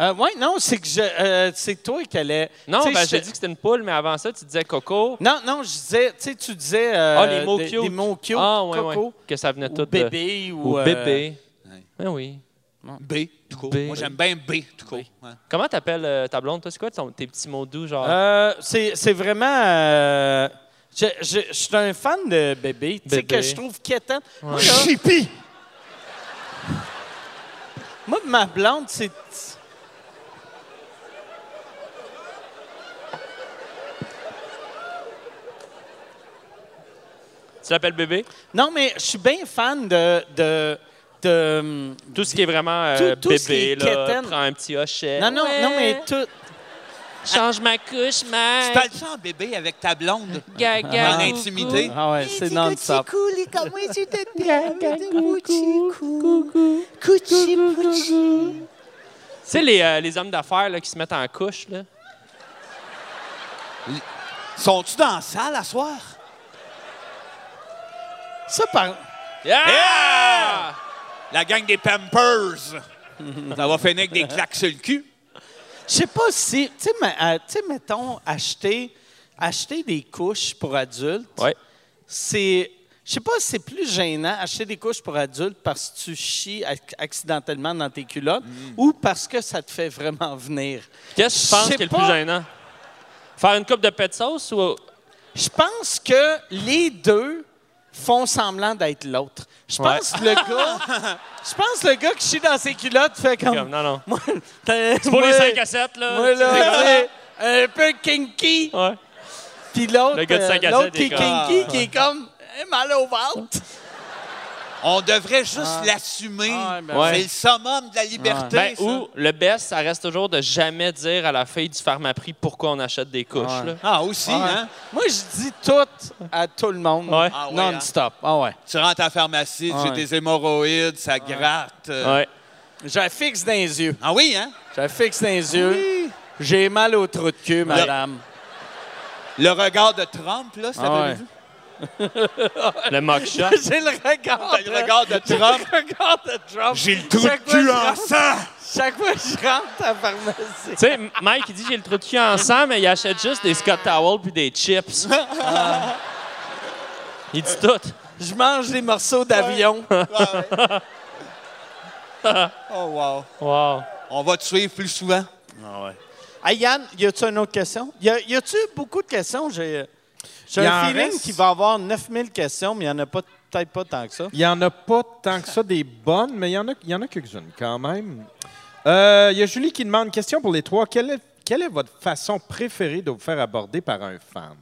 S7: Euh, oui, non, c'est que je, euh, c'est toi qui allais.
S5: Non,
S7: Tu sais,
S5: ben,
S7: je-
S5: j'ai dit que c'était une poule, mais avant ça, tu disais Coco.
S7: Non, non, je disais, tu sais, tu disais. euh,
S5: Ah, les mots
S7: des,
S5: cute.
S7: des mots cute,
S5: Ah, ouais, ouais.
S7: coco,
S5: Que ça venait
S7: ou
S5: tout de-
S7: bébé, ou.
S5: Ou
S7: euh,
S5: bébé. Ben oui.
S4: B, tout court.
S5: B.
S4: Moi, j'aime bien B, tout court. Ouais.
S5: Comment t'appelles euh, ta blonde, toi? C'est quoi ton- tes petits mots doux, genre?
S7: euh, c'est c'est vraiment. euh, je, je, je suis un fan de bébé, tu sais,
S5: Bébé.
S7: que je trouve quétaine. Moi, là,
S4: Chippy!
S7: moi, ma blonde, c'est.
S5: Tu l'appelles bébé?
S7: Non, mais je suis bien fan de. de, de, hum,
S5: Tout ce qui est vraiment euh,
S7: Tout- tout ce qui
S5: bébé,
S7: est
S5: là.
S7: quétaine.
S5: Prends un petit hochet.
S7: non, non, non, mais
S5: Ben Ouais.
S7: tout.
S6: Change ma couche,
S4: Tu
S6: mec.
S4: parles ça en bébé avec ta blonde
S6: Gaga.
S4: en intimité?
S7: Ah ouais, c'est non-stop.
S5: Tu sais, les, euh, les hommes d'affaires là, qui se mettent en couche, là.
S4: Sont-tu dans la salle à soir?
S7: Ça, par.
S5: Yeah!
S4: Yeah! La gang des Pampers! ça va finir avec des claques sur le cul.
S7: Je sais pas si, tu sais, mais, euh, tu sais, mettons, acheter, acheter des couches pour adultes,
S5: Ouais.
S7: c'est, je sais pas, si c'est plus gênant acheter des couches pour adultes parce que tu chies ac- accidentellement dans tes culottes ou parce que ça te fait vraiment venir.
S5: Mm. Qu'est-ce que tu penses
S7: Je sais
S5: qui est le
S7: pas.
S5: plus gênant? Faire une coupe de pet sauce ou.
S7: Je pense que les deux font semblant d'être l'autre. Je
S5: Ouais.
S7: pense que le gars, je pense que le gars qui chie dans ses culottes fait comme,
S5: Comme, non, non.
S7: moi,
S5: C'est pour les 5 à 7, là.
S7: moi là, tu sais, un peu kinky.
S5: Ouais.
S7: Puis l'autre,
S5: Le gars de
S7: euh,
S5: sac à
S7: l'autre
S5: Z,
S7: qui est
S5: il est comme- Ah.
S7: kinky, qui est comme eh, mal au ventre.
S4: On devrait juste l'assumer.
S7: Ah, ben
S5: Ouais.
S4: C'est le summum de la liberté.
S5: Ben,
S4: ça.
S5: ou le best, ça reste toujours de jamais dire à la fille du pharmaprix pourquoi on achète des couches.
S7: Ouais.
S5: là.
S4: Ah, aussi, hein?
S7: Moi, je dis tout à tout le monde,
S5: Ouais.
S4: Ah ouais,
S7: non-stop. Ah ouais.
S4: Tu rentres à la pharmacie,
S7: Ah
S4: j'ai
S7: ouais.
S4: des hémorroïdes, ça gratte. euh.
S5: Ouais. Ah.
S7: Je la fixe dans les yeux.
S4: Ah oui, hein?
S7: Je la fixe dans les yeux. J'ai mal au trou de cul, madame.
S4: Le regard de Trump, là, ça
S7: Ah
S4: t'avais
S7: ouais.
S4: vu?
S5: Le mock shot.
S7: J'ai le regard.
S4: Le regard de Trump.
S7: Le regard de Trump.
S4: J'ai le trou de
S7: Chaque fois
S4: cul
S7: que je
S4: en
S7: rentre-
S4: sang!
S7: Chaque fois que je rentre à la pharmacie.
S5: Tu sais, M- Mike, il dit j'ai le trou de cul en sang, mais il achète juste des Scott Towel puis des chips. Il dit tout.
S7: Je mange des morceaux d'avion.
S4: Oh, wow.
S5: Wow.
S4: On va te suivre plus souvent.
S7: Hey, Yann, y a-tu une autre question? Y, a, y a-tu beaucoup de questions? J'ai, j'ai
S3: Il
S7: un
S3: en
S7: feeling
S3: reste.
S7: qu'il va y avoir 9000 questions, mais il n'y en a pas- peut-être pas tant que ça.
S3: Il n'y en a pas tant que ça des bonnes, mais il y en a, il y en a quelques-unes quand même. Euh, Il y a Julie qui demande question pour les trois. Quelle est, quelle est votre façon préférée de vous faire aborder par un fan?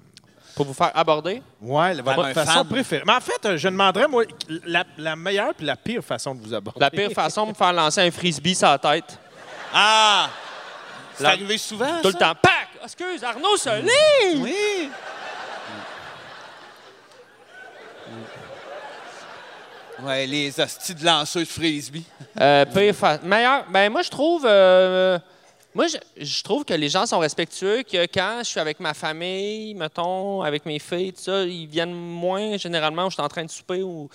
S5: Pour vous faire aborder?
S3: Ouais, votre
S4: un
S3: façon
S4: fan.
S3: préférée. Mais en fait, euh, je demanderais, moi, la, la meilleure puis la pire façon de vous aborder.
S5: La pire façon de me faire lancer un frisbee sur la tête.
S4: Ah! C'est
S5: La-
S4: arrivé souvent,
S5: Tout le
S4: ça?
S5: temps. Pac! Excuse, Arnaud Solé!
S4: Oui. Ouais, les hosties de lanceuses frisbee.
S5: Euh, pire fa- Meilleur. Ben moi je trouve. euh, moi je, je trouve que les gens sont respectueux que quand je suis avec ma famille, mettons, avec mes filles, tout ça, ils viennent moins généralement où je suis en train de souper ou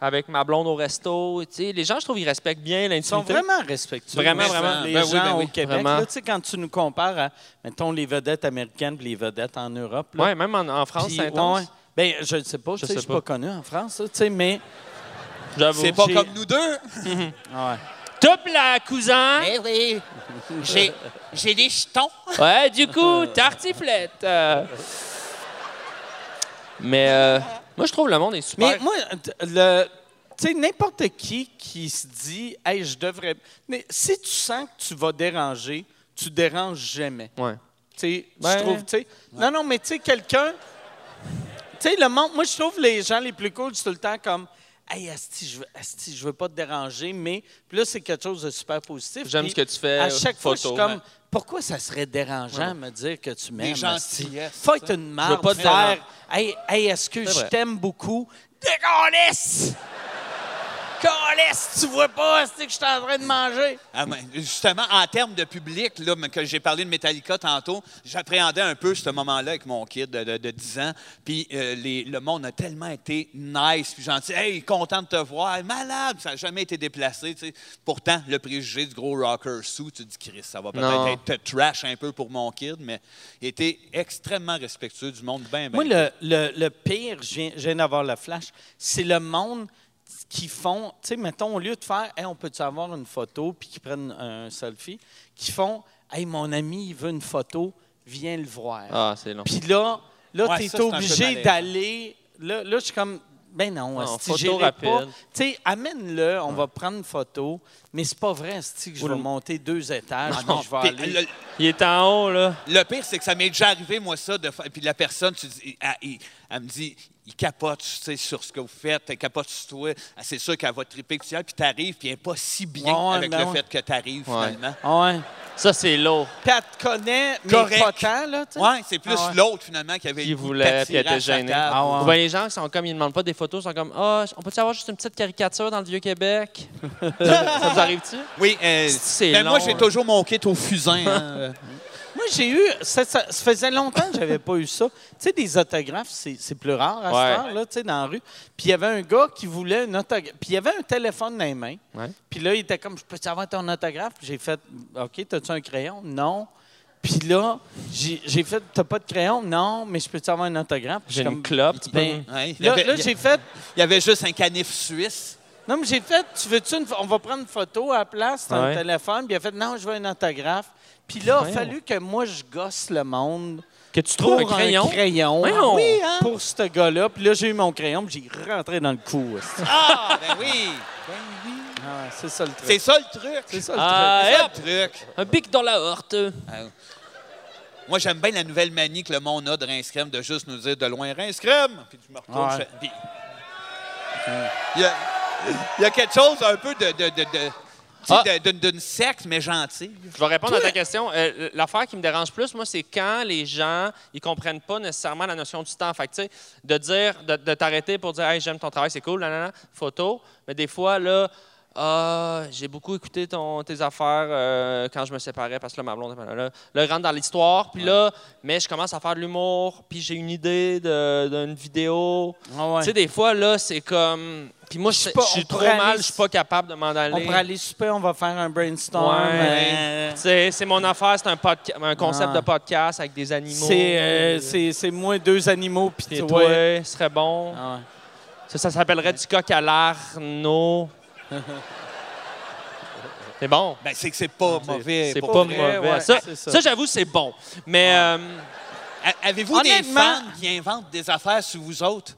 S5: avec ma blonde au resto. Tu sais, les gens, je trouve, ils respectent bien l'intimité.
S7: Ils sont vraiment respectueux.
S5: Vraiment,
S7: les
S5: vraiment.
S7: Les
S5: Ben oui,
S7: gens
S5: ben oui,
S7: au Québec,
S5: vraiment.
S7: là, tu sais, quand tu nous compares à, mettons, les vedettes américaines et les vedettes en Europe. là,
S5: Ouais, même en, en France,
S7: puis-
S5: c'est intense.
S7: ouais. Ben, je ne sais pas, tu sais, je
S5: sais
S7: ne suis
S5: pas.
S7: pas connu en France, là, tu sais, mais...
S5: J'avoue.
S4: C'est pas
S7: j'ai-
S4: comme nous deux. hein?
S5: Top la cousin!
S4: Eh oui. J'ai, j'ai des jetons.
S5: Ouais, du coup, tartiflette! Euh, Mais euh, moi, je trouve le monde est super.
S7: Mais moi, t- le, tu sais, n'importe qui qui se dit, hey, je devrais. Mais si tu sens que tu vas déranger, tu déranges jamais.
S5: Ouais.
S7: Tu sais,
S5: Ouais.
S7: je trouve, tu sais. Non, non, mais tu sais, quelqu'un. Tu sais, le monde, moi, je trouve les gens les plus cool, c'est tout le temps comme. Hey, Asti, je veux, asti, je veux pas te déranger, mais. Puis là, c'est quelque chose de super positif.
S5: J'aime
S7: Puis
S5: ce que tu fais,
S7: À chaque fois, je suis
S5: photo,
S7: comme.
S5: ouais.
S7: Pourquoi ça serait dérangeant de me dire que tu m'aimes?
S4: Des
S7: asti?
S4: gentillesses,
S7: Fuck, t'as une
S5: veux
S7: marde.
S5: pas te déranger.
S7: frère. Hey, hey est-ce que je
S5: vrai.
S7: t'aime beaucoup? Décalisse! Calisse, tu vois pas ce que je suis en train de manger?
S4: Ah, mais justement, en termes de public, là, mais que j'ai parlé de Metallica tantôt, j'appréhendais un peu ce moment-là avec mon kid de, de- de 10 ans. Puis euh, les- le monde a tellement été nice, puis gentil. Hey, content de te voir, malade, ça n'a jamais été déplacé. tu sais. Pourtant, le préjugé du gros rocker sous, tu dis, Chris, ça va
S5: Non.
S4: peut-être être trash un peu pour mon kid, mais il était extrêmement respectueux du monde, bien, bien.
S7: Moi, le, le- le pire, je viens, je viens d'avoir le flash, c'est le monde qui font, tu sais, mettons, au lieu de faire, hey, on peut-tu avoir une photo, puis qu'ils prennent un selfie, qui font, hey, mon ami, il veut une photo, viens le voir.
S5: Ah, c'est long.
S7: Puis là, là
S4: Ouais,
S7: tu es
S4: ça, c'est un peu
S7: obligé
S4: malaisant.
S7: d'aller. Là, là, je suis comme, ben non,
S5: photo
S7: si pas.
S5: rapide.
S7: Tu sais, amène-le, on va prendre une photo. Mais c'est pas vrai, esti, que je vais monter deux étages,
S4: Ah,
S7: puis
S4: non,
S7: je vais
S4: puis
S7: aller.
S4: le-
S5: Il est en haut, là.
S4: Le pire, c'est que ça m'est déjà arrivé, moi, ça, de faire- Puis la personne, tu dis- elle, elle- elle me dit, il capote, tu sais, sur ce que vous faites, elle capote sur toi. Ah, C'est sûr qu'elle va triper, que tu y ailles, puis t'arrives, puis elle n'est pas si bien
S7: Ouais,
S4: avec
S7: ben
S4: le
S7: ouais.
S4: fait que t'arrives,
S5: Ouais.
S4: finalement.
S7: Ah ouais.
S5: Ça, c'est lourd.
S7: Puis elle te connaît, mais
S4: Correct.
S7: pas tant, là, tu sais.
S4: Ouais, c'est plus
S7: Ah ouais.
S4: l'autre, finalement, qui avait
S5: qui
S4: le goût de
S5: voulait, puis
S4: t'attirer
S5: elle
S4: à
S5: était
S4: sa
S5: gênée. Ah.
S4: table.
S5: Ou bien les gens qui sont comme, ils ne demandent pas des photos, ils sont comme, ah, on peut-tu avoir juste une petite caricature dans le Vieux-Québec? ça vous arrive-tu?
S4: Oui, euh,
S5: C'est
S4: mais moi,
S5: long,
S4: j'ai
S5: hein.
S4: toujours mon kit au fusain. hein.
S7: Moi, j'ai eu. Ça, ça- ça faisait longtemps que j'avais pas eu ça. Tu sais, des autographes, c'est c'est plus rare à
S5: Ouais.
S7: cette heure-là, tu sais, dans la rue. Puis il y avait un gars qui voulait une autographe. Puis il y avait un téléphone dans les mains.
S5: Ouais.
S7: Puis là, il était comme, je peux avoir ton autographe? Puis j'ai fait, OK, t'as-tu un crayon? Non. Puis là, j'ai j'ai fait, t'as pas de crayon? Non, mais je peux-tu avoir un autographe? Puis
S5: J'ai
S7: je suis
S5: une clope, tu peux
S7: Ben,
S4: me- Ouais, il y
S7: là,
S4: avait-
S7: là,
S4: il y a-
S7: j'ai fait,
S4: Il y avait juste un canif suisse.
S7: non, mais j'ai fait, tu veux-tu une. pho- On va prendre une photo à la place, dans
S5: Ouais.
S7: le téléphone. Puis il a fait, non, je veux un autographe. Puis là, il a
S5: Voyons.
S7: fallu que moi, je gosse le monde.
S5: Que tu
S7: Pour
S5: trouves un crayon? Voyons.
S7: Oui, hein? Pour ce gars-là. Puis là, j'ai eu mon crayon, puis j'ai rentré dans le cou. aussi.
S4: Ah, ben oui!
S7: Ah, c'est ça le truc.
S4: C'est ça le truc. C'est
S7: ça le
S5: Ah,
S4: ça
S5: hop!
S4: le truc.
S5: Un bic dans la horte.
S4: Moi, j'aime bien la nouvelle manie que le monde a de rince crème, de juste nous dire de loin rince crème. Puis tu me retournes.
S7: Ouais.
S4: je- puis- Il, y a, il y a quelque chose un peu de. de, de, de- tu sais,
S5: Ah.
S4: de- de- d'une secte, mais gentille.
S5: Je vais répondre à ta question. Euh, L'affaire qui me dérange plus, moi, c'est quand les gens, ils comprennent pas nécessairement la notion du temps. Fait que, tu sais, de dire, de, de t'arrêter pour dire, hey, j'aime ton travail, c'est cool, nanana, photo. Mais des fois, là, ah, j'ai beaucoup écouté ton, tes affaires euh, quand je me séparais parce que là, ma blonde, là, là, là, je rentre dans l'histoire, puis là, mais je commence à faire de l'humour, puis j'ai une idée de- d'une vidéo.
S7: Ah ouais.
S5: Tu sais, des fois, là, c'est comme. Puis moi, je sais-
S7: pas-
S5: je suis
S7: on
S5: trop
S7: pourrait
S5: mal,
S7: aller-
S5: je suis pas capable de m'en aller.
S7: On pourrait aller souper, on va faire un brainstorm.
S5: Ouais. ben,
S7: euh,
S5: C'est, c'est mon affaire, c'est un, podca- un concept
S7: Ah.
S5: de podcast avec des animaux.
S7: C'est euh, c'est- c'est moi, deux animaux, puis
S5: Et
S7: toi.
S5: toi, ce serait bon.
S7: Ah ouais.
S5: Ça, ça s'appellerait du coq à l'arno. c'est bon.
S4: Ben, c'est que c'est pas mauvais.
S5: C'est pas,
S4: pour vrai.
S5: mauvais.
S7: ouais,
S5: ça,
S7: c'est ça.
S5: ça, j'avoue, c'est bon. Mais euh,
S4: A- Avez-vous des
S7: Honnêtement-
S4: fans qui inventent des affaires sur vous autres?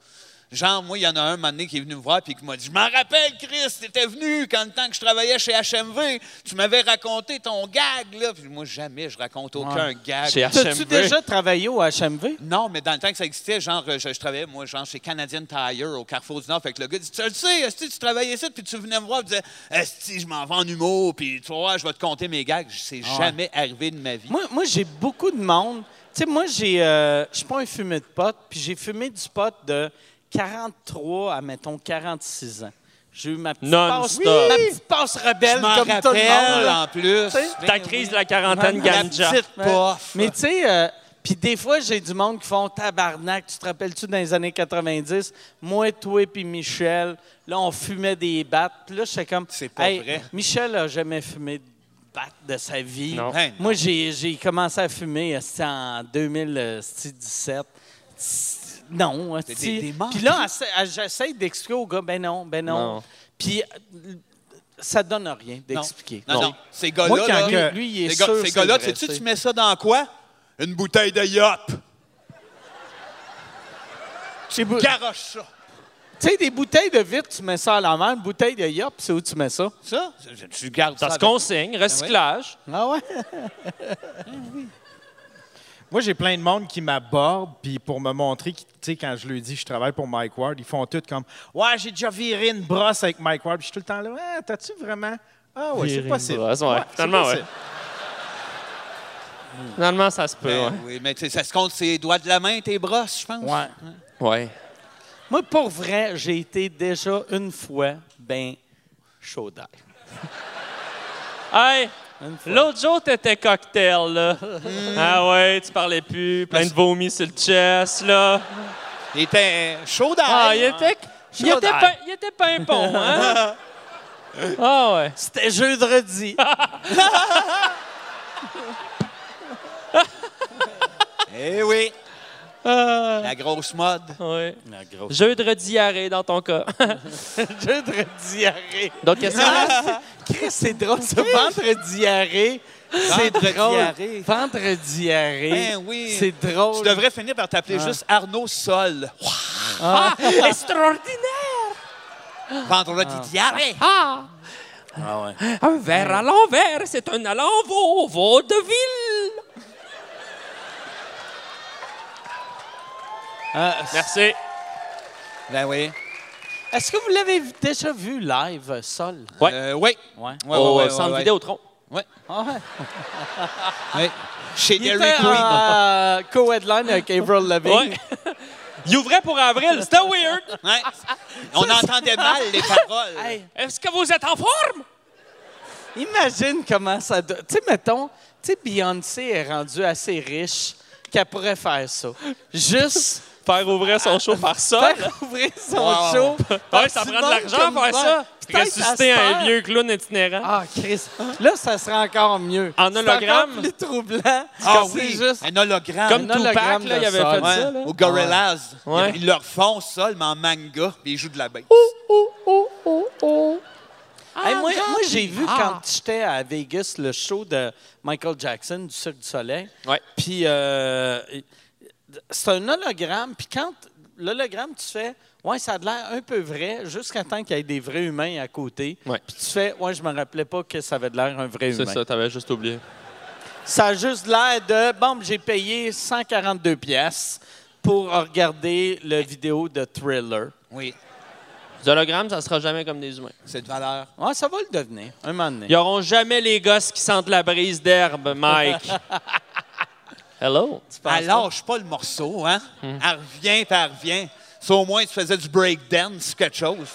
S4: Genre, moi, il y en a un, un moment donné, qui est venu me voir et qui m'a dit Je m'en rappelle, Chris, t'étais venu quand le temps que je travaillais chez HMV, tu m'avais raconté ton gag, là. Puis moi, jamais je raconte aucun gag.
S5: chez
S7: Ah, T'as-tu
S5: HMV.
S7: déjà travaillé au HMV?
S4: Non, mais dans le temps que ça existait, genre, euh, je, je travaillais, moi, genre, chez Canadian Tire au Carrefour du Nord. Fait que le gars dit Tu le sais, esti, tu travaillais ici, puis tu venais me voir, tu disais Esti, je m'en vais en humour, puis tu vas voir, je vais te compter mes gags. C'est
S7: Ah
S4: jamais arrivé de ma vie.
S7: Moi, moi j'ai beaucoup de monde. Tu sais, moi, j'ai, euh, je suis pas un fumeur de pot, puis j'ai fumé du pot de 43 à, mettons, 46 ans. J'ai eu ma petite
S5: Non,
S7: passe,
S5: oui!
S7: ma petite passe
S4: Je
S7: rebelle
S4: m'en
S7: comme tout le monde.
S4: rappelle,
S7: là.
S4: en plus.
S5: Ta crise de la quarantaine,
S4: La
S5: ganja.
S4: petite pof.
S7: Mais tu sais, euh, puis des fois, j'ai du monde qui font tabarnak. Tu te rappelles-tu dans les années 90? Moi, toi, puis Michel, là, on fumait des battes. Puis là, j'étais comme.
S4: C'est pas vrai.
S7: Michel a jamais fumé de batte de sa vie.
S5: Non.
S4: Hey,
S7: Moi, j'ai j'ai commencé à fumer esti, en euh, 2017. Esti, Non. esti.
S4: des- des morts.
S7: Puis là, essa- ah, j'essaie d'expliquer au gars, ben non, ben non.
S5: Non.
S7: Puis euh, ça donne rien d'expliquer.
S4: Non, non, Ces gars-là,
S3: Moi, quand
S4: là,
S3: que-
S7: Lui, il est
S4: ces gars-
S7: sûr
S4: ces
S7: c'est
S4: gars-là,
S7: vrai,
S4: sais-tu,
S7: tu sais.
S4: tu mets ça dans quoi? Une bouteille de yop.
S7: J'ai beau-
S4: Garoche ça.
S7: Tu sais, des bouteilles de vitre, tu mets ça à la mer. Une bouteille de yop, c'est où tu mets ça?
S4: Ça, je- tu gardes ça.
S5: Ça se
S4: avec-
S5: consigne, recyclage.
S7: Ah ouais?
S3: Moi, j'ai plein de monde qui m'aborde, puis pour me montrer, qu'ils- tu sais, quand je lui dis je travaille pour Mike Ward, ils font tout comme Ouais, j'ai déjà viré une brosse avec Mike Ward, puis je suis tout le temps là, ah, t'as-tu vraiment. Ah, ouais,
S5: Virer
S3: c'est
S5: une
S3: possible.
S5: brosse, ouais.
S3: c'est
S5: Finalement,
S3: possible.
S7: Hmm.
S5: Finalement, ça se peut,
S4: Ben Oui, mais tu sais, ça se compte ses doigts de la main, tes brosses, je pense.
S7: Ouais.
S5: ouais. Ouais.
S7: Moi, pour vrai, j'ai été déjà une fois, ben, chaud d'air.
S5: Hey,
S7: Une fois.
S5: l'autre jour, t'étais cocktail, là. Ah ouais, tu parlais plus, plein de vomi sur le chest, là.
S4: Il était chaud dans
S5: Ah, il était... Il était,
S7: Chaudard.
S5: pas, il était pas un pont, hein? Ah ouais. Ah
S7: C'était jeudi.
S4: Eh oui,
S5: Ah,
S4: la grosse mode.
S5: ouais.
S7: La grosse.
S5: Jeu de diarrhée dans ton cas.
S7: Jeudi arrêt.
S5: D'autres questions?
S7: Chris, c'est drôle, ça. Vendredi arrêt. C'est drôle. Vendredi arrêt.
S4: Ben oui.
S7: C'est
S4: Tu
S7: drôle.
S4: devrais finir par t'appeler juste Arnaud Sol.
S5: Ah, extraordinaire!
S4: Vendredi diarrhée.
S5: Ah!
S7: Ah ouais.
S5: Un verre à l'envers, c'est un à l'envoi, vaudeville!
S7: Ah,
S5: Merci.
S4: Ben oui.
S7: Est-ce que vous l'avez déjà vu live, euh, Sol?
S5: Oh, Ouais.
S4: Euh, oui.
S7: Ouais.
S4: Ouais,
S5: Au
S4: ouais, ouais,
S5: centre
S4: ouais,
S5: Vidéotron.
S7: Ah ouais.
S4: ouais. Chez
S7: Il
S4: Dairy
S7: était
S4: Queen.
S7: en, euh, co-headline avec Avril Lavigne.
S5: Ouais. Il ouvrait pour avril, c'était weird.
S4: Ouais. On entendait mal les paroles.
S7: Hey,
S5: Est-ce que vous êtes en forme?
S7: imagine comment ça doit. Tu sais, mettons, tu sais, Beyoncé est rendue assez riche qu'elle pourrait faire ça. Juste
S5: Faire ouvrir son show par ça.
S7: faire ouvrir son
S4: Wow.
S7: show. par
S5: Ah, Ouais, ça
S7: du
S5: prend de
S7: monde
S5: l'argent
S7: comme
S5: faire
S7: moi.
S5: ça. Puis
S7: Peut-être
S5: Ressusciter
S7: à cette
S5: un
S7: heure-
S5: vieux clown itinérant.
S7: Ah, Chris. Là, ça serait encore mieux.
S5: En
S7: C'est
S5: hologramme?
S7: encore plus troublant.
S4: Ah
S7: C'est
S4: oui,
S7: juste-
S4: un hologramme.
S5: Comme
S7: un
S5: Tupac,
S7: hologramme
S5: là,
S7: de
S5: il avait
S7: ça,
S5: fait
S4: Ouais,
S5: ça. Là.
S4: aux Gorillaz.
S5: Ouais.
S4: Ils, ils leur font ça, mais en manga, puis ils jouent de la baisse.
S11: Oh,
S7: Hey, moi, moi, j'ai vu quand j'étais à Vegas le show de Michael Jackson du Cirque du Soleil.
S5: Ouais.
S7: Puis euh, c'est un hologramme. Puis quand l'hologramme, tu fais, ouais, ça a de l'air un peu vrai jusqu'à temps qu'il y ait des vrais humains à côté.
S5: Ouais.
S7: Puis tu fais, ouais, je me rappelais pas que ça avait de l'air un vrai
S5: C'est
S7: humain.
S5: ça, t'avais juste oublié.
S7: Ça a juste l'air de, bon, j'ai payé 142 pièces pour regarder le vidéo de Thriller.
S4: Oui,
S5: Les hologrammes, ça sera jamais comme des humains.
S4: c'est de valeur.
S7: Ouais, ça va le devenir, un moment donné.
S5: Ils auront jamais les gosses qui sentent la brise d'herbe, Mike. Hello?
S4: Elle lâche pas le morceau, hein?
S7: Hmm.
S4: Elle revient, puis elle revient. Si au moins tu faisais du breakdance, quelque chose.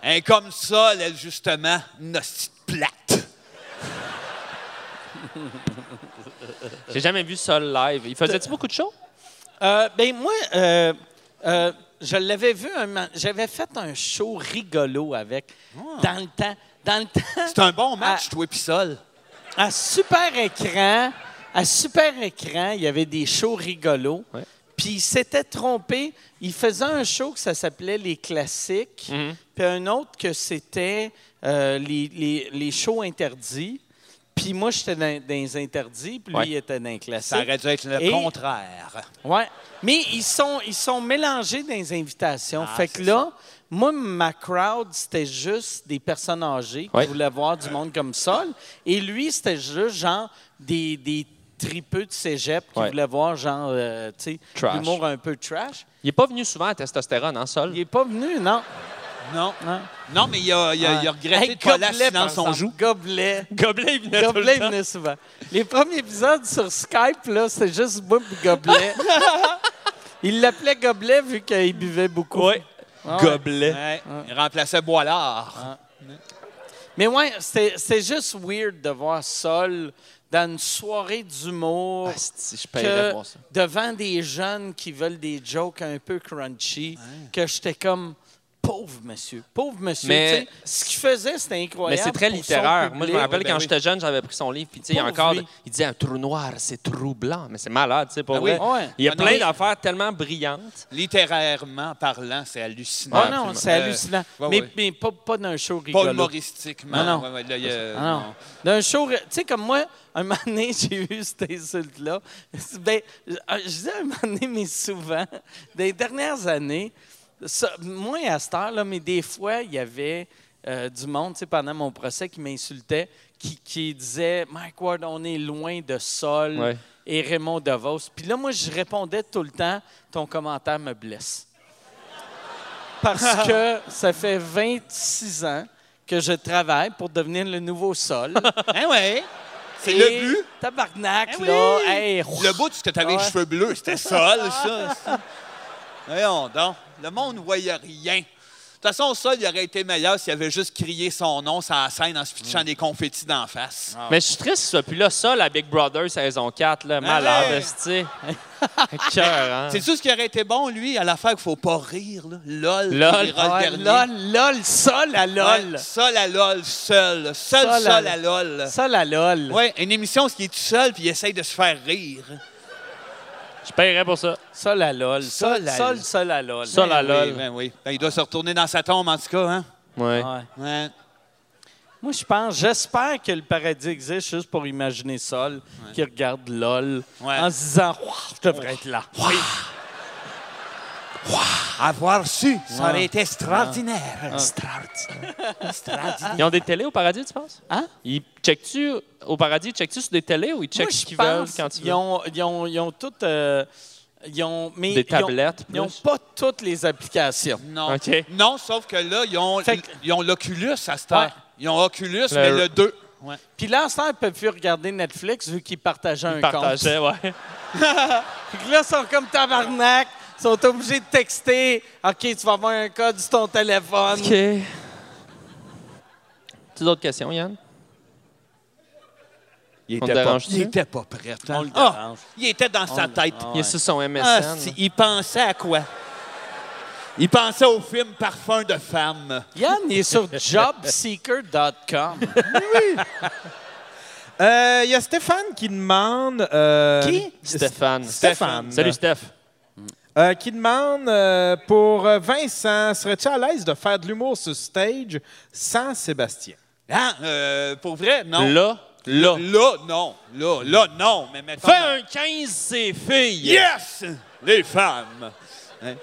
S4: Elle est comme ça, elle, justement, une hostie de plate.
S5: J'ai jamais vu ça live. Il faisait-tu beaucoup de shows?
S7: Euh, ben moi, euh, euh, je l'avais vu, un ma- j'avais fait un show rigolo avec, dans le temps, dans le
S4: C'est
S7: temps,
S4: un bon
S7: Ah.
S4: match, toi pis Sol.
S7: à super écran, à super écran, il y avait des shows rigolos.
S5: Ouais.
S7: Puis il s'était trompé. Il faisait un show que ça s'appelait Les Classiques, puis un autre que c'était euh, les, les- les shows interdits. Puis moi, j'étais dans, dans les interdits, puis lui,
S5: Ouais.
S7: il était dans les classiques.
S4: Ça aurait dû être le
S7: Et-
S4: contraire.
S7: Ouais. Mais ils sont, ils sont mélangés dans les invitations.
S5: Ah,
S7: fait que là, moi, ma crowd, c'était juste des personnes âgées qui
S5: Ouais.
S7: voulaient voir du monde comme Sol. Et lui, c'était juste genre des, des tripeux de cégep qui
S5: Ouais.
S7: voulaient voir genre, euh, tu sais,
S5: Trash.
S7: l'humour un peu trash.
S5: Il est pas venu souvent à testostérone, en sol.
S7: Il n'est pas venu, non.
S4: Non.
S7: non.
S4: Non, mais il a,
S5: Euh,
S4: il a-
S7: Ah.
S4: il a regretté de pas lâcher dans son joue.
S7: Gobelet.
S5: Gobelet, il venait tout le
S7: Gobelet
S5: temps.
S7: venait souvent. Les premiers épisodes sur Skype, là, c'était juste moi et Gobelet. Il l'appelait Gobelet vu qu'il buvait beaucoup. Ah
S5: Ouais.
S4: Gobelet.
S7: Ouais. Ah.
S4: Il remplaçait Boilard.
S7: Mais ouais, c'était c'était juste weird de voir Sol dans une soirée d'humour.
S5: Ah, Si je
S7: Oh. que
S5: paierais pour ça.
S7: devant des jeunes qui veulent des jokes un peu crunchy, que j'étais comme pauvre monsieur, pauvre monsieur.
S5: Mais-
S7: Tu sais, ce qu'il faisait, c'était incroyable.
S5: Mais c'est très
S7: pour son
S5: littéraire. Moi, je me
S7: public.
S5: rappelle
S7: Ouais, ben
S5: quand
S7: oui.
S5: j'étais jeune, j'avais pris son livre, puis tu sais, il y a
S7: Pauvre
S5: encore.
S7: lui. Ben
S5: Il disait un trou noir, c'est trou blanc. Mais c'est malade, tu sais, pour
S4: Ah oui.
S5: vrai.
S7: Ouais.
S5: Il y a
S4: Ah non,
S5: plein
S4: mais-
S5: d'affaires tellement brillantes.
S4: Littérairement parlant, c'est hallucinant.
S7: Ah
S5: Ouais,
S7: non,
S5: absolument.
S7: c'est
S4: Euh,
S7: hallucinant.
S4: ouais,
S7: mais,
S4: ouais.
S7: mais pas, pas d'un show rigolo.
S4: Pas humoristiquement.
S7: Non, non.
S4: Ouais, ouais, là, il y a-
S7: Ah non.
S4: non.
S7: D'un show, tu sais, comme moi, un moment donné, j'ai eu cette insulte-là. Ben, je je disais un moment donné, mais souvent, des dernières années, ça- moins à cette heure-là, mais des fois, il y avait euh, du monde, tu sais, pendant mon procès, qui m'insultait, qui, qui disait Mike Ward, on est loin de Sol
S5: Ouais.
S7: et Raymond DeVos. Puis là, moi, je répondais tout le temps Ton commentaire me blesse parce que ça fait 26 ans que je travaille pour devenir le nouveau sol.
S4: Hein, ouais. C'est
S7: Et
S4: le but.
S7: Tabarnak,
S4: Eh oui!
S7: là. Hey,
S4: Le bout, tu t'avais les
S7: Ouais.
S4: cheveux bleus, c'était Sol, ça. ça. Voyons donc. Le monde ne voyait rien. De toute façon, Sol, il aurait été meilleur s'il avait juste crié son nom sur la scène en se pitchant des confettis d'en face.
S7: Ah.
S5: Mais je suis triste qu'il soit plus là, ça, la Big Brother saison 4, là,
S7: Ben
S5: malade,
S4: ouais.
S5: tu sais. Cœur, hein.
S4: C'est tout ce qui aurait été bon, lui, à l'affaire qu'il faut pas rire. Là. LOL. qui
S5: LOL.
S4: rira le dernier.
S7: LOL, LOL, sol à LOL.
S4: Ouais, Sol à LOL, seul. Seul,
S7: Sol à-
S4: Sol à LOL.
S7: Sol à LOL.
S4: Ouais, une émission où il est tout seul puis il essaye de se faire rire.
S5: Je paierais pour ça.
S7: Sol à LOL. Sol,
S4: Sol à-
S7: sol, sol à LOL.
S5: Sol à
S4: Ben
S5: LOL.
S4: oui, ben oui. Ben, il doit se retourner dans sa tombe, en tout cas. Hein?
S5: Ouais.
S7: Ouais.
S4: Ouais.
S7: Moi, je pense, j'espère que le paradis existe juste pour imaginer Sol qui regarde LOL
S4: Ouais.
S7: en se disant Ouah, Je devrais être là.
S4: Avoir su, ça aurait été extraordinaire.
S5: Ils ont des télés au paradis, tu penses?
S7: Hein?
S5: Ils checkent-tu au paradis, checkent-tu sur des télés ou ils checkent
S7: Moi,
S5: ce
S7: je
S5: qu'ils veulent
S7: pense
S5: quand ils
S7: ils
S5: veulent?
S7: ont, ils ont, ils ont toutes. euh, ils ont, mais
S5: Des
S7: ils ont-
S5: tablettes,
S7: Ils n'ont
S5: plus.
S7: pas toutes les applications.
S4: Non.
S5: OK.
S4: Non, sauf que là, ils ont,
S7: Fait que-
S4: ils ont l'Oculus à cette
S7: Ouais.
S4: heure. Ils ont Oculus, mais le 2.
S7: Puis là, ça, ils ne peuvent plus regarder Netflix vu qu'ils partageaient un compte.
S5: Partageaient, ouais.
S7: Fait que là, ils sont comme tabarnak. Ils sont obligés de texter. OK, tu vas avoir un code sur ton téléphone.
S5: OK. Tu d'autres questions, Yann?
S4: Il
S5: On était te pas- dérange-tu?
S4: il était pas prêt. hein?
S7: On le dérange.
S4: Ah, il était dans sa tête.
S5: Il est sur son MSN.
S4: Ah, si, il pensait à quoi? Il pensait au film Parfum de femme.
S7: Yann, il est sur jobseeker.com.
S3: Euh, Il y a Stéphane qui demande. euh,
S5: Qui? Stéphane.
S3: Stéphane.
S5: Salut, Steph.
S3: Euh, qui demande euh, pour euh, Vincent, serais-tu à l'aise de faire de l'humour sur stage sans Sébastien?
S4: Hein? Euh, pour vrai, non.
S5: Là, là.
S4: Là, non. Là, là, non. Mais mettons.
S5: Fais un 15, c'est filles.
S4: Yes! Les femmes! Hein?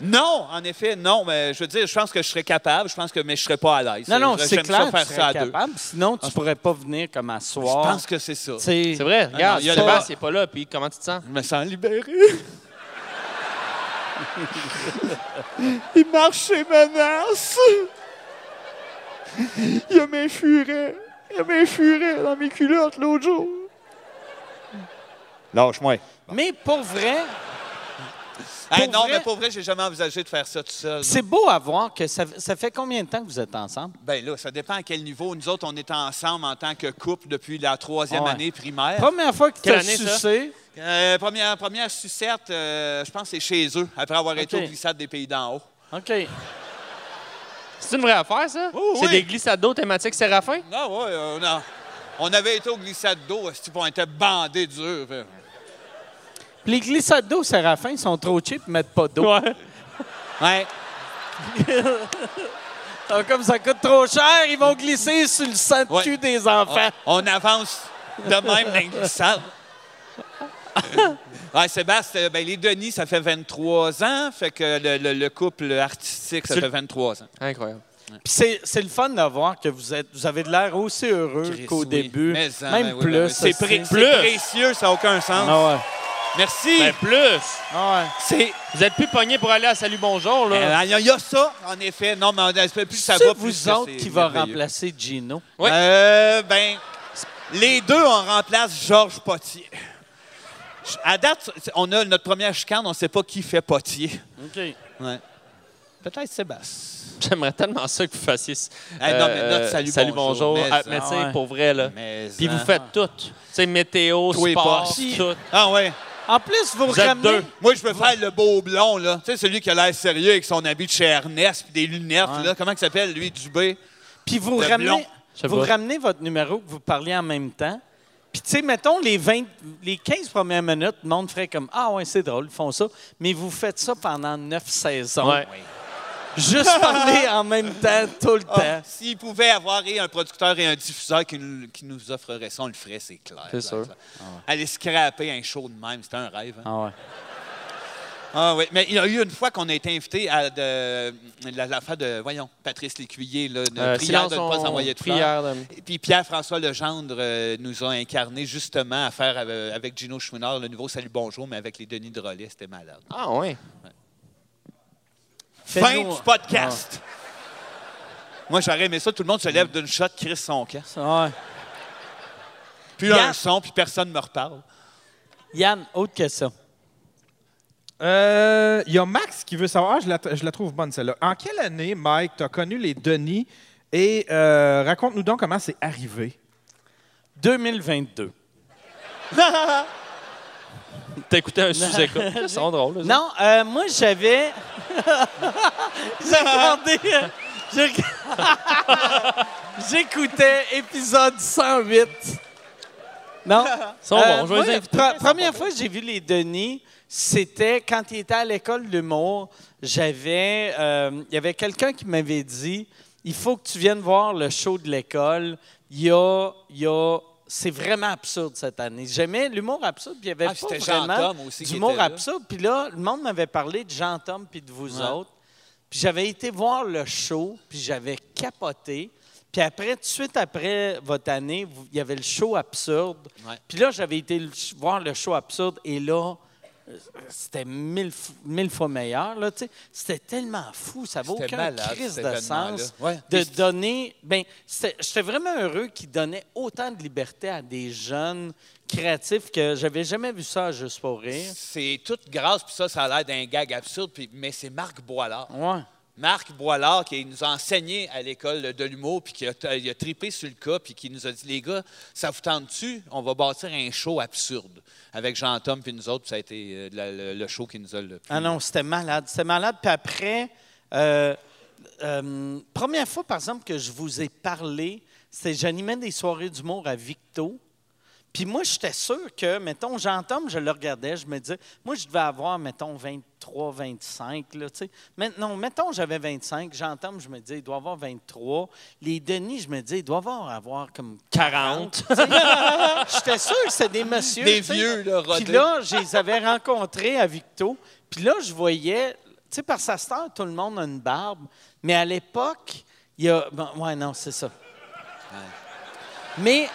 S4: Non, en effet, non. Mais je veux dire, je pense que je serais capable, je pense que, mais je serais pas à l'aise.
S7: Non, non,
S4: Je-
S7: c'est
S4: j'aime
S7: clair.
S4: ça
S7: Tu
S4: faire ça
S7: serais
S4: à deux.
S7: capable. Sinon, tu ne pourrais pas venir comme à
S4: Je
S7: soir.
S4: pense que c'est ça.
S7: Tu sais,
S5: C'est vrai, regarde,
S4: il y a
S5: Sébastien n'est pas là, puis comment tu te sens?
S4: Je me sens libéré. Il marche ses menaces. Il a mes furets. Il a mes furets dans mes culottes l'autre jour. Lâche-moi.
S7: Mais pour vrai, Pour
S4: non,
S7: vrai-
S4: mais pour vrai, j'ai jamais envisagé de faire ça tout seul.
S7: c'est beau à voir que ça, ça fait combien de temps que vous êtes ensemble?
S4: Ben là, ça dépend à quel niveau. Nous autres, on est ensemble en tant que couple depuis la troisième
S7: Ouais.
S4: année primaire.
S7: Première fois que tu
S5: Quelle
S7: as
S5: année, ça?
S7: sucé.
S4: Euh, première, première sucette, euh, je pense que c'est chez eux, après avoir été
S7: Ok.
S4: aux glissades des pays d'en haut.
S7: OK.
S5: C'est une vraie affaire, ça?
S4: oui.
S5: C'est des glissades d'eau thématiques Séraphin?
S4: Non, ouais, euh, on, a- on avait été aux glissades d'eau, esti, puis on était bandés dur. fait.
S7: Puis les glissades d'eau, Séraphin, ils sont trop cheap, ils mettent pas d'eau.
S4: Ouais.
S7: Donc, Ah, comme ça coûte trop cher, ils vont glisser sur le sang de
S4: Ouais.
S7: cul des enfants.
S4: On avance de même dans les glissades. Ouais, Sébastien, ben, les Denis, ça fait 23 ans, fait que le, le- le couple artistique, ça
S5: Tu-
S4: fait 23 ans.
S5: Incroyable.
S7: Puis c'est, c'est le fun de voir que vous, êtes, vous avez de l'air aussi heureux
S4: Chris,
S7: qu'au
S4: oui.
S7: début.
S4: Mais, hein,
S7: Même
S4: ben oui,
S7: plus.
S4: ben oui. C'est
S7: ça,
S4: pré-
S7: c'est-
S4: c'est précieux, ça n'a aucun sens.
S7: Ah ouais.
S4: Merci.
S5: Ben plus!
S7: Ah ouais.
S4: C'est-
S5: Vous êtes plus pogné pour aller à Salut Bonjour,
S4: Il
S5: là.
S4: y, a- Euh, il y a ça, en effet. Non, mais on- plus ça
S7: Euh, C'est
S4: va, plus
S7: vous
S4: que
S7: autres
S4: c'est
S7: qui va
S4: merveilleux.
S7: remplacer Gino.
S5: Oui.
S4: Euh, ben, les deux, on remplace Georges Potier. À date, on a notre première chicane, on ne sait pas qui fait Potier.
S7: OK.
S4: Ouais.
S7: Peut-être Sébastien.
S5: J'aimerais tellement ça que vous fassiez.
S4: Eh, non, mais notre salut, bonjour,
S5: Euh, bonjour.
S4: mais
S5: Ah,
S4: ça.
S5: Mais, tu sais,
S12: Ah ouais.
S5: pour vrai, là.
S4: Mais,
S5: Puis
S4: hein.
S5: vous faites tout. Tu sais, météo,
S4: Tous les
S5: sport,
S4: postes.
S5: tout.
S4: Ah ouais.
S7: En plus, vous,
S5: Vous êtes
S7: ramenez...
S5: deux.
S4: Moi, je veux faire le beau blond, là. Tu sais, celui qui a l'air sérieux avec son habit de chez Ernest puis des lunettes, là. Comment il s'appelle, lui, Dubé?
S7: Puis vous
S4: Le blond.
S7: ramenez,
S5: Je sais
S7: vous
S5: pas.
S7: ramenez votre numéro que vous parliez en même temps. Puis, tu sais, mettons, les, 20, les 15 premières minutes, le monde ferait comme Ah, ouais, c'est drôle, ils font ça. Mais vous faites ça pendant 9 saisons.
S5: Ouais.
S7: Juste parler en même temps, tout le
S4: Ah,
S7: temps.
S4: S'il pouvait avoir et un producteur et un diffuseur qui nous, qui nous offrerait ça, on le ferait, c'est clair.
S5: C'est sûr. Ah
S4: Aller scraper un show de même, c'était un rêve. hein?
S7: Ah, ouais.
S4: Ah oui, mais il y a eu une fois qu'on a été invité à de, la, la fin de, voyons, Patrice Lécuyer, là, de
S5: Euh,
S4: prière de ne
S5: silence,
S4: pas
S5: on-
S4: envoyer de fleurs.
S5: prière de-
S4: Et Puis Pierre-François Legendre euh, nous a incarné justement à faire ave- avec Gino Chouinard le nouveau Salut Bonjour, mais avec les Denis de Relais, c'était malade.
S5: Ah, ouais.
S4: Fin
S7: Fais-nous-
S4: du podcast!
S5: Ah.
S4: Moi, j'aurais aimé ça, tout le monde se lève d'une shot, crisse son camp.
S7: Ouais.
S4: Puis
S7: Yann-
S4: un son, puis personne ne me reparle.
S7: Yann, autre question.
S3: Euh, Il y a Max qui veut savoir, Ah, je la, je la trouve bonne celle-là. En quelle année, Mike, tu as connu les Denis et euh, raconte-nous donc comment c'est arrivé.
S7: 2022.
S5: T'écoutais un sous-écoute. Ils sont drôles, eux autres.
S7: Non, euh, moi, j'avais. J'ai regardé. euh, j'ai regard- J'écoutais épisode 108. Non? euh,
S5: Ils sont bons. Je vais
S7: moi,
S5: les
S7: la
S5: inviter.
S7: pre- première fois que j'ai vu les Denis, c'était quand il était à l'école de l'humour. J'avais. euh, Il y avait quelqu'un qui m'avait dit il faut que tu viennes voir le show de l'école. Il y a. il y a- c'est vraiment absurde cette année. J'aimais l'humour absurde, puis il y avait
S4: Ah,
S7: pas
S4: c'était Jean
S7: vraiment
S4: Tom aussi qui
S7: d'humour
S4: était là.
S7: absurde. Puis là, le monde m'avait parlé de Jean-Tom puis de vous
S4: Ouais.
S7: autres. Puis j'avais été voir le show, puis j'avais capoté. Puis après, tout de suite après votre année, vous- il y avait le show absurde.
S4: Ouais.
S7: Puis là, j'avais été le- voir le show absurde, et là, euh, c'était mille, f- mille fois meilleur. là, tu sais. C'était tellement fou, ça n'avait
S4: C'était
S7: aucun
S4: malade,
S7: crise
S4: cet
S7: de
S4: événement-là.
S7: sens
S4: Ouais.
S7: de
S4: Puis
S7: donner. Ben, c'était- j'étais vraiment heureux qu'ils donnaient autant de liberté à des jeunes créatifs que j'avais jamais vu ça à juste pour rire.
S4: C'est toute grâce, puis ça, ça a l'air d'un gag absurde, puis- mais c'est Marc Boilard.
S7: Ouais.
S4: Marc Boilard, qui nous a enseigné à l'école de l'humour, puis qui a, il a tripé sur le cas, puis qui nous a dit Les gars, ça vous tente-tu On va bâtir un show absurde. Avec Jean-Tom, puis nous autres, puis ça a été euh, la- le, le show qui nous a le plus.
S7: Ah non, c'était malade. C'était malade. Puis après, euh, euh, première fois, par exemple, que je vous ai parlé, c'est j'animais des soirées d'humour à Victo. Puis moi, j'étais sûr que, mettons, Jean-Tom, je le regardais, je me disais, moi, je devais avoir, mettons, 23, 25, là, tu sais. Mais Non, mettons, j'avais 25. Jean-Tom, je me disais, il doit avoir 23. Les Denis, je me disais, il doit avoir, avoir comme 40. tu sais. j'étais sûr que c'était des messieurs.
S4: Des
S7: tu sais.
S4: vieux, là, rodés.
S7: Puis là, je les avais rencontrés à Victo. Puis là, je voyais, tu sais, par sa star, tout le monde a une barbe. Mais à l'époque, il y a. bon, ouais, non, c'est ça. Mais.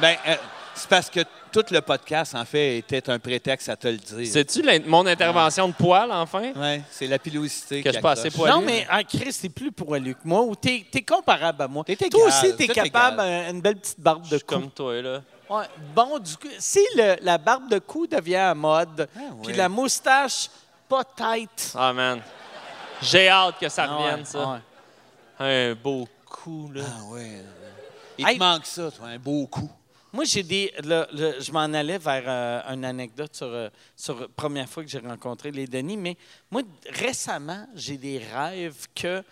S4: Ben, euh, c'est parce que tout le podcast, en fait, était un prétexte à te le dire. C'est,
S5: C'est-tu l'in- mon intervention de poil, enfin?
S4: ouais, c'est la pilosité.
S5: Que je
S4: qui
S5: suis pas assez
S4: accroche.
S5: poilu.
S7: non, mais ah, Chris, t'es plus poilu que moi ou t'es t'es comparable à moi.
S4: T'es
S7: Toi
S4: égal,
S7: aussi, t'es
S4: tout est
S7: capable
S4: égal.
S7: euh, une belle petite barbe
S5: Je
S7: de
S5: suis
S7: cou.
S5: comme toi, là.
S7: Ouais, bon, du coup, si le- la barbe de cou devient à mode, puis
S4: Ah, ouais.
S7: la moustache pas tête.
S5: Ah, man. J'ai hâte que ça
S7: Ah ouais,
S5: revienne, ça.
S7: ouais.
S5: Un beau coup, là.
S4: Ah ouais. Il
S7: Hey.
S4: te manque ça, toi, un beau coup.
S7: Moi, j'ai des. le- le- je m'en allais vers euh, une anecdote sur euh, sur la première fois que j'ai rencontré les Denis, mais moi, récemment, j'ai des rêves que.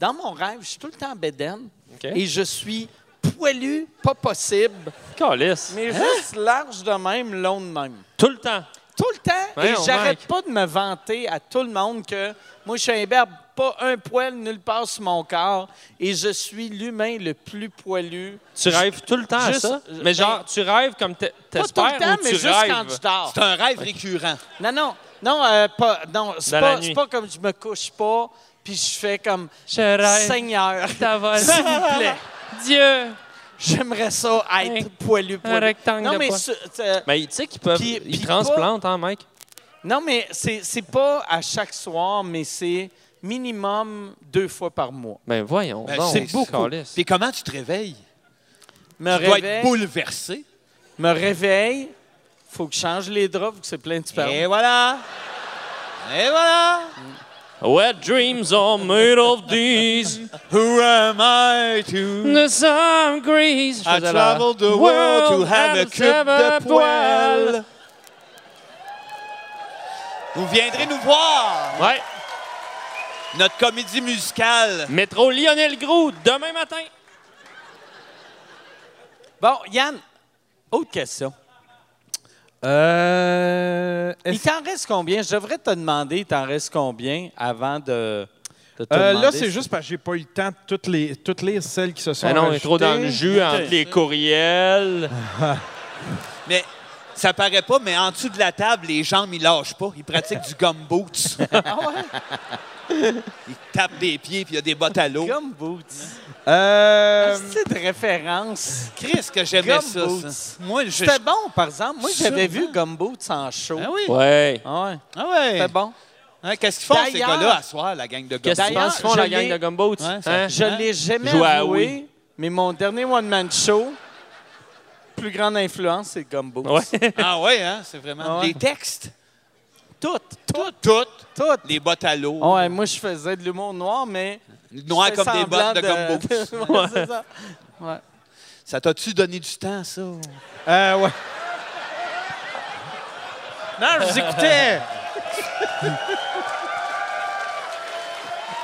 S7: Dans mon rêve, je suis tout le temps en bédaine
S5: OK.
S7: et je suis poilu, pas possible,
S5: Calisse.
S7: mais juste large de même, long de même.
S5: Tout le temps.
S7: Tout le temps, et
S5: Voyons,
S7: j'arrête
S5: Mike.
S7: pas de me vanter à tout le monde que moi, je suis un berbe, pas un poil nulle part sur mon corps, et je suis l'humain le plus poilu.
S5: Tu rêves tout le temps
S7: Juste-
S5: à ça? euh, Mais genre, tu rêves comme t'es-
S7: Pas tout
S5: t'espères
S7: le temps,
S5: ou
S7: mais
S5: tu
S7: juste quand
S5: rêves?
S7: je dors.
S4: C'est un rêve récurrent.
S7: Non, non, non, euh, pas, non, c'est
S5: Dans
S7: pas,
S5: la nuit.
S7: c'est pas comme je me couche pas, puis je fais comme
S5: Je rêve.
S7: Seigneur,
S5: Ta voix.
S7: s'il vous plaît,
S5: Dieu.
S7: j'aimerais ça être poilu, poilu.
S5: rectangle
S7: non,
S5: de
S7: mais
S5: poids.
S7: ce- euh,
S5: Mais tu sais qu'ils peuvent.
S7: Puis-
S5: ils
S7: puis
S5: transplantent, hein, Mike?
S7: non, mais c'est c'est pas à chaque soir, mais c'est minimum deux fois par mois.
S5: Ben voyons.
S4: Ben,
S5: donc,
S4: c'est beaucoup.
S5: calisse.
S4: Puis comment tu te réveilles?
S7: Me
S4: Tu dois être
S7: réveille,
S4: bouleversé.
S7: me réveille, faut que je change les draps, vu que c'est plein de sperme.
S4: Et voilà! Et voilà!
S5: Wet dreams are made of these.
S13: Who am I to?
S5: The sun grease. Je
S13: I
S5: faisais la-
S13: traveled the world to have a
S5: and
S13: cup
S5: seven
S13: de poêle.
S4: Vous viendrez nous voir!
S5: Ouais.
S4: Notre comédie musicale.
S5: Métro Lionel Groux, demain matin.
S7: Bon, Yann, autre question.
S13: Euh,
S7: Il t'en reste combien? Je devrais te demander, il t'en reste combien avant de, de te
S3: Euh,
S7: demander
S3: là, c'est
S7: si-
S3: juste parce que j'ai pas eu le temps de toutes les, toutes lire celles qui se
S7: Eh
S3: sont
S5: Ah non, on est
S3: rajoutées.
S5: trop dans le jus entre les courriels.
S4: Mais ça paraît pas, mais en dessous de la table, les jambes, ils lâchent pas. Ils pratiquent du gumboots. Ils tapent des pieds, puis il y a des bottes à l'eau.
S7: Gum Boots.
S3: Euh,
S7: C'est de référence.
S4: Chris, que j'aimais ça,
S7: Gumboots.
S4: ça. Moi, je...
S7: C'était ben bon, par exemple. Moi, j'avais vu Gum Boots en show.
S4: Ah oui?
S5: Ouais.
S7: Ah ouais,
S4: Ah ouais.
S7: c'était bon.
S4: Hein, Qu'est-ce qu'ils font, ces
S7: D'ailleurs-
S4: gars-là, à soir, la gang de gars?
S5: Qu'est-ce que tu
S7: D'ailleurs,
S5: penses qu'ils font,
S7: je
S5: la
S7: l'ai-
S5: gang de Gumboots?
S4: Ouais, ça-
S5: Hein?
S7: Je
S4: Hein?
S7: l'ai jamais
S5: Jouer à
S7: avoué,
S5: oui.
S7: mais mon dernier one-man show, plus grande influence, c'est Gum Boots.
S5: Ouais.
S4: Ah ouais, hein? C'est vraiment...
S7: Ah ouais.
S4: Les textes.
S7: Toutes,
S4: Toutes. Toutes.
S7: toutes.
S4: Les bottes à l'eau.
S7: Ouais, moi, je faisais de l'humour noir, mais...
S4: Noir
S7: je fais
S4: comme des
S7: semblant
S4: bottes de, gumboots.
S7: Ouais, c'est ça.
S4: Ça t'a-tu donné du temps, ça?
S3: euh, ouais. Non, je vous écoutais.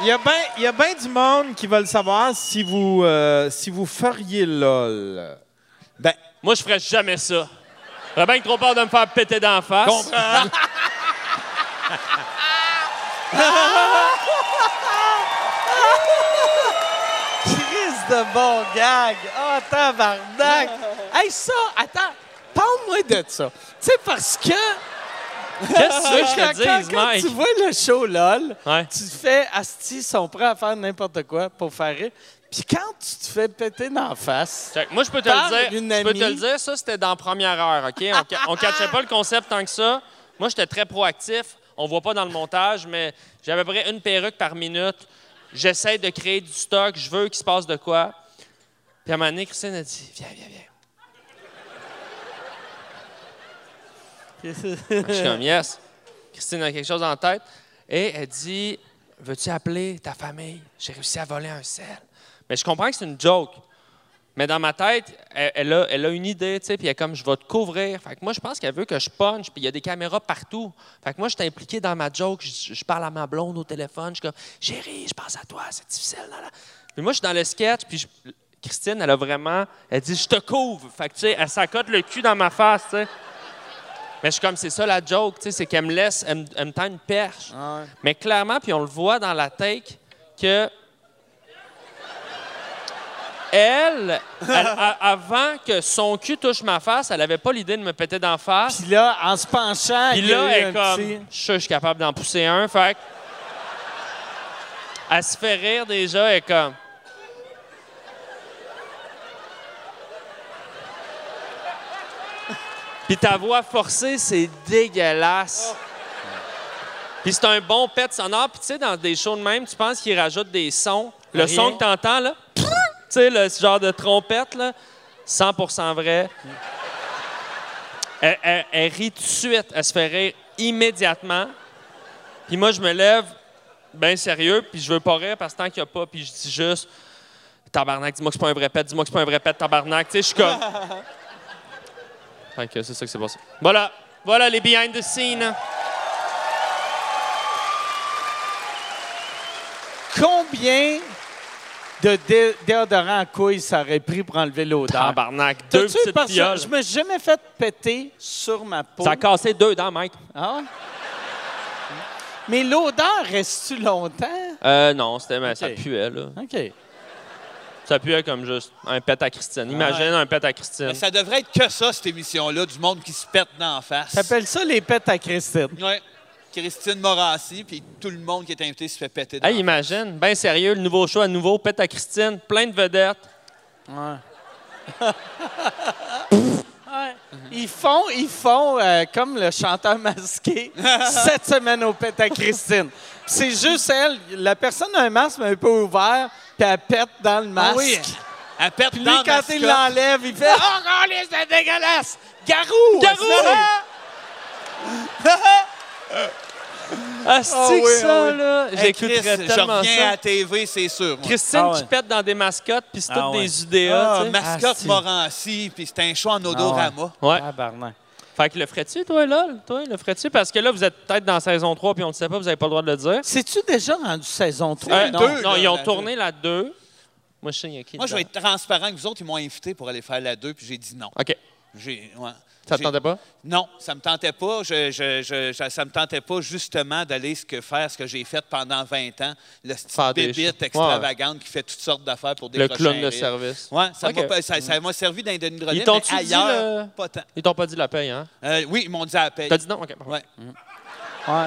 S3: Il y a bien ben du monde qui veulent savoir si vous, euh, si vous feriez LOL.
S4: Ben,
S5: Moi, je ferais jamais ça. J'aurais bien trop peur de me faire péter d'en face.
S7: Crise de bon gag. Ah, tabarnak. Hey, ça, attends. Parle-moi de ça. Tu sais, parce que...
S5: Qu'est-ce que tu veux que
S7: quand,
S5: je te
S7: quand-
S5: dise,
S7: quand
S5: Mike?
S7: tu vois le show LOL,
S5: Ouais.
S7: tu te fais Asti, ils sont prêts à faire n'importe quoi pour faire rire. Puis quand tu te fais péter dans la face,
S5: Check. Moi, je peux te
S7: Parle
S5: le dire.
S7: d'une
S5: Je peux te le
S7: amie.
S5: dire, ça, c'était dans première heure, OK? On, ca- on catchait pas le concept tant que ça. Moi, j'étais très proactif. On voit pas dans le montage, mais j'ai à peu près une perruque par minute. J'essaie de créer du stock. Je veux qu'il se passe de quoi. Puis à un moment donné, Christine a dit Viens, viens, viens. Je suis comme Yes. Christine a quelque chose en tête. Et elle dit Veux-tu appeler ta famille J'ai réussi à voler un sel. Mais je comprends que c'est une joke. Mais dans ma tête, elle, elle a, elle a une idée, tu sais, puis elle est comme, je vais te couvrir. Fait que moi, je pense qu'elle veut que je punch, puis il y a des caméras partout. Fait que moi, je suis impliqué dans ma joke, je, je parle à ma blonde au téléphone, je suis comme, chérie, je pense à toi, c'est difficile. là, là. Puis moi, je suis dans le sketch, puis je- Christine, elle a vraiment, elle dit, je te couvre. Fait que, tu sais, elle s'accote le cul dans ma face, tu sais. Mais je suis comme, c'est ça la joke, tu sais, c'est qu'elle me laisse, elle me, elle me tend une perche. Mais clairement, puis on le voit dans la take, que elle, elle- a- avant que son cul touche ma face, elle avait pas l'idée de me péter d'en face.
S7: puis là, en se penchant,
S5: Puis
S7: il y a
S5: là,
S7: eu
S5: elle
S7: un
S5: est comme,
S7: petit-
S5: je suis sûr que je suis capable d'en pousser un, fait que- Elle se fait rire déjà, elle est comme. Puis ta voix forcée, c'est dégueulasse. Puis c'est un bon pet sonore. Puis tu sais, dans des shows de même, tu penses qu'ils rajoutent des sons. Le son que t'entends, là, tu sais, le ce genre de trompette, là, 100 vrai. Elle, elle- elle rit tout de suite. Elle se fait rire immédiatement. Puis moi, je me lève bien sérieux, puis je veux pas rire parce que tant qu'il y a pas, puis je dis juste « Tabarnak, dis-moi que c'est pas un vrai pet, dis-moi que c'est pas un vrai pet, tabarnak. » Tu sais, je suis comme... Fait que c'est ça que c'est passé. Voilà. Voilà les behind the scenes.
S7: combien de dé- déodorant à couilles ça aurait pris pour enlever l'odeur?
S5: Tabarnak. Deux
S7: T'as-tu
S5: petites
S7: parce que
S5: fioles.
S7: Je me suis jamais fait péter sur ma peau.
S5: Ça a cassé deux dents, Mike.
S7: Ah ouais? Mm. Mais l'odeur reste-tu longtemps?
S5: Euh, non, c'était... mais Ça
S7: Ok.
S5: puait, là.
S7: OK.
S5: Ça puait comme juste un pet à
S7: Ah.
S5: Christine. Imagine un pet à Christine.
S4: Ben, Ça devrait être que ça, cette émission-là, du monde qui se pète dans la face.
S7: T'appelles ça les pètes à Christine.
S4: Ouais. Christine Morassi, puis tout le monde qui est invité se fait péter. dans
S5: Hey, imagine. Ben sérieux, le nouveau show à nouveau, pet à Christine, plein de vedettes.
S7: Ils font, ils font euh, comme le chanteur masqué cette semaine au pète à Christine. C'est juste elle. La personne a un masque mais un peu ouvert, puis elle pète dans le
S4: Ah
S7: masque.
S4: oui. Elle pète
S7: Puis lui,
S4: dans
S7: quand
S4: le
S7: il
S4: mascotte.
S7: l'enlève, il fait Oh, câlisse, c'est dégueulasse! Garou! Garou!
S5: Asti
S4: Ah oui,
S5: que ça,
S4: ah oui.
S5: là!
S4: Hey, Chris,
S5: J'écouterais
S4: je
S5: tellement
S4: reviens à
S5: ça.
S4: la TV, c'est sûr. moi.
S5: Christine
S7: Ah ouais.
S5: qui pète dans des mascottes, puis c'est
S7: Ah
S5: toutes
S7: ouais.
S5: des UDA,
S4: Ah,
S5: tu sais.
S4: mascotte
S5: Asti.
S4: Morancy, puis c'est un choix en odorama.
S5: Ouais.
S7: Tabarnak.
S5: Fait que le ferais-tu, toi, LOL? Toi, le ferais-tu? Parce que là, vous êtes peut-être dans saison 3, puis on ne le sait pas, vous n'avez pas le droit de le dire.
S7: C'est-tu déjà rendu saison 3?
S5: Euh,
S4: deux,
S5: non,
S4: là,
S5: non, ils ont
S4: la
S5: tourné la 2. Moi, je sais, il y a qui
S4: Moi, je vais
S5: dedans?
S4: être transparent avec vous autres. Ils m'ont invité pour aller faire la 2, puis j'ai dit non.
S5: OK.
S4: J'ai, ouais.
S5: Ça
S4: J'ai-
S5: te tentait pas?
S4: Non, ça me tentait pas. Je, je, je- je- ça me tentait pas justement d'aller ce que faire ce que j'ai fait pendant 20 ans, le
S5: Faire
S4: style
S5: des
S4: bébite
S5: choses.
S4: extravagante qui fait toutes sortes d'affaires pour des
S5: Le clown de service.
S4: Ouais, ça
S5: Ok.
S4: m'a pas- ça- ça m'a servi d'indemnité.
S5: Ils
S4: mais
S5: t'ont-tu dit,
S4: ailleurs,
S5: euh,
S4: pas tant.
S5: Ils t'ont pas dit la paye, hein?
S4: Euh, oui, ils m'ont dit à la paye.
S5: T'as dit non? OK. parfait.
S4: Ouais.
S7: Ouais.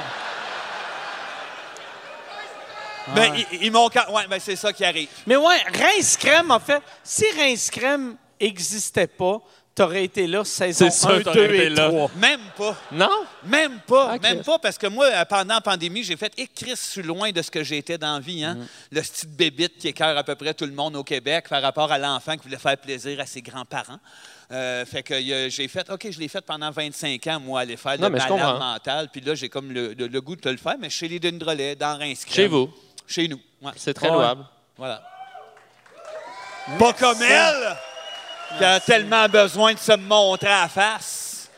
S4: Ben, ils, ils m'ont quand- ouais, ben, c'est ça qui arrive.
S7: Mais ouais, Rince Crème, en fait, si Rince Crème n'existait pas, t'aurais été là saison
S5: C'est sûr,
S7: 1,
S5: t'aurais
S7: 2
S5: été
S7: et
S5: là.
S7: 3.
S4: Même pas.
S5: Non?
S4: Même pas,
S5: Ah, Chris.
S4: même pas, parce que moi, euh, pendant la pandémie, j'ai fait écrire suis loin de ce que j'étais dans la vie.
S5: Mm.
S4: Hein? Le style bébite qui écœure à peu près tout le monde au Québec par rapport à l'enfant qui voulait faire plaisir à ses grands-parents. Euh, fait que euh, j'ai fait, OK, je l'ai fait pendant 25 ans, moi, aller faire
S5: Non,
S4: le
S5: mais je
S4: malade
S5: comprends.
S4: mental. Puis là, j'ai comme le, le- le goût de te le faire, mais chez les Dundrelet, dans Reims.
S5: Chez vous.
S4: Chez nous. ouais.
S5: C'est très
S7: Ouais.
S5: louable.
S4: Voilà. Pas comme elle, qui a tellement besoin de se montrer à la face.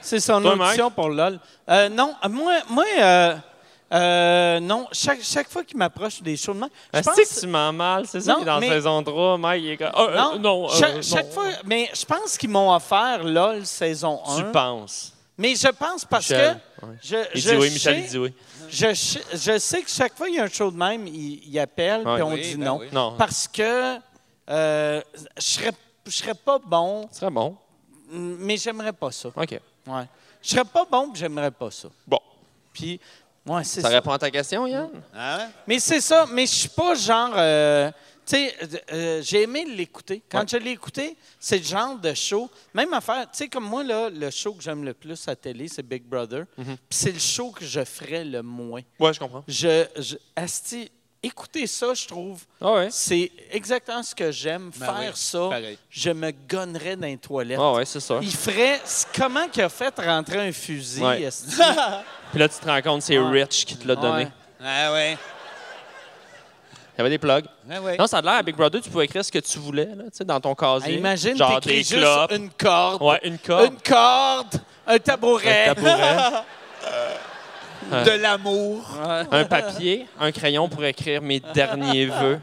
S7: C'est son
S5: Toi,
S7: audition pour LOL. Euh, non, moi, moi euh, euh, non, chaque, chaque fois qu'il m'approche des shows de même, je
S5: Asti
S7: pense...
S5: que Ah, tu m'en mal, c'est ça?
S7: Non,
S5: qui est dans
S7: mais-
S5: saison 3, Mike, il est comme. Ah, euh,
S7: Non,
S5: non, euh,
S7: cha-
S5: non.
S7: chaque fois, mais je pense qu'ils m'ont offert LOL saison 1.
S5: Tu penses.
S7: Mais je pense parce
S5: Michel,
S7: que
S5: ouais.
S7: je,
S5: Il
S7: je
S5: dit oui,
S7: sais-
S5: Michel, il dit oui.
S7: Je, sais- je sais que chaque fois qu'il y a un show de même, il, il appelle,
S5: Ouais.
S7: puis on
S4: Oui,
S7: dit
S4: ben
S7: non.
S4: oui.
S5: Non.
S7: Parce que euh, je serais je serais pas bon,
S5: Ce serait bon.
S7: mais j'aimerais pas ça.
S5: OK.
S7: Ouais. Je serais pas bon, puis j'aimerais pas ça.
S5: Bon.
S7: Puis, ouais, c'est
S5: Ça
S7: ça.
S5: répond à ta question, Yann?
S4: Hein?
S7: Mais c'est ça, mais je suis pas genre. euh, tu sais, euh, euh, j'ai aimé l'écouter. Quand je l'ai écouté, c'est le genre de show. Même affaire, tu sais, comme moi, là, le show que j'aime le plus à télé, c'est Big Brother.
S5: Mhm.
S7: Puis c'est le show que je ferais le moins.
S5: Ouais, je comprends.
S7: Je, je- asti, écouter ça, je trouve,
S5: Ah ouais. Ben
S7: c'est exactement ce que j'aime. Faire
S4: oui,
S7: ça,
S4: pareil.
S7: je me gonnerais dans les toilettes.
S5: Ah ouais, c'est ça.
S7: Il ferait. c- Comment qu'il a fait rentrer un fusil,
S5: Ouais.
S7: asti?
S5: Puis là, tu te rends compte, c'est Rich qui te l'a donné.
S7: Ouais.
S4: Ah ouais.
S5: Il y avait des plugs.
S4: Ah ouais.
S5: Non, ça a l'air à Big Brother, tu pouvais écrire ce que tu voulais là, tu sais, dans ton
S7: Ah,
S5: casier.
S7: imagine,
S5: Genre
S7: t'écris
S5: des
S7: juste
S5: clopes.
S7: une corde.
S5: Ouais, une corde.
S7: Une corde, un tabouret.
S5: Un tabouret.
S4: de l'amour.
S5: un papier, un crayon pour écrire mes derniers vœux.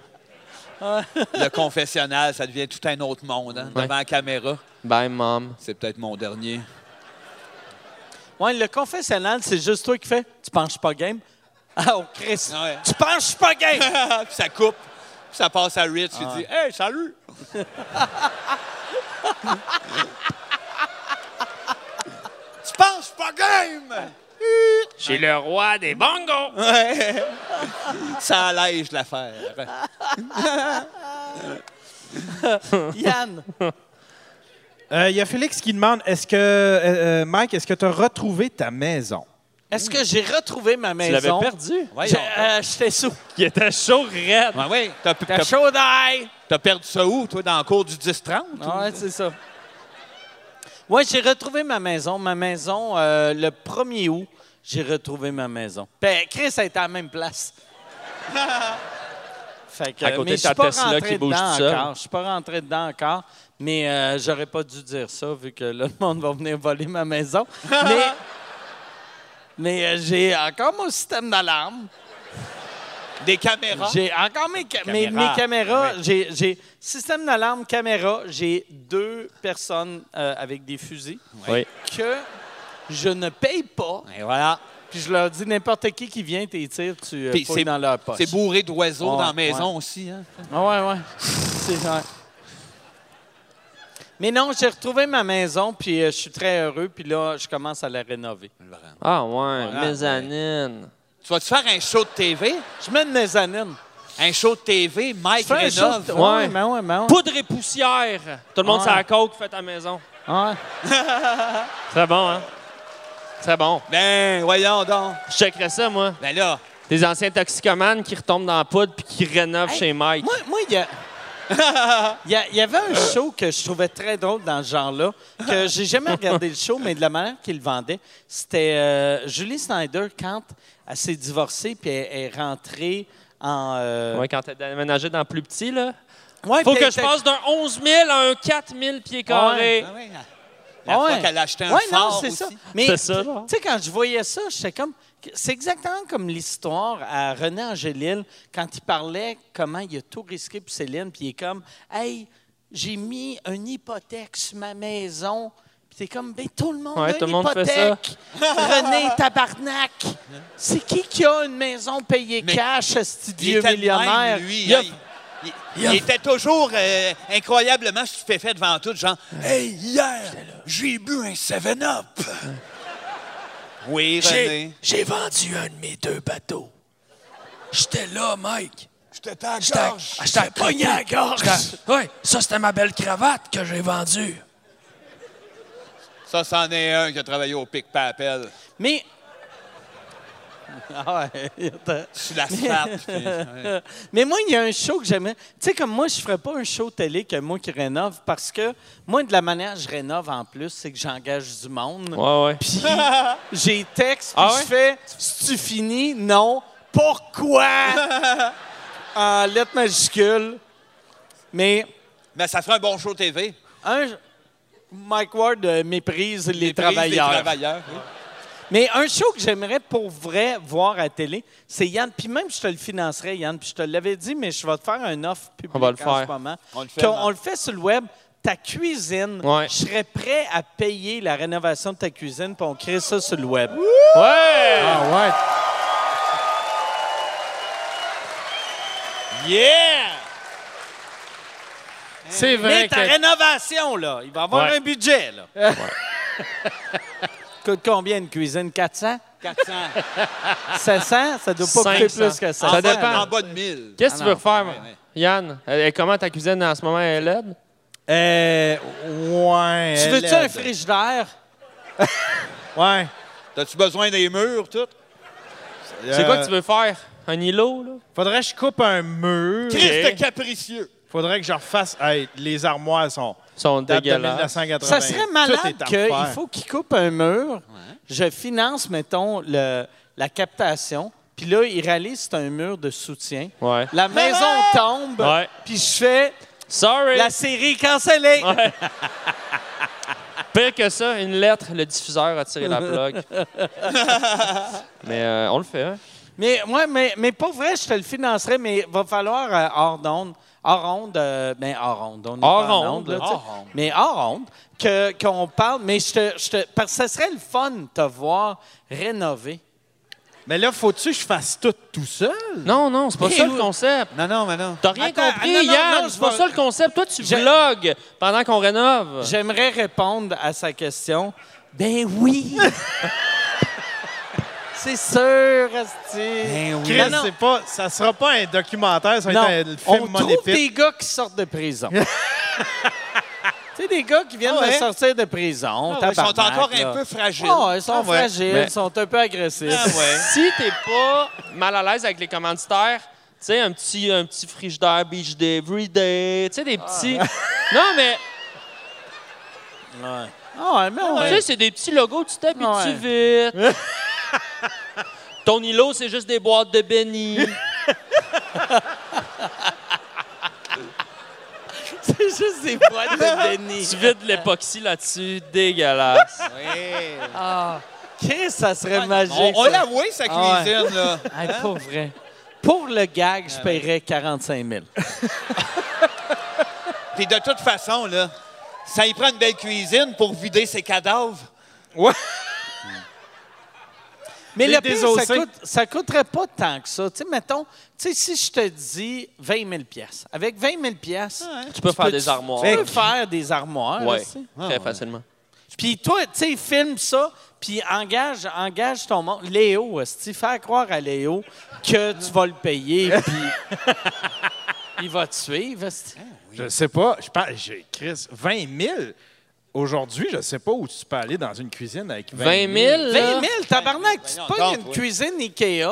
S4: Le confessionnal, ça devient tout un autre monde. hein,
S5: Ouais.
S4: Devant la caméra,
S5: Bye, Ben, mom.
S4: c'est peut-être mon dernier.
S7: Ouais, le confessionnal, c'est juste toi qui fais Tu penses que je suis pas game? Ah, oh, Chris!
S4: Ouais.
S7: Tu penses que je suis pas game?
S4: puis ça coupe. Puis ça passe à Rich. puis il dit Hey, salut. tu penses que je suis pas game
S5: Je suis le roi des bongos.
S4: Ça allège l'affaire.
S7: Yann!
S3: Euh, Il y a Félix qui demande est-ce que, euh, euh, Mike, est-ce que tu as retrouvé ta maison?
S7: Est-ce que j'ai retrouvé ma
S5: Tu l'avais
S7: maison?
S5: perdu.
S7: J'ai- euh, J'étais sous.
S5: Il était chaud, raide.
S4: Ouais, ouais. T'as, t'as-
S7: T'as chaud d'ail!
S4: t'as perdu ça où, toi, dans le cours du 10-30?
S7: Ouais, c'est ça. Ouais, j'ai retrouvé ma maison. Ma maison, euh, le 1er août, j'ai retrouvé ma maison. Ben, Chris a été à la même place. fait que,
S5: À côté
S7: mais
S5: de
S7: je
S5: ta
S7: suis pas
S5: Tesla
S7: rentré
S5: qui bouge
S7: dedans
S5: toute seule.
S7: encore. Je suis pas rentré dedans encore, mais euh, j'aurais pas dû dire ça vu que là, le monde va venir voler ma maison. mais mais euh, j'ai encore mon système d'alarme.
S4: Des caméras.
S7: J'ai encore mes, ca- mes-
S4: Caméra.
S7: mes caméras. J'ai- J'ai système d'alarme, caméra. J'ai deux personnes euh, avec des fusils
S5: Oui.
S7: que je ne paye pas.
S4: Et voilà.
S7: Puis je leur dis n'importe qui qui vient, t'es tires, tu euh,
S4: Puis
S7: fouilles
S4: c'est-
S7: dans leur poche.
S4: C'est bourré d'oiseaux
S7: Ouais,
S4: dans la maison aussi. Hein?
S7: Ah ouais, ouais. C'est vrai. Mais non, j'ai retrouvé ma maison, puis euh, je suis très heureux, puis là, je commence à la rénover.
S5: Ah ouais,
S4: Voilà,
S5: mezzanine.
S4: Tu vas-tu faire un show de TV?
S7: Je mets une mezzanine.
S4: Un show de TV, Mike
S7: Je fais un show.
S4: rénove.
S7: de-
S5: Ouais.
S7: Ouais, mais ouais, mais ouais.
S5: Poudre et poussière. Tout le monde
S7: Ouais.
S5: sait la coke, fait ta maison.
S7: Ouais.
S5: Très bon, hein? Très bon.
S4: Ben, voyons donc.
S5: Je checkerais ça, moi.
S4: Ben là,
S5: Des anciens toxicomanes qui retombent dans la poudre puis qui rénovent chez Mike.
S7: Moi, moi, il y a. Il y, a- il y avait un show que je trouvais très drôle dans ce genre-là, que j'ai jamais regardé le show, mais de la manière qu'il le vendait, c'était euh, Julie Snyder quand elle s'est divorcée puis elle elle est rentrée en. euh,
S5: Ouais, quand t'as déménagé dans plus petit, là.
S7: ouais,
S5: Faut
S7: puis
S5: que
S7: elle
S5: je
S7: était-
S5: passe d'un 11 000 à un 4 000 pieds carrés.
S4: Ah ouais, la- La fois
S7: Ouais.
S4: qu'elle a acheté un
S7: Ouais,
S4: phare
S7: non, c'est
S4: aussi.
S7: ça. Mais
S5: C'est
S7: tu
S5: ça, là.
S7: sais, quand je voyais ça, j'étais comme. C'est exactement comme l'histoire à René Angélil quand il parlait comment il a tout risqué pour Céline, puis il est comme Hey, j'ai mis une hypothèque sur ma maison. Puis t'es comme, ben tout le monde
S5: Ouais,
S7: a
S5: tout le
S7: une
S5: monde fait ça.
S7: hypothèque. René Tabarnak. C'est qui qui a une maison payée
S4: Mais
S7: cash, ce
S4: Il
S7: vieux
S4: était de même,
S7: millionnaire?
S4: lui,
S7: Il a-
S4: hein, il- il- il était toujours euh, incroyablement stupéfait devant tout, genre « Hey, hier, j'ai bu un 7-Up! » Oui, René.
S14: Hein. J'ai vendu un de mes deux bateaux. J'étais là, Mike.
S4: J'étais à
S14: J'étais à- J'étais à pogné à la gorge. J'étais à- Ouais, ça, c'était ma belle cravate que j'ai vendue.
S4: Ça, c'en est un qui a travaillé au pic-papel.
S7: Mais. Ah ouais, il était-
S4: Sur la smarte. puis- ouais.
S7: Mais moi, il y a un show que j'aimais. Tu sais, comme moi, je ferais pas un show télé que moi qui rénove parce que moi, de la manière que je rénove en plus, c'est que j'engage du monde.
S5: Ouais, ouais.
S7: Puis j'ai texte, puis
S5: Ah ouais?
S7: je fais Si tu finis, non. Pourquoi En lettres majuscules. Mais
S4: Mais ça ferait un bon show TV.
S7: un. Mike Ward euh, méprise les,
S4: Les prises des
S7: travailleurs.
S4: travailleurs, oui.
S7: Mais un show que j'aimerais pour vrai voir à la télé, c'est Yann. Puis même, je te le financerais, Yann. Puis je te l'avais dit, mais je vais te faire un offre publique
S5: On va le
S7: en
S5: faire.
S7: ce moment.
S4: On le fait,
S7: Qu'on-
S4: Marc.
S7: on le fait sur le web. Ta cuisine,
S5: Ouais.
S7: je serais prêt à payer la rénovation de ta cuisine, puis on crée ça sur le web.
S5: Ouais!
S3: Ah ouais.
S7: Yeah!
S3: C'est vrai
S7: Mais ta
S3: que...
S7: rénovation, là, il va y avoir
S5: Ouais.
S7: un budget, là. Coûte combien une cuisine? 400?
S4: 400.
S7: 700? Ça doit pas coûter
S5: 500.
S7: plus que ça.
S5: Ça
S4: En bas-
S5: dépend.
S4: En bas de 1000.
S5: Qu'est-ce
S3: Ah,
S5: que tu veux refaire,
S4: ouais.
S5: Yann? Euh, et comment ta cuisine en ce moment est laide?
S3: Euh, ouais.
S7: Tu veux-tu
S3: elle-
S7: un frigidaire?
S3: Ouais.
S4: T'as-tu besoin des murs, tout?
S3: Euh,
S5: C'est quoi que tu veux faire? Un îlot, là?
S3: Faudrait que je coupe un mur.
S4: Christ de capricieux.
S3: Faudrait que je refasse. Hey, les armoires sont.
S5: Ils sont
S3: datent de
S5: dégueulasses.
S3: 1980.
S7: Ça serait
S3: Ah ben, Tout
S7: malade
S3: est à
S7: qu'il
S3: refaire.
S7: faut qu'il coupe un mur. Je finance, mettons, le- la captation. Puis là, il réalise que c'est un mur de soutien.
S5: Ouais.
S7: La maison tombe.
S5: Ouais.
S7: Puis je fais
S5: Sorry!
S7: la série cancellée.
S5: Ouais. Pire que ça, une lettre, le diffuseur a tiré la plug. Mais euh, on le fait, hein?
S7: Mais, ouais, mais, mais pas vrai, je te le financerais, mais va falloir euh, hors d'onde. Hors onde, euh, ben, hors onde. On est
S5: Hors
S7: pas en
S5: onde,
S7: là, tu sais.
S5: hors onde.
S7: Mais hors onde, que- qu'on parle. Mais je te, je te- Parce que ça serait le fun de te voir rénover.
S3: Mais là, faut-tu que je fasse tout tout seul?
S5: Non, non, c'est pas
S7: Mais
S5: ça le
S7: oui.
S5: concept.
S4: Non, non, mais non.
S5: T'as rien
S7: Attends,
S5: compris,
S7: non, non,
S5: Yann.
S7: non, je
S5: c'est pas
S7: vais-
S5: ça le concept. Toi, tu
S7: Je-
S5: vlogues pendant qu'on rénove.
S7: J'aimerais répondre à sa question. Ben oui! c'est sûr, Asti. Ben
S3: Chris, c'est pas, ça sera pas un documentaire, ça va
S7: Non,
S3: être un film
S7: on
S3: Mon
S7: trouve
S3: Épée.
S7: des gars qui sortent de prison. tu sais, des gars qui viennent
S3: Ah ouais?
S7: de sortir de prison.
S4: Ah Ils sont
S7: tabarnak,
S4: encore
S7: là.
S4: un peu fragiles.
S7: Ah, ils sont
S4: Ah ouais.
S7: fragiles,
S5: Mais-
S7: ils sont un peu agressifs.
S4: Ah ouais.
S5: Si t'es pas mal à l'aise avec les commanditaires, tu sais, un petit, un petit frigidaire beach day, every day, tu sais, des petits... Non, mais,
S7: Ah ouais, mais on-
S5: tu sais, c'est des petits logos, tu tapes et tu vite. Ton îlot, c'est juste des boîtes de béni.
S7: c'est juste des boîtes de
S5: tu
S7: Denis.
S5: vides l'époxy là-dessus, dégueulasse.
S7: Qu'est-ce que ça serait magique?
S4: On, on
S7: ça.
S4: l'a avoué, sa
S7: Ah ouais.
S4: cuisine, là.
S7: Hey, pour vrai. Pour le gag, je paierais 45 000.
S4: Puis de toute façon, là, ça y prend une belle cuisine pour vider ses cadavres.
S7: Mais
S3: Les
S7: le pire, ça,
S3: désossés.
S7: coûte, ça coûterait pas tant que ça. Tu sais, mettons, tu sais, si je te dis 20 000 avec 20 000
S5: Tu peux faire des armoires.
S7: Tu peux faire des armoires.
S5: Ouais,
S7: là, tu sais.
S5: très facilement.
S7: Puis toi, tu sais, filme ça, puis engage, engage ton monde. Léo, tu faire croire à Léo que tu vas le payer, puis il va te suivre. esti.
S3: Je sais pas, je pense, j'ai, Chris, 20 000. Aujourd'hui, je sais pas où tu peux aller dans une cuisine avec 20 000.
S5: 20 000,
S7: 20
S5: là?
S7: 000, tabarnak, tu te
S4: Voyons
S7: pognes
S4: donc,
S7: une
S4: oui.
S7: cuisine Ikea.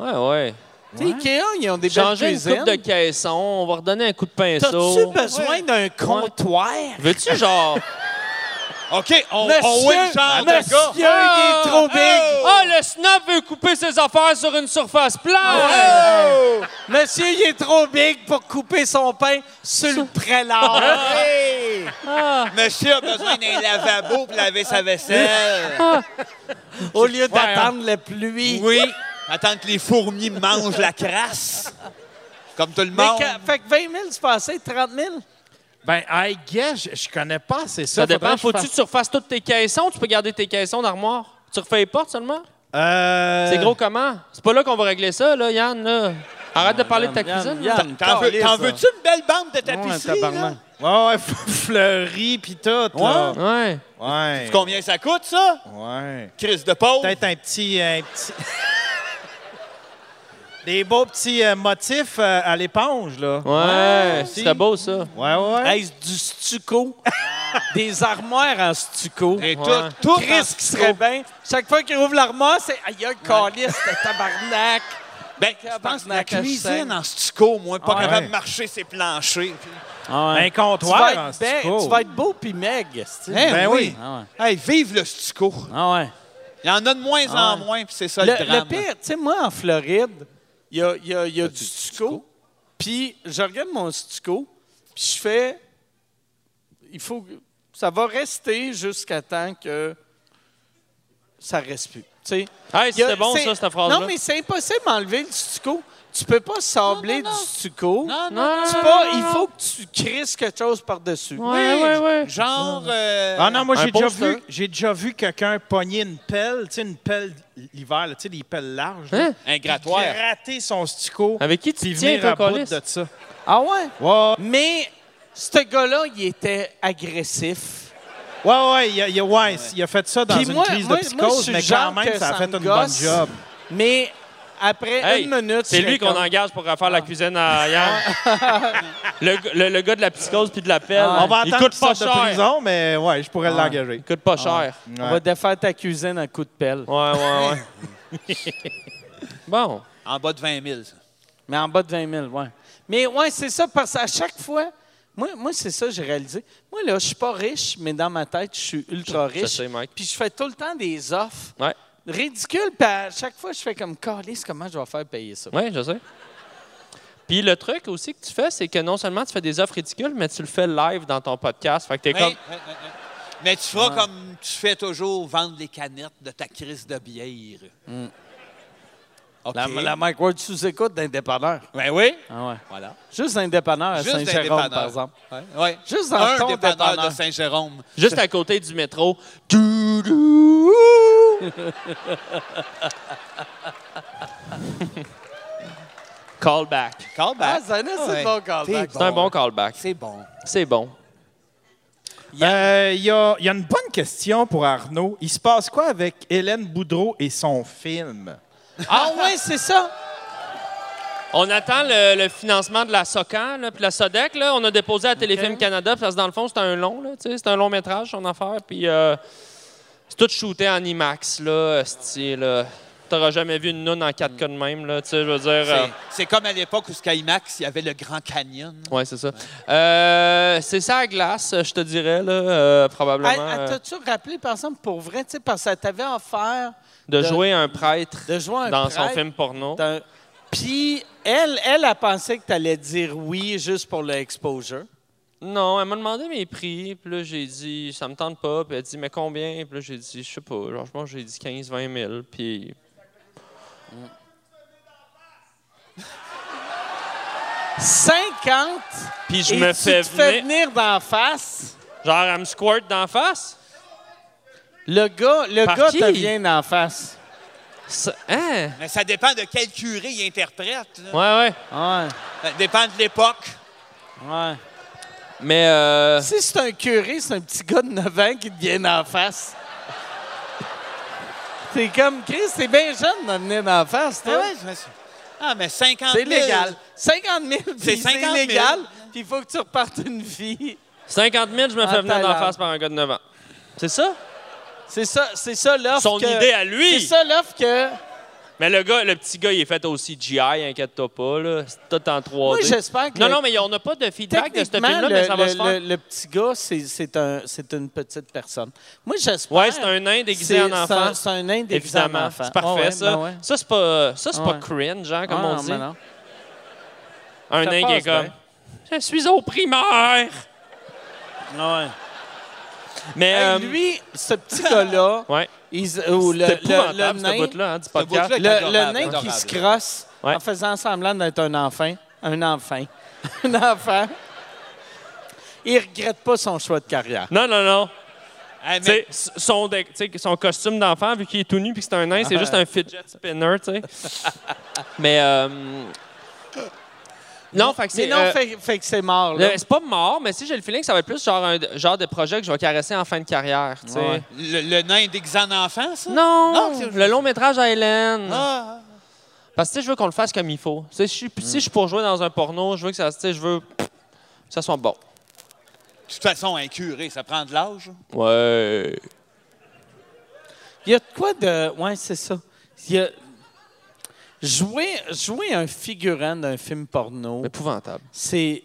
S5: Ouais, ouais.
S7: Tu sais, Ikea, ils ont des belles
S5: Changer une coupe
S7: cuisines.
S5: de caisson, on va redonner un coup de pinceau.
S7: T'as-tu besoin d'un comptoir?
S5: Veux-tu genre.
S4: OK, on,
S7: Monsieur,
S4: on win le genre de
S7: monsieur,
S4: gars.
S7: il est trop big.
S5: Oh, le snob veut couper ses affaires sur une surface plane!
S7: Ah Monsieur, il est trop big pour couper son pain sur le prélard.
S4: Hey! Monsieur a besoin d'un lavabo pour laver sa vaisselle.
S7: Au lieu d'attendre la pluie.
S4: Oui. Attendre que les fourmis mangent la crasse. Comme tout le
S7: Mais
S4: monde.
S7: que- fait que 20 000, c'est passé, 30 000?
S3: Ben, I guess, je, je connais pas, c'est ça.
S5: Ça dépend.
S3: Faudrait
S5: Faut-tu
S3: que
S5: que
S3: je
S5: tu refasses toutes tes caissons? Tu peux garder tes caissons d'armoire? Tu refais les portes seulement?
S3: fasse- Euh,
S5: C'est gros comment? C'est pas là qu'on va régler ça, là, Yann. là. Arrête de parler de ta cuisine. là.
S7: Ah, Yann,
S4: T'en veux-
S7: calisse,
S4: t'en
S7: ça.
S4: veux-tu une belle bande de tapisserie? là?
S3: Ouais, ouais, fleuri pis tout, là.
S5: Ouais.
S3: Ouais.
S4: Combien ça coûte, ça?
S3: Ouais.
S4: Crise de pauvre.
S3: Peut-être un petit. euh, Un petit... Des beaux petits euh, motifs euh, à l'éponge, là.
S5: Ouais.
S3: aussi.
S5: C'était beau, ça.
S3: Ouais, ouais.
S7: Hey, c'est du stucco? Des armoires en stucco.
S4: Et tout,
S5: Ouais.
S4: tout en-
S7: Chris qui serait bien. Chaque fois qu'il ouvre l'armoire, c'est aïe, aïe, calice, c'était tabarnak.
S4: Ben, je pense que la cuisine en stucco, moi, pas
S3: Ah,
S4: capable
S3: ouais.
S4: de marcher ses planchers.
S3: Un
S7: Tu vas,
S3: comptoir hein, en
S7: être ben,
S3: stucco.
S7: tu vas être beau puis maigre. c'est-tu.
S4: Ben,
S3: Ben
S4: oui.
S3: oui.
S7: Ah
S4: Hey, vive le stucco.
S7: ouais. Ah ouais.
S4: Il y en a de moins en
S7: ouais.
S4: moins, puis c'est ça
S7: Le,
S4: le,
S7: le
S4: drame.
S7: pire, tu sais, moi, en Floride, il y a, il y a- il y a du stucco. Puis je regarde mon stucco, puis je fais. Il faut. que- Ça va rester jusqu'à temps que ça reste plus. Tu sais.
S5: Hey,
S7: Il y a-
S5: c'était bon,
S7: c'est-
S5: ça, cette phrase-là.
S7: Non, mais c'est impossible d'enlever le stucco. Tu peux pas sabler
S4: non, non.
S7: du stucco.
S4: Non, non,
S5: Non,
S7: Tu
S5: non,
S7: pas-
S5: non,
S7: il
S5: non.
S7: faut que tu crisses quelque chose par-dessus.
S5: Ouais, ouais, ouais.
S4: genre... euh,
S3: Ah non, moi,
S5: Un
S3: j'ai déjà,
S5: poster.
S3: vu- j'ai déjà vu quelqu'un pogner une pelle, tu sais, une pelle l'hiver, là, tu sais, des pelles larges. là,
S5: Hein?
S4: Un
S3: puis
S4: grattoir.
S3: gratter son stucco.
S5: Avec qui tu
S3: puis
S5: te tiens,
S3: venir à
S5: toi,
S3: bout
S5: Colis?
S3: de ça.
S7: Ah ouais?
S3: Ouais,
S7: Mais ce gars-là, il était agressif.
S3: ouais, ouais, il a, il a- ouais, il a fait ça dans
S7: Puis
S3: une
S7: moi-
S3: crise
S7: moi-
S3: de
S7: moi, je
S3: psychose,
S7: suis
S3: mais
S7: le
S3: quand
S7: genre
S3: même,
S7: que
S3: ça a
S7: ça
S3: fait
S7: me
S3: une bonne
S7: gosse.
S3: job.
S7: Mais après
S5: Hey,
S7: une minute,
S5: C'est
S7: je
S5: lui
S7: fais
S5: qu'on
S7: comme-
S5: engage pour refaire
S3: Ah.
S5: la cuisine à Yann. le, le- le gars de la psychose puis de la pelle.
S3: Ah. On va
S5: il
S3: attendre
S5: coûte
S3: qu'il
S5: pas
S3: sorte de
S5: cher.
S3: prison, Ah. mais ouais, je pourrais l'engager.
S5: Il coûte pas cher.
S7: On va défaire ta cuisine à coup de pelle.
S5: Ouais, ouais, ouais. bon.
S4: En bas de 20 000. ça.
S7: Mais en bas de 20 000, ouais. Mais ouais, c'est ça, parce qu'à chaque fois, moi, moi c'est ça que j'ai réalisé. Moi, là, je suis pas riche, mais dans ma tête, je suis ultra
S5: Je- je
S7: riche.
S5: sais, Mike.
S7: Puis je fais tout le temps des offres.
S5: Ouais.
S7: Ridicule, puis à chaque fois, je fais comme, calisse, comment je vais faire payer ça?
S5: Oui, je sais. Puis le truc aussi que tu fais, c'est que non seulement tu fais des offres ridicules, mais tu le fais live dans ton podcast. Fait que t'es
S4: Oui,
S5: comme.
S4: oui, oui, oui. Mais tu feras comme tu fais toujours, vendre les canettes de ta crise de bière. OK.
S7: La, la Mike Ward sous-écoute d'un dépanneur.
S4: Ben oui.
S7: Ah ouais.
S4: Voilà.
S7: Juste un dépanneur à
S4: Juste un
S7: Saint-Jérôme,
S4: dépanneur.
S7: par exemple.
S4: Ouais. ouais.
S7: Juste dans
S4: Un
S7: ton
S4: dépanneur,
S7: dépanneur.
S4: de Saint-Jérôme.
S5: Juste à côté du métro. callback.
S7: Ah,
S4: Callback.
S7: c'est un assez
S4: Ouais.
S7: bon callback.
S5: C'est un bon callback.
S4: C'est bon.
S5: C'est bon.
S3: Euh, Il y, a, il y a une bonne question pour Arnaud. Il se passe quoi avec Hélène Boudreau et son film?
S7: Ah ouais, c'est ça.
S5: On attend le, le financement de la SOCAN, là, puis la SODEC. Là, on a déposé à Téléfilm Canada, parce que dans le fond, c'est un long, là, tu sais, c'est un long métrage, son affaire. Puis euh, c'est tout shooté en IMAX, là, euh, style. là. T'auras jamais vu une noun en 4K de même, là, tu sais, je veux dire. euh,
S4: C'est- C'est comme à l'époque où Skymax, il y avait le Grand Canyon.
S5: ouais, c'est ça. Euh, c'est ça à glace, je te dirais, là, euh,
S7: Elle-
S5: probablement.
S7: elle
S5: euh,
S7: T'as-tu rappelé, par exemple, pour vrai, tu sais, parce qu'elle t'avait offert
S5: de
S7: de-
S5: jouer un prêtre
S7: de jouer un
S5: dans son
S7: prêtre
S5: film porno.
S7: dans- Puis elle, elle a pensé que tu allais dire oui juste pour le exposure.
S5: Non, elle m'a demandé mes prix, puis là, j'ai dit, ça me tente pas, puis elle dit, mais combien? Puis là, j'ai dit, je sais pas, genre, je pense que j'ai dit 15, 20 000, puis. Mm.
S7: 50
S5: Puis je
S7: et
S5: me
S7: tu
S5: fais
S7: te fais
S5: venir.
S7: venir d'en face.
S5: Genre, elle me squirt d'en face?
S7: Le gars, le
S5: Par
S7: gars
S5: qui?
S7: te vient d'en face.
S5: Ça- hein?
S4: Mais Euh, ça dépend de quel curé il interprète. là.
S5: Ouais, ouais.
S7: Ouais,
S4: Ça dépend de l'époque.
S7: ouais.
S5: Mais, euh,
S7: Si c'est un curé, c'est un petit gars de 9 ans qui te vient d'en face. C'est comme Chris, c'est bien jeune de venir d'en face, toi.
S4: Ah, ouais, je me suis- Ah, mais 50
S7: C'est
S4: 000.
S7: légal. 50 000, puis
S4: C'est
S7: c'est
S4: 50 000.
S7: légal, puis il faut que tu repartes une vie.
S5: 50 000, je me fais
S7: En
S5: venir d'en
S7: Thaïlande.
S5: face par un gars de 9 ans. C'est ça?
S7: C'est ça, c'est ça l'offre.
S5: Son
S7: que-
S5: idée à lui.
S7: C'est ça l'offre que.
S5: Mais le, gars, le petit gars, il est fait aussi GI, inquiète-toi pas. Là. C'est tout en 3D.
S1: Moi, j'espère que.
S5: Non, non, mais on n'a pas de feedback de ce
S1: techniquement,
S5: film-là,
S1: le,
S5: mais ça va
S1: le-
S5: se faire.
S1: le- le petit gars, c'est, c'est un, c'est une petite personne. Moi, j'espère.
S5: Ouais, c'est un nain déguisé
S1: c'est-
S5: en
S1: c'est
S5: enfant.
S1: un- C'est un nain déguisé en
S5: Évidemment,
S1: enfant.
S5: c'est parfait,
S1: Ah ouais,
S5: ça.
S1: ben ouais.
S5: Ça, c'est pas, ça, c'est
S1: Ah
S5: pas
S1: ouais.
S5: cringe, hein, comme
S1: Ah
S5: on
S1: non,
S5: dit.
S1: ben non.
S5: Un
S1: Ça
S5: nain qui est
S1: passe
S5: comme. Je suis au primaire!
S1: Ouais.
S5: Mais.
S1: Hey,
S5: euh,
S1: lui, ce petit gars-là,
S5: ouais.
S1: il se- ou le,
S5: C'est
S1: le, le
S5: épouvantable, ce
S1: nain,
S5: bout-là, hein, du podcast.
S1: le, le nain qui
S15: adorable.
S1: se crosse
S5: Ouais.
S1: en faisant semblant d'être un enfant, un enfant, un enfant, il regrette pas son choix de carrière.
S5: Non, non, non.
S4: Hey, Eh,
S5: Tu
S4: mais-
S5: sais, s- son, dé- tu sais, son costume d'enfant, vu qu'il est tout nu puis que c'est un
S1: Ah.
S5: nain, c'est juste un fidget spinner, tu sais. mais. euh, non, fait que
S1: Mais
S5: c'est.
S1: non,
S5: euh,
S1: fait, fait que c'est mort.
S5: le-
S1: Là.
S5: c'est pas mort, mais si j'ai le feeling que ça va être plus genre un genre de projet que je vais caresser en fin de carrière. tu sais.
S1: Ouais.
S4: Le, le nain déguisé en enfant, ça?
S5: Non!
S4: Non, c'est-
S5: le long métrage à Hélène.
S4: Ah,
S5: Parce que tu sais, je veux qu'on le fasse comme il faut. Tu sais, je suis- Si je suis pour jouer dans un porno, je veux que ça, tu sais, je veux que ça soit bon.
S4: de toute façon, un curé, ça prend de l'âge.
S5: Ouais.
S1: Il y a de quoi de. Ouais, c'est ça. Il y a- Jouer, jouer un figurant d'un film porno,
S5: Épouvantable.
S1: c'est.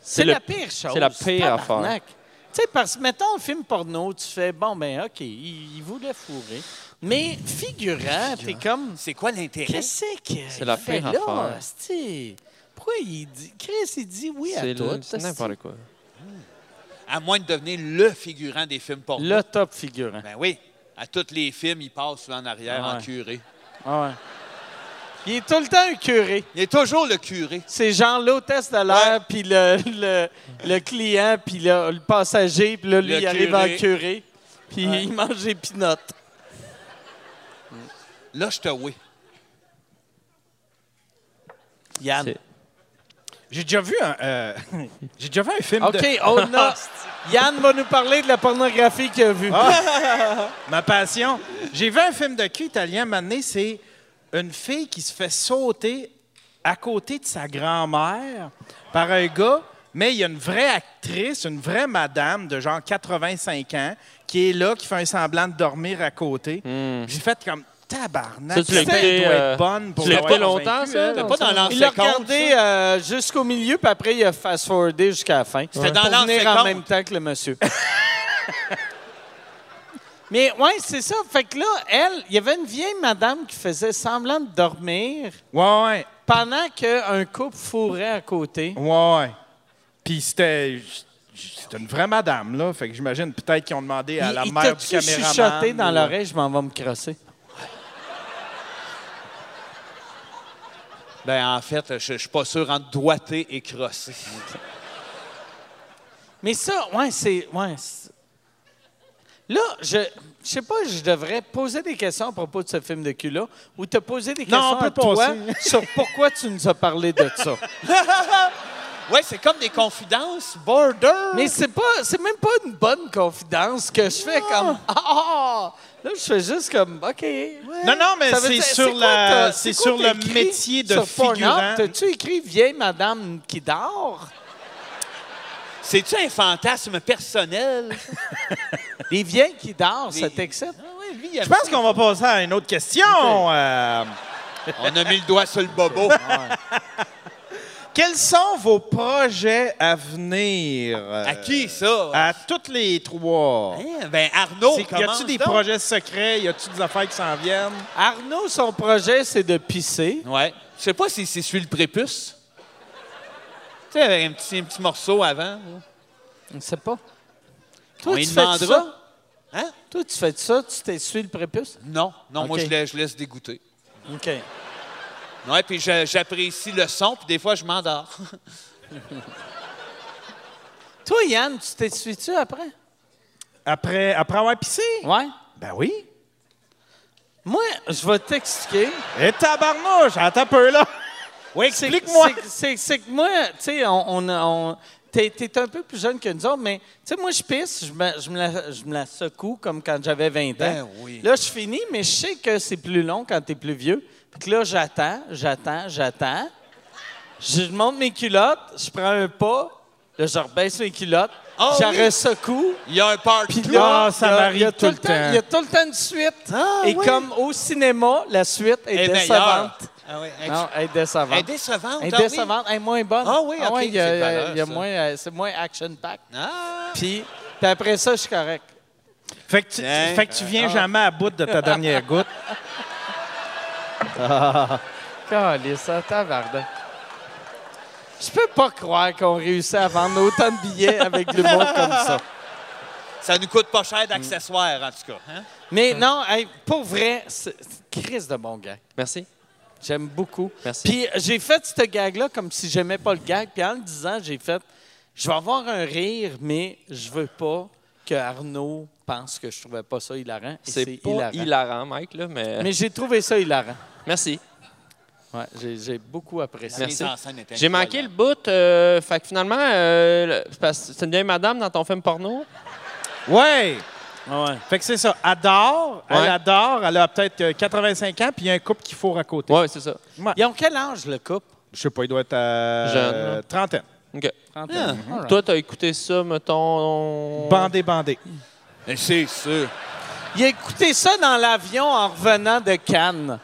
S1: C'est
S5: le-
S1: la pire chose.
S5: c'est la pire affaire.
S1: tabarnak. Tu sais, parce que, mettons, un film porno, tu fais, bon, ben, OK, il, il voulait fourrer. Mais figurant, t'es comme.
S4: C'est quoi l'intérêt?
S1: Qu'est-ce que
S5: C'est la
S1: fait
S5: pire
S1: là,
S5: affaire.
S1: hostie? Pourquoi il dit. Chris, il dit oui à
S5: C'est
S1: tout.
S5: le- c'est
S1: hostie.
S5: n'importe quoi.
S4: À moins de devenir le figurant des films porno.
S1: Le top figurant.
S4: Ben oui. À tous les films, il passe en arrière
S1: Ah
S4: en
S1: ouais.
S4: curé.
S1: Ouais. Il est tout le temps un curé.
S4: Il est toujours le curé.
S1: C'est genre l'hôtesse de
S4: Ouais.
S1: l'air, puis le, le, le client, puis le, le passager, puis là, lui,
S4: Le
S1: il arrive
S4: curé.
S1: en curé, puis il mange des pinottes.
S4: Là, je te oui.
S1: Yann.
S5: C'est-
S3: J'ai déjà vu un. euh, J'ai déjà vu un film. de-
S1: OK, on a... Yann va nous parler de la pornographie qu'il a vue.
S3: Ma passion. J'ai vu un film de cul italien, maintenant, c'est une fille qui se fait sauter à côté de sa grand-mère par un gars, mais il y a une vraie actrice, une vraie madame de genre 85 ans qui est là, qui fait un semblant de dormir à côté. J'ai fait comme tabarnak.
S5: Hmm. Ça, tu l'as
S3: cette fille
S5: écouté,
S3: doit
S5: euh,
S3: être bonne pour
S5: tu l'as
S3: l'avoir
S5: écouté longtemps,
S3: vaincue,
S5: ça?
S3: elle.
S5: Ah Non,
S4: Pas dans
S1: il l'a
S4: l'ancien
S1: regardé euh, jusqu'au milieu, puis après, il a fast-forwardé jusqu'à la fin. C'était
S4: dans l'an
S1: venir
S4: 50.
S1: en même temps que le monsieur. Mais ouais, c'est ça. Fait que là, elle, il y avait une vieille madame qui faisait semblant de dormir.
S3: Ouais, ouais.
S1: Pendant qu'un couple fourrait à côté.
S3: Ouais, ouais. Puis c'était. C'était une vraie madame, là. Fait que j'imagine peut-être qu'ils ont demandé à la
S1: il il
S3: mère du
S1: t'a-tu
S3: caméraman.
S1: chuchoté dans
S3: ou-
S1: l'oreille, je m'en vais me crosser.
S4: Ben en fait, je, je suis pas sûr entre doigté et crossé.
S1: Mais ça, ouais, c'est. Ouais, c'est- Là, je. Je sais pas, je devrais poser des questions à propos de ce film de cul-là ou te poser des
S3: Non,
S1: questions
S3: on
S1: à
S3: peut
S1: toi
S3: passer.
S1: sur pourquoi tu nous as parlé de ça.
S4: ouais, c'est comme des confidences border.
S1: Mais c'est pas, c'est même pas une bonne confidence que je fais comme ah, ah! là je fais juste comme ok.
S3: Non, non, mais
S1: Ça veut
S3: c'est
S1: dire-
S3: sur,
S1: quoi
S3: la,
S1: ta-
S3: c'est
S1: quoi
S3: sur
S1: t'as
S3: le
S1: écrit
S3: métier de
S1: sur Pornhub?
S3: figurant.
S1: T'as-tu écrit vieille madame qui dort?
S4: C'est-tu un fantasme personnel?
S1: Des vieilles qui dorment, ça t'excite?
S3: Je pense qu'on va passer à une autre question. Euh,
S4: On a mis le doigt sur le bobo.
S3: quels sont vos projets à venir?
S4: À qui, ça?
S3: À toutes les trois.
S4: Hein? Ben Arnaud,
S3: C'est- y
S4: commence
S3: a-tu des
S4: donc.
S3: projets secrets? Y a-tu des affaires qui s'en viennent?
S1: Arnaud, son projet, c'est de pisser.
S4: Ouais. Je sais pas si c'est celui le prépuce. Tu sais, avec un petit, un petit morceau avant. là.
S1: On sait pas. Toi,
S4: On
S1: tu
S4: lui
S1: fais
S4: demandera.
S1: ça?
S4: Hein?
S1: Toi, tu fais ça, tu t'essuies le prépuce?
S4: Non, non, moi,
S1: Ok.
S4: je laisse, je laisse dégoûter.
S1: OK.
S4: Ouais, puis je- j'apprécie le son, puis des fois, je m'endors.
S1: Toi, Yann, tu t'essuies-tu après?
S3: Après, après avoir pissé?
S1: Ouais.
S3: Ben oui.
S1: Moi, je vais t'expliquer.
S3: Et tabarnouche, attends un peu, là. Oui,
S1: C'est-
S3: explique-moi.
S1: c'est- C'est c'est que moi, tu sais, on, on, on- t'es, t'es un peu plus jeune que nous autres, mais tu sais, moi, je pisse, je me, je me la, je me la secoue comme quand j'avais 20 ans.
S4: Ben oui.
S1: Là, je finis, mais je sais que c'est plus long quand t'es plus vieux. Puis que là, j'attends, j'attends, j'attends. Je monte mes culottes, je prends un pas, Là, je rebaisse mes culottes,
S4: Ah
S1: j'arrête secoue.
S4: Il y a un part
S1: Puis
S4: two.
S1: là,
S3: Ah, ça
S1: il y a-
S3: varie
S1: il y a
S3: tout le temps.
S1: Il y a tout le temps une suite.
S4: Ah,
S1: Et comme au cinéma, la suite est,
S4: Est meilleure.
S1: décevante.
S4: Ah oui, elle-
S1: Non, elle est
S4: elle est
S1: décevante.
S4: décevante.
S1: Elle
S4: ah
S1: est
S4: oui.
S1: décevante, elle est moins bonne.
S4: Ah oui, ok,
S1: ouais, il y a-
S4: c'est de valeur,
S1: il y a
S4: ça.
S1: moins, euh, c'est moins action-pack.
S4: Ah.
S1: Puis, puis après ça, je suis correct.
S3: Fait que tu,
S4: Tiens.
S3: fait que tu viens jamais à bout de ta dernière goutte.
S1: Calé, ça, tabarnak. Je peux pas croire qu'on réussit à vendre autant de billets avec de l'humour comme ça.
S4: Ça nous coûte pas cher d'accessoires, en tout cas. hein?
S1: Mais non, hey, pour vrai, c'est c'est Chris de bon gag.
S5: Merci.
S1: J'aime beaucoup.
S5: Merci.
S1: Puis euh, j'ai fait ce gag-là comme si j'aimais pas le gag. Puis en le disant, j'ai fait je vais avoir un rire, mais je veux pas que Arnaud pense que je trouvais pas ça hilarant. Et
S5: C'est pas hilarant, Mike, là, mais,
S1: Mais j'ai trouvé ça hilarant.
S5: merci.
S1: Ouais, j'ai j'ai beaucoup apprécié.
S5: Merci.
S4: Les enseignes étaient
S5: J'ai manqué le
S4: incroyables.
S5: bout. euh, fait que finalement, euh, le- c'est parce que c'est une vieille madame dans ton film porno.
S3: Ouais!
S1: Ouais.
S3: Fait que c'est ça. Adore,
S5: Ouais.
S3: elle adore, elle a peut-être euh, 85 ans, puis il y a un couple qui fourre à côté.
S5: Ouais, c'est ça.
S1: Ils ont quel âge, le couple?
S3: Je sais pas, il doit être à
S5: Jeune,
S3: euh,
S5: là.
S3: trentaine.
S5: OK. Ah.
S1: Alright.
S5: Toi, t'as écouté ça, mettons.
S3: Bandé, bandé.
S4: Mais C'est sûr.
S1: Il a écouté ça dans l'avion en revenant de Cannes.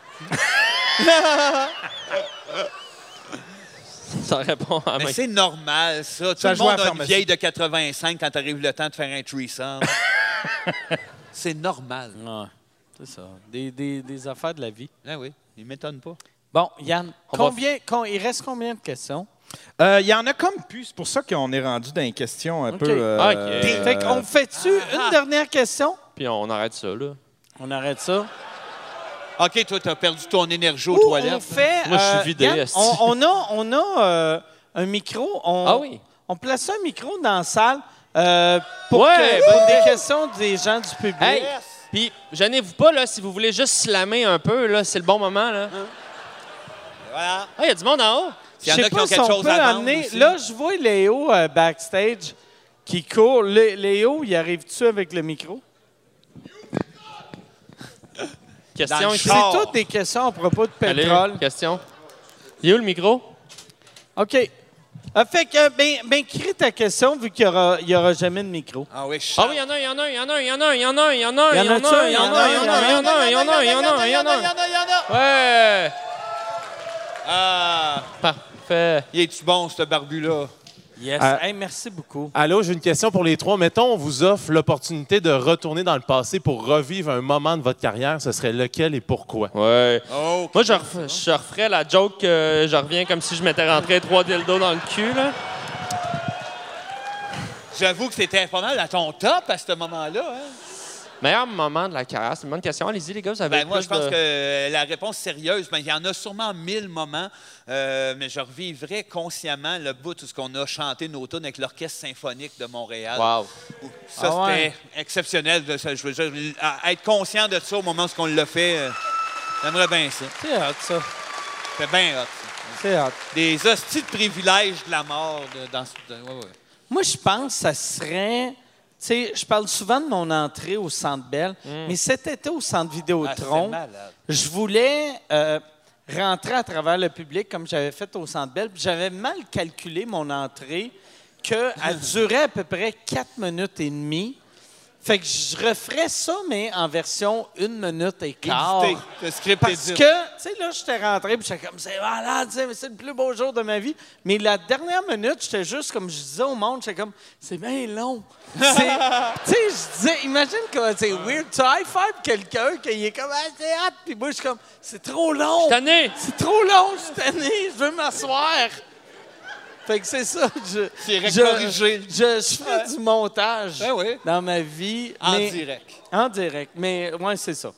S5: Ça répond à
S4: Mais
S5: Mike.
S4: c'est normal, ça. Tout
S3: Ça
S4: le
S3: joue à
S4: monde
S3: la
S4: a une
S3: pharmacie.
S4: vieille de 85 quand arrive le temps de faire un threesome. c'est normal.
S1: Ouais, c'est ça. Des, des- des affaires de la vie.
S4: Ah oui, il m'étonne pas.
S1: Bon, Yann,
S5: On va-
S1: combien, con- il reste combien de questions?
S3: Euh, Il y en a comme plus. C'est pour ça qu'on est rendu dans une question un
S1: OK.
S3: peu. euh,
S5: Ah, OK.
S3: euh,
S1: Fait qu'on fait-tu une dernière question?
S5: Puis on arrête ça, là.
S1: Ah, On arrête ça.
S4: OK, toi, t'as perdu ton énergie aux
S1: Ou
S4: toilettes.
S1: On fait,
S5: Moi, je suis
S1: euh,
S5: vidé,
S1: Yann,
S5: esti.
S1: on, on a, on a euh, un micro. On,
S5: Ah oui.
S1: On place un micro dans la salle euh, pour,
S5: Ouais,
S4: ben
S1: que- pour des questions des gens du public.
S5: Hey! Puis, gênez-vous pas, là, si vous voulez juste slammer un peu, là, c'est le bon moment, là.
S4: Voilà.
S5: Ah, il y a du monde en haut.
S4: Il y en a qui ont quelque chose à vendre aussi.
S1: Là, je vois Léo euh, backstage qui court. Lé- Léo, il arrive-tu avec le micro?
S4: Dans
S5: Question
S4: le
S5: ici.
S4: char.
S1: C'est toutes des questions à propos de
S5: Allez,
S1: pétrole.
S5: question. Il est où le micro?
S1: OK. Euh, fait que, euh, ben, ben, crie ta question vu qu'il n'y aura, il y aura jamais de micro.
S4: Ah oui, je
S5: Ah oui, il y en a un, il y en a un, il y en a un, il y en a un, il y en a un, il y en a un, il y en a un, il y en a un, il y en a un, il y en a un, il y en a un, il y en a un, il y en a un, il y en a un. Ouais!
S4: Ah,
S5: Parfait.
S4: il est-tu bon, ce barbu-là?
S1: Yes. Ah.
S16: Euh,
S1: Hey, merci beaucoup.
S16: Allô, j'ai une question pour les trois. Mettons, on vous offre l'opportunité de retourner dans le passé pour revivre un moment de votre carrière. Ce serait lequel et pourquoi?
S5: Ouais.
S4: Oh,
S5: Moi, je, ref- je referais la joke que je reviens comme si je m'étais rentré trois dildos dans le cul, là.
S4: j'avoue que c'était pas mal à ton top à ce moment-là. hein.
S5: Meilleur moment de la carrière, c'est une bonne question. Allez-y, les gars, vous avez
S4: Ben, moi,
S5: plus
S4: je pense
S5: de-
S4: que euh, la réponse sérieuse, ben, il y en a sûrement mille moments, euh, mais je revivrai consciemment le bout de ce qu'on a chanté nos tunes avec l'Orchestre symphonique de Montréal.
S5: Wow.
S4: Ça,
S1: Ah ouais.
S4: c'était exceptionnel. de ça. Je veux dire, à- être conscient de ça au moment où on l'a fait, euh, j'aimerais bien ça.
S1: C'est hot, ça.
S4: C'était bien hot.
S1: C'est hot.
S4: Des hosties de privilèges de la mort de- dans ce. de- ouais, ouais.
S1: Moi, je pense que ça serait. Tu sais, je parle souvent de mon entrée au Centre Belle,
S5: Mm.
S4: Hmm.
S1: mais cet été au Centre
S4: Ah, c'était
S1: Vidéotron,
S4: malade.
S1: je voulais euh, rentrer à travers le public comme j'avais fait au Centre Belle. puis J'avais mal calculé mon entrée, qu'elle durait à peu près 4 minutes et demie. Fait que je referais ça, mais en version 1 minute et quart.
S4: Édité. Le script
S1: Ah. Parce
S4: est
S1: que, tu sais, là, j'étais rentré, puis j'étais comme, c'est malade, tu sais, mais c'est le plus beau jour de ma vie. Mais la dernière minute, j'étais juste, comme je disais au monde, j'étais comme, c'est bien long. C'est- tu sais, je disais, imagine que c'est weird, tu high-five quelqu'un, qu'il est comme, ah, c'est hot, puis moi, je suis comme, c'est trop long.
S5: Tanné!
S1: C'est trop long, je suis tanné, je veux m'asseoir. Fait que c'est ça, je.
S4: C'est
S1: je,
S4: recorrigé.
S1: je, je fais du montage
S4: Ben oui.
S1: dans ma vie.
S4: En
S1: mais-
S4: direct.
S1: En direct, mais ouais, c'est ça.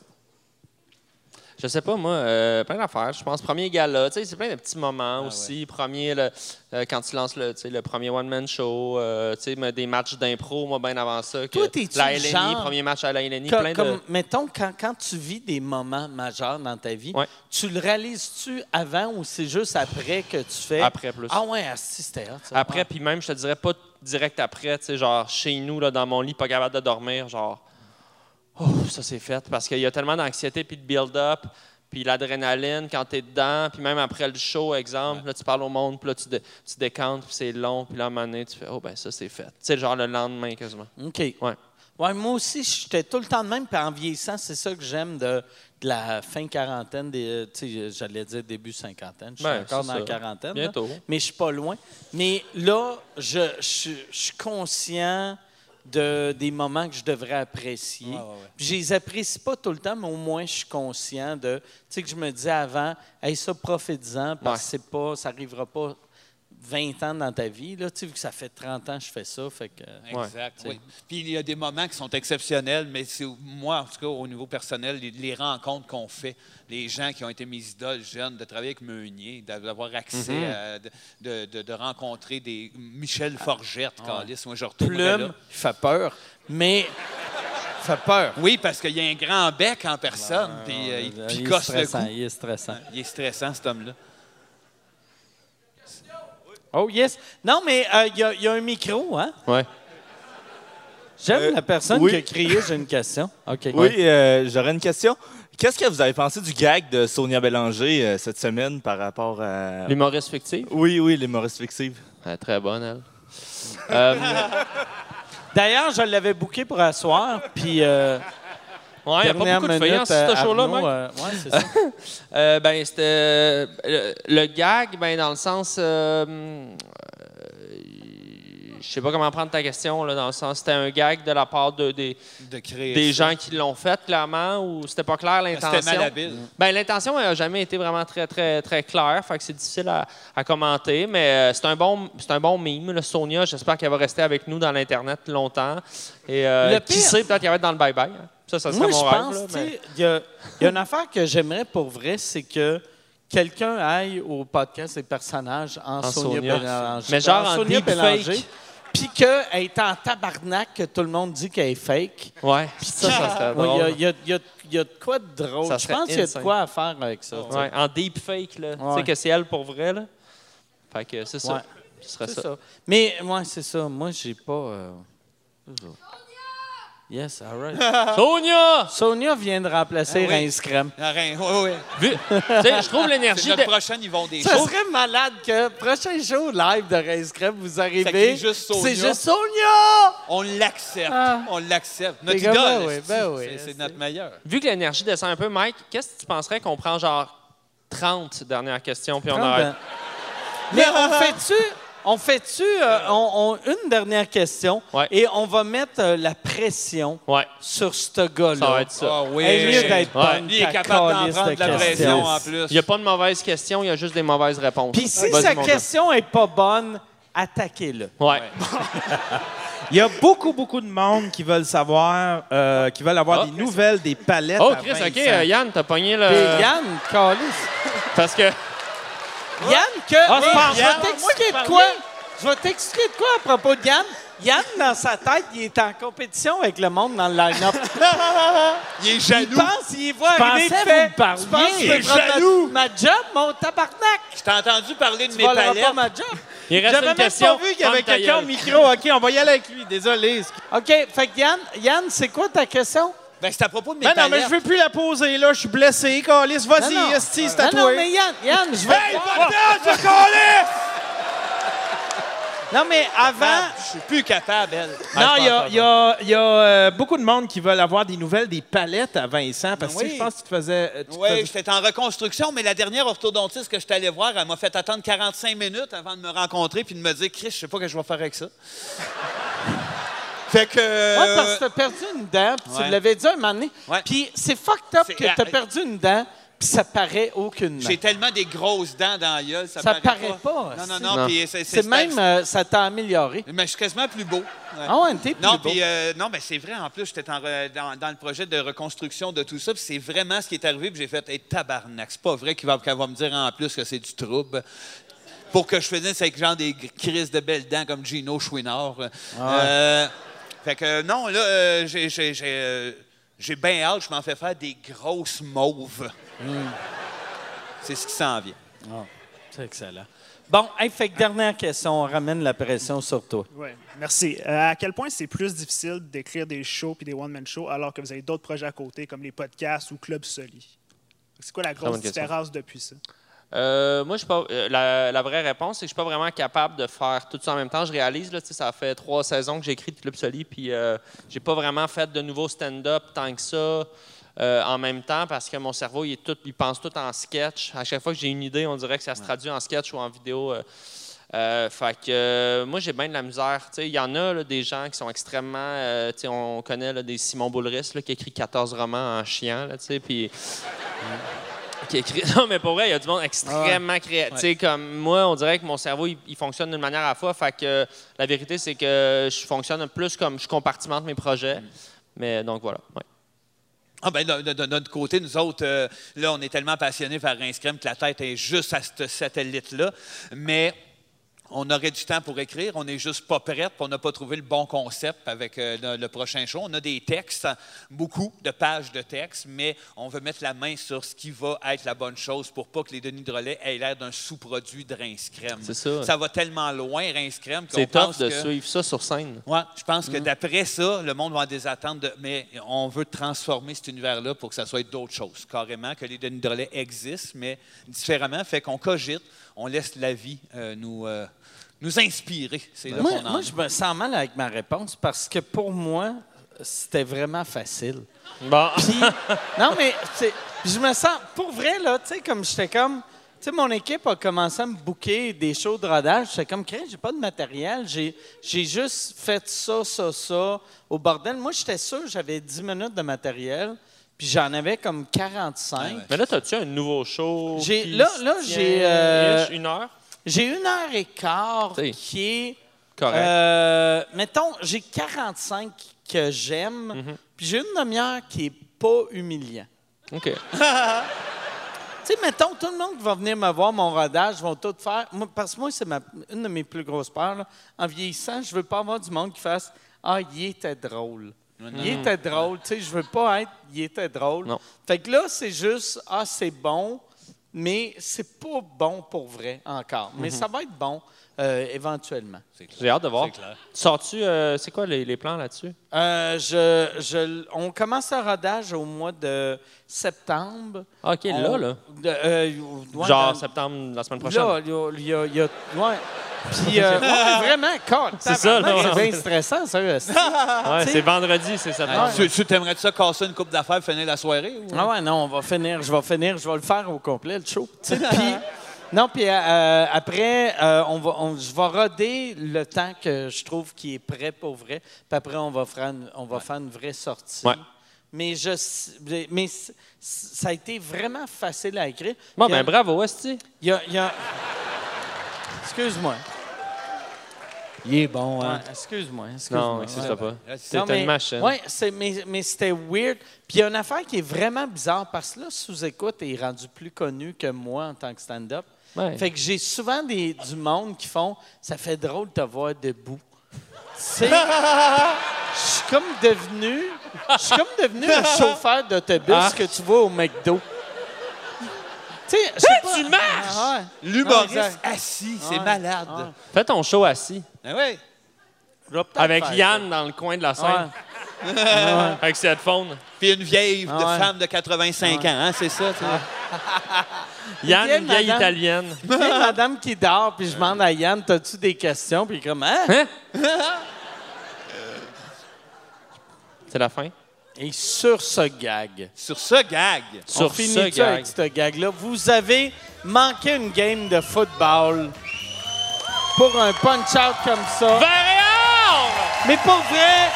S5: Je sais pas, moi, euh, plein d'affaires. Je pense premier gala, tu sais, c'est plein de petits
S1: Ah
S5: moments aussi. Premier, le- euh, quand tu lances le, tu sais, le premier one-man show, euh, tu sais, mais des matchs d'impro, moi, bien avant ça. Que
S1: Toi, t'es-tu
S5: La
S1: le
S5: LNI,
S1: genre-
S5: premier match à la LNI,
S1: Co-
S5: plein
S1: comme,
S5: de...
S1: Mettons, quand, quand tu vis des moments majeurs dans ta vie,
S5: Ouais.
S1: tu le réalises-tu avant ou c'est juste après que tu fais?
S5: Après, plus.
S1: Ah ouais, ah, si, c'était hot, ça.
S5: Après,
S1: Ah.
S5: puis même, je te dirais pas direct après, tu sais, genre chez nous, là, dans mon lit, pas capable de dormir, genre, oh, ça c'est fait, parce qu'il y a tellement d'anxiété puis de build-up. puis l'adrénaline quand t'es dedans, puis même après le show, exemple, là, tu parles au monde, puis là, tu, dé- tu décantes, puis c'est long, puis là, à un moment donné, tu fais « Oh, ben ça, c'est fait. » Tu sais, genre le lendemain, quasiment.
S1: Ah, OK.
S5: Ouais.
S1: Ouais, moi aussi, j'étais tout le temps de même. Puis en vieillissant, c'est ça que j'aime de, de la fin quarantaine, des, euh, tu sais, j'allais dire début cinquantaine. Je suis
S5: Ben,
S1: encore
S5: c'est
S1: dans la
S5: ça.
S1: quarantaine. là.
S5: Bientôt.
S1: mais je suis pas loin. Mais là, je, je- je suis conscient de, des moments que je devrais apprécier. Puis je les apprécie pas tout le temps, mais au moins je suis conscient de. Tu sais, que je me dis avant, hey, ça, profite-en, parce que c'est pas, ça arrivera pas 20 ans dans ta vie. Là, tu sais, vu que ça fait 30 ans que je fais ça, fait que.
S4: Exact. oui. Puis il y a des moments qui sont exceptionnels, mais c'est moi, en tout cas, au niveau personnel, les, les rencontres qu'on fait, les gens qui ont été mes idoles jeunes, de travailler avec Meunier, d'avoir accès
S1: Mhm.
S4: à- de, de- de- de rencontrer des Michel Forgette, Calis, moi je retournerais
S1: Ah. Plume,
S4: là.
S1: il fait peur, mais il fait peur.
S4: Oui, parce qu'il y a un grand bec en personne, puis euh, il te
S5: Ah,
S4: picosse
S1: Ah, il est
S4: le
S1: stressant, il est stressant.
S4: cou. Il est stressant, cet homme-là.
S1: Oh yes. Non, mais euh, il y a- il y, a un micro, hein?
S5: Ouais.
S1: J'aime
S3: Euh,
S1: la personne
S3: oui.
S1: qui a crié, j'ai une question. OK.
S3: Oui, euh, j'aurais une question. Qu'est-ce que vous avez pensé du gag de Sonia Bélanger euh, cette semaine par rapport à.
S5: L'humoriste fictive?
S3: Oui, oui, l'humoriste fictive.
S5: Elle est très bonne, elle. Euh,
S1: D'ailleurs, je l'avais booké pour asseoir, puis... Euh,
S5: ouais, Ah, il n'y a pas
S1: dernière
S5: beaucoup de
S1: minute,
S5: faillance sur
S1: euh,
S5: ce show-là,
S1: Arnaud,
S5: Mike.
S1: euh, ouais, c'est ça.
S5: Euh, ben, c'était. euh, le, le gag, ben, dans le sens. euh, euh, je sais pas comment prendre ta question, là, dans le sens. C'était un gag de la part de, des,
S4: De créer
S5: des
S4: ça.
S5: gens qui l'ont fait, clairement, ou c'était pas clair l'intention.
S4: C'était malhabile.
S5: Ben, l'intention n'a jamais été vraiment très, très, très claire, fait que c'est difficile à, à commenter, mais euh, c'est un bon, c'est un bon mime. là. Sonia, j'espère qu'elle va rester avec nous dans l'Internet longtemps. Et euh,
S1: Le
S5: qui
S1: pire-
S5: sait, peut-être qu'elle va être dans le bye-bye. hein. Ça, ça serait
S1: Moi, je
S5: mon rêve.
S1: pense,
S5: là,
S1: tu
S5: mais-
S1: sais, il y, a- il y a une affaire que j'aimerais pour vrai, c'est que quelqu'un aille au podcast des personnages en,
S5: En
S1: Sonia
S5: Sonia.
S1: Bélanger.
S5: Mais genre en
S1: Sonia
S5: deep fake.
S1: Bélanger, Puis qu'elle est en tabarnak, que tout le monde dit qu'elle est fake.
S5: Ouais, ça, ça serait
S1: Ouais,
S5: drôle.
S1: Il y, a- il y a- il y a de quoi de drôle.
S5: Ça
S1: Je
S5: serait
S1: pense qu'il y a de
S5: insane.
S1: quoi à faire avec ça. tu sais.
S5: Ouais, en deepfake, là. Tu
S1: Ouais.
S5: sais que c'est elle pour vrai, là. Fait que c'est ça.
S1: Ouais.
S5: Ce serait
S1: C'est
S5: ça.
S1: ça. Mais moi, c'est ça. Moi, j'ai pas. euh, Yes, all right.
S5: Sonia!
S1: Sonia vient de remplacer
S4: Ah oui.
S1: Rince Crème.
S4: Ah, rien. Oui, oui.
S5: Vu- tu sais, je trouve
S4: C'est
S5: l'énergie de...
S4: notre prochaine, ils vont des
S1: Ça
S4: shows.
S1: serait malade que prochain show live de Rince Crème, vous
S4: Ça crie
S1: arrivez.
S4: juste Sonia.
S1: C'est juste Sonia!
S4: On l'accepte. On l'accepte. Notre
S1: C'est comme,
S4: idole,
S1: ben oui,
S4: c'est-
S1: ben oui,
S4: c'est- c'est
S1: c'est-
S4: notre meilleur.
S5: Vu que l'énergie descend un peu, Mike, qu'est-ce que tu penserais qu'on prend genre 30 dernières questions, puis on arrête?
S1: Ah, ben.
S7: ben.
S1: Mais on fait-tu. On fait-tu euh, on- on- une dernière question
S5: Ouais.
S1: et on va mettre euh, la pression
S5: Ouais,
S1: sur ce gars-là.
S5: ça va être ça.
S4: Ah oui.
S1: Elle est mieux d'être
S5: Ouais.
S1: bonne
S4: Il est
S1: qu'à
S4: capable d'en
S1: calice
S4: prendre de la
S1: questions.
S4: pression en plus.
S5: Il n'y a pas de mauvaises questions, il y a juste des mauvaises réponses.
S1: Puis si
S5: Vas-y,
S1: sa
S5: mon gars.
S1: question est pas bonne, attaquez-le.
S5: Ouais.
S7: Il y a beaucoup, beaucoup de monde qui veulent savoir, euh, qui veulent avoir
S3: Ah,
S5: Oh,
S7: des nouvelles, des palettes.
S5: Oh,
S7: à
S5: Chris,
S7: Vincent.
S5: OK, euh, Yann, t'as pogné le...
S1: Et
S4: Euh.
S1: Yann, calisse.
S5: Parce que...
S1: Yann, que.
S5: Ah, c'est pas-
S1: je vais t'expliquer de quoi. Je vais t'expliquer de quoi à propos de Yann. Yann, dans sa tête, il est en compétition avec le monde dans le line-up.
S4: Il est
S1: Il
S4: jaloux.
S1: pense, il voit arriver, il
S17: pensais
S1: fait,
S17: vous me parliez.
S1: Tu penses que tu peux
S4: Il est
S1: prendre ma-
S4: jaloux.
S1: Ma, job, mon tabarnak.
S4: Je t'ai entendu parler de
S1: Tu
S4: mes
S1: voleras
S4: palettes.
S1: pas ma job.
S5: Il reste
S7: J'avais
S5: une
S7: même
S5: question.
S7: pas vu qu'il y avait
S5: Ferme ta
S7: quelqu'un au
S5: gueule.
S7: micro. OK, on va y aller avec lui. Désolé.
S1: OK, fait que Yann, Yann c'est quoi ta question?
S4: Ben, c'est à propos de mes
S7: Ben non,
S4: palettes.
S7: mais je veux plus la poser, là. Je suis blessé. Calice,
S1: Non,
S7: vas-y,
S1: non.
S7: esti, c'est
S1: Non,
S7: à
S1: non,
S7: toi.
S1: mais Yann, Yann, je vais.
S4: Hey, va-t'en, tu câlisse!
S1: Non, mais avant.
S4: Je suis plus capable, elle.
S7: Non, il y a, il y a- il y a, euh, beaucoup de monde qui veulent avoir des nouvelles des palettes à Vincent. Parce que
S4: Oui.
S7: je pense que tu te faisais... euh, tu te faisais-
S4: Oui, j'étais en reconstruction, mais la dernière orthodontiste que je suis allé voir, elle m'a fait attendre 45 minutes avant de me rencontrer puis de me dire Chris, je sais pas ce que je vais faire avec ça. fait que.
S1: Ouais, parce que t'as perdu une dent, puis
S4: ben, euh, ouais.
S1: tu l'avais dit un moment donné.
S4: Ouais.
S1: Puis c'est fucked up
S4: C'est- euh,
S1: que t'as perdu une dent, puis ça paraît aucunement.
S4: j'ai tellement des grosses dents dans la gueule, ça,
S1: Ça paraît pas,
S4: Non, non,
S1: c'est-
S4: non,
S5: Non.
S4: puis c'est-
S1: C'est même, euh, ça t'a amélioré.
S4: Mais je suis quasiment plus beau. Ouais.
S1: Ah ouais, t'es plus
S4: Non,
S1: beau.
S4: puis, euh, non, mais c'est vrai. En plus, j'étais en re- dans, dans le projet de reconstruction de tout ça. puis c'est vraiment ce qui est arrivé. Puis j'ai fait, hey, tabarnak, c'est pas vrai qu'il va, qu'elle va me dire en plus que c'est du trouble. Pour que je finisse avec genre des gr- crises de belles dents comme Gino Chouinard. Euh, fait que euh, non, là, euh, j'ai, j'ai, j'ai, euh, j'ai bien hâte. Je m'en fais faire des grosses mauves. C'est ce qui s'en vient.
S1: C'est excellent. Bon, hey, fait que dernière question, on ramène la pression sur toi.
S18: Ouais, merci. Euh, à quel point c'est plus difficile d'écrire des shows puis des one-man shows alors que vous avez d'autres projets à côté comme les podcasts ou Club Soli? C'est quoi la grosse différence depuis ça?
S5: Euh, moi, je suis pas, euh, la, la, vraie réponse, c'est que je suis pas vraiment capable de faire tout ça en même temps. Je réalise, là, ça fait trois saisons que j'écris de Club Soli, puis euh, j'ai pas vraiment fait de nouveau stand-up tant que ça euh, en même temps, parce que mon cerveau, il, est tout, il pense tout en sketch. À chaque fois que j'ai une idée, on dirait que ça se traduit en sketch ou en vidéo. Euh, fait que euh, moi, j'ai bien de la misère. Il y en a là, des gens qui sont extrêmement. Euh, on connaît là, des Simon Boulris là, qui écrit 14 romans en chiant. Puis. qui écrit... Non, mais pour vrai, il y a du monde extrêmement ah, créatif. Ouais. Comme moi, on dirait que mon cerveau, il, il fonctionne d'une manière à la fois. Fait que euh, la vérité, c'est que je fonctionne plus comme je compartimente mes projets. Mm. Mais donc voilà. Ouais.
S4: Ah ben, de, de, de, notre côté, nous autres, euh, là, on est tellement passionnés par Inscrim que la tête est juste à ce satellite-là. Mais on aurait du temps pour écrire, on n'est juste pas prête, on n'a pas trouvé le bon concept avec euh, le, le, prochain show. On a des textes, beaucoup de pages de textes, mais on veut mettre la main sur ce qui va être la bonne chose pour pas que les Denis de relais aient l'air d'un sous-produit de Rince Crème.
S5: C'est ça.
S4: Ça va tellement loin, Rince Crème, qu'on
S5: C'est
S4: pense
S5: top de
S4: que...
S5: suivre ça sur scène.
S4: Oui, je pense mm. que d'après ça, le monde va en des attentes, de... mais on veut transformer cet univers-là pour que ça soit d'autres choses, carrément, que les Denis de relais existent, mais différemment, fait qu'on cogite, on laisse la vie euh, nous, euh, nous inspirer. C'est là
S1: moi,
S4: qu'on en
S1: moi, je me sens mal avec ma réponse parce que pour moi, c'était vraiment facile.
S5: Bon.
S1: Puis, non, mais je me sens, pour vrai, là, tu sais, comme j'étais comme. Tu sais, mon équipe a commencé à me bouquer des shows de rodage. J'étais comme, crème, j'ai pas de matériel. J'ai, j'ai juste fait ça, ça, ça, au bordel. Moi, j'étais sûr, j'avais 10 minutes de matériel. Puis j'en avais comme 45. Ah ouais.
S5: Mais là, as-tu un nouveau show?
S1: J'ai, qui là, là j'ai. Euh,
S5: une heure?
S1: J'ai une heure et quart T'sais. qui est. Correct. Euh, mettons, j'ai 45 que j'aime, mm-hmm. puis j'ai une demi-heure qui est pas humiliant.
S5: OK. tu
S1: sais, mettons, tout le monde qui va venir me voir, mon rodage, vont tout faire. Moi, parce que moi, c'est ma, une de mes plus grosses peurs. Là. En vieillissant, je veux pas avoir du monde qui fasse Ah, il était drôle. Non. Il était drôle, tu sais, je veux pas être, il était drôle.
S5: Non.
S1: Fait que là, c'est juste, ah, c'est bon, mais c'est pas bon pour vrai encore. Mm-hmm. Mais
S5: Mhm.
S1: ça va être bon euh, éventuellement.
S5: C'est J'ai hâte de voir. C'est clair. Sors-tu, euh, c'est quoi les, les plans là-dessus?
S1: Euh, je, je, on commence le rodage au mois de septembre.
S5: Ah, OK,
S1: on,
S5: là, là?
S1: De, euh,
S5: ouais, Genre dans, septembre, la semaine prochaine?
S1: Là, il y a... Y a, ouais. Puis, euh, ouais, vraiment, cool.
S5: C'est ça, là.
S1: C'est bien stressant, ça. euh, Aussi.
S5: ouais, c'est vendredi, c'est ça.
S4: Ah, tu, tu t'aimerais ça casser une coupe d'affaires, finir la soirée? Ou...
S1: Ah ouais, non, on va finir. Je vais finir. Je vais le faire au complet, le show. Puis, non, puis euh, après, euh, on va, on, je vais roder le temps que je trouve qui est prêt pour vrai. Puis après, on va faire une, on va ouais. faire une vraie sortie.
S5: Ouais.
S1: Mais, je, mais ça a été vraiment facile à écrire.
S5: Bon, ben a, bravo, Esti.
S1: Il y a... Y a Excuse-moi.
S5: Il est bon, hein?
S1: Ouais, excuse-moi, excuse-moi.
S5: Non, n'existe ouais, pas. C'était ouais. une machine.
S1: Oui, mais, mais, c'était weird. Puis il y a une affaire qui est vraiment bizarre parce que là, sous-écoute est rendu plus connu que moi en tant que stand-up. Fait que j'ai souvent des, du monde qui font Ça fait drôle de te voir debout. C'est. Je suis comme devenu. Je suis comme devenu le chauffeur d'autobus ah. que tu vois au McDo.
S4: Tu sais, pas... tu marches! Ah ouais. L'humoriste non, assis, c'est ah ouais. malade. Ah ouais.
S5: Fais ton show assis.
S4: Ben oui.
S5: Avec Yann ça. dans le coin de la scène. Avec cette faune.
S4: Puis une vieille de femme de 85 ans, hein, c'est ça, tu
S5: Yann, une vieille madame, italienne.
S1: Une madame qui dort, puis je demande à Yann, t'as-tu des questions? Puis comme, hein? hein?
S5: c'est la fin?
S1: Et sur ce gag.
S4: Sur ce gag.
S1: Sur on finit ce gag. avec ce gag-là. Vous avez manqué une game de football pour un punch-out comme ça.
S4: Variable!
S1: Mais pour vrai,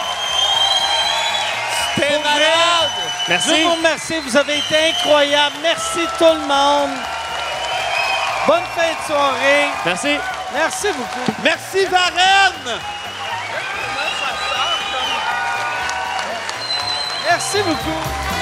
S4: c'était pour malade!
S1: Vrai, Merci. Je vous remercie. Vous avez été incroyables. Merci tout le monde. Bonne fin de soirée.
S5: Merci.
S1: Merci beaucoup.
S4: Merci, Varenne!
S1: Merci beaucoup.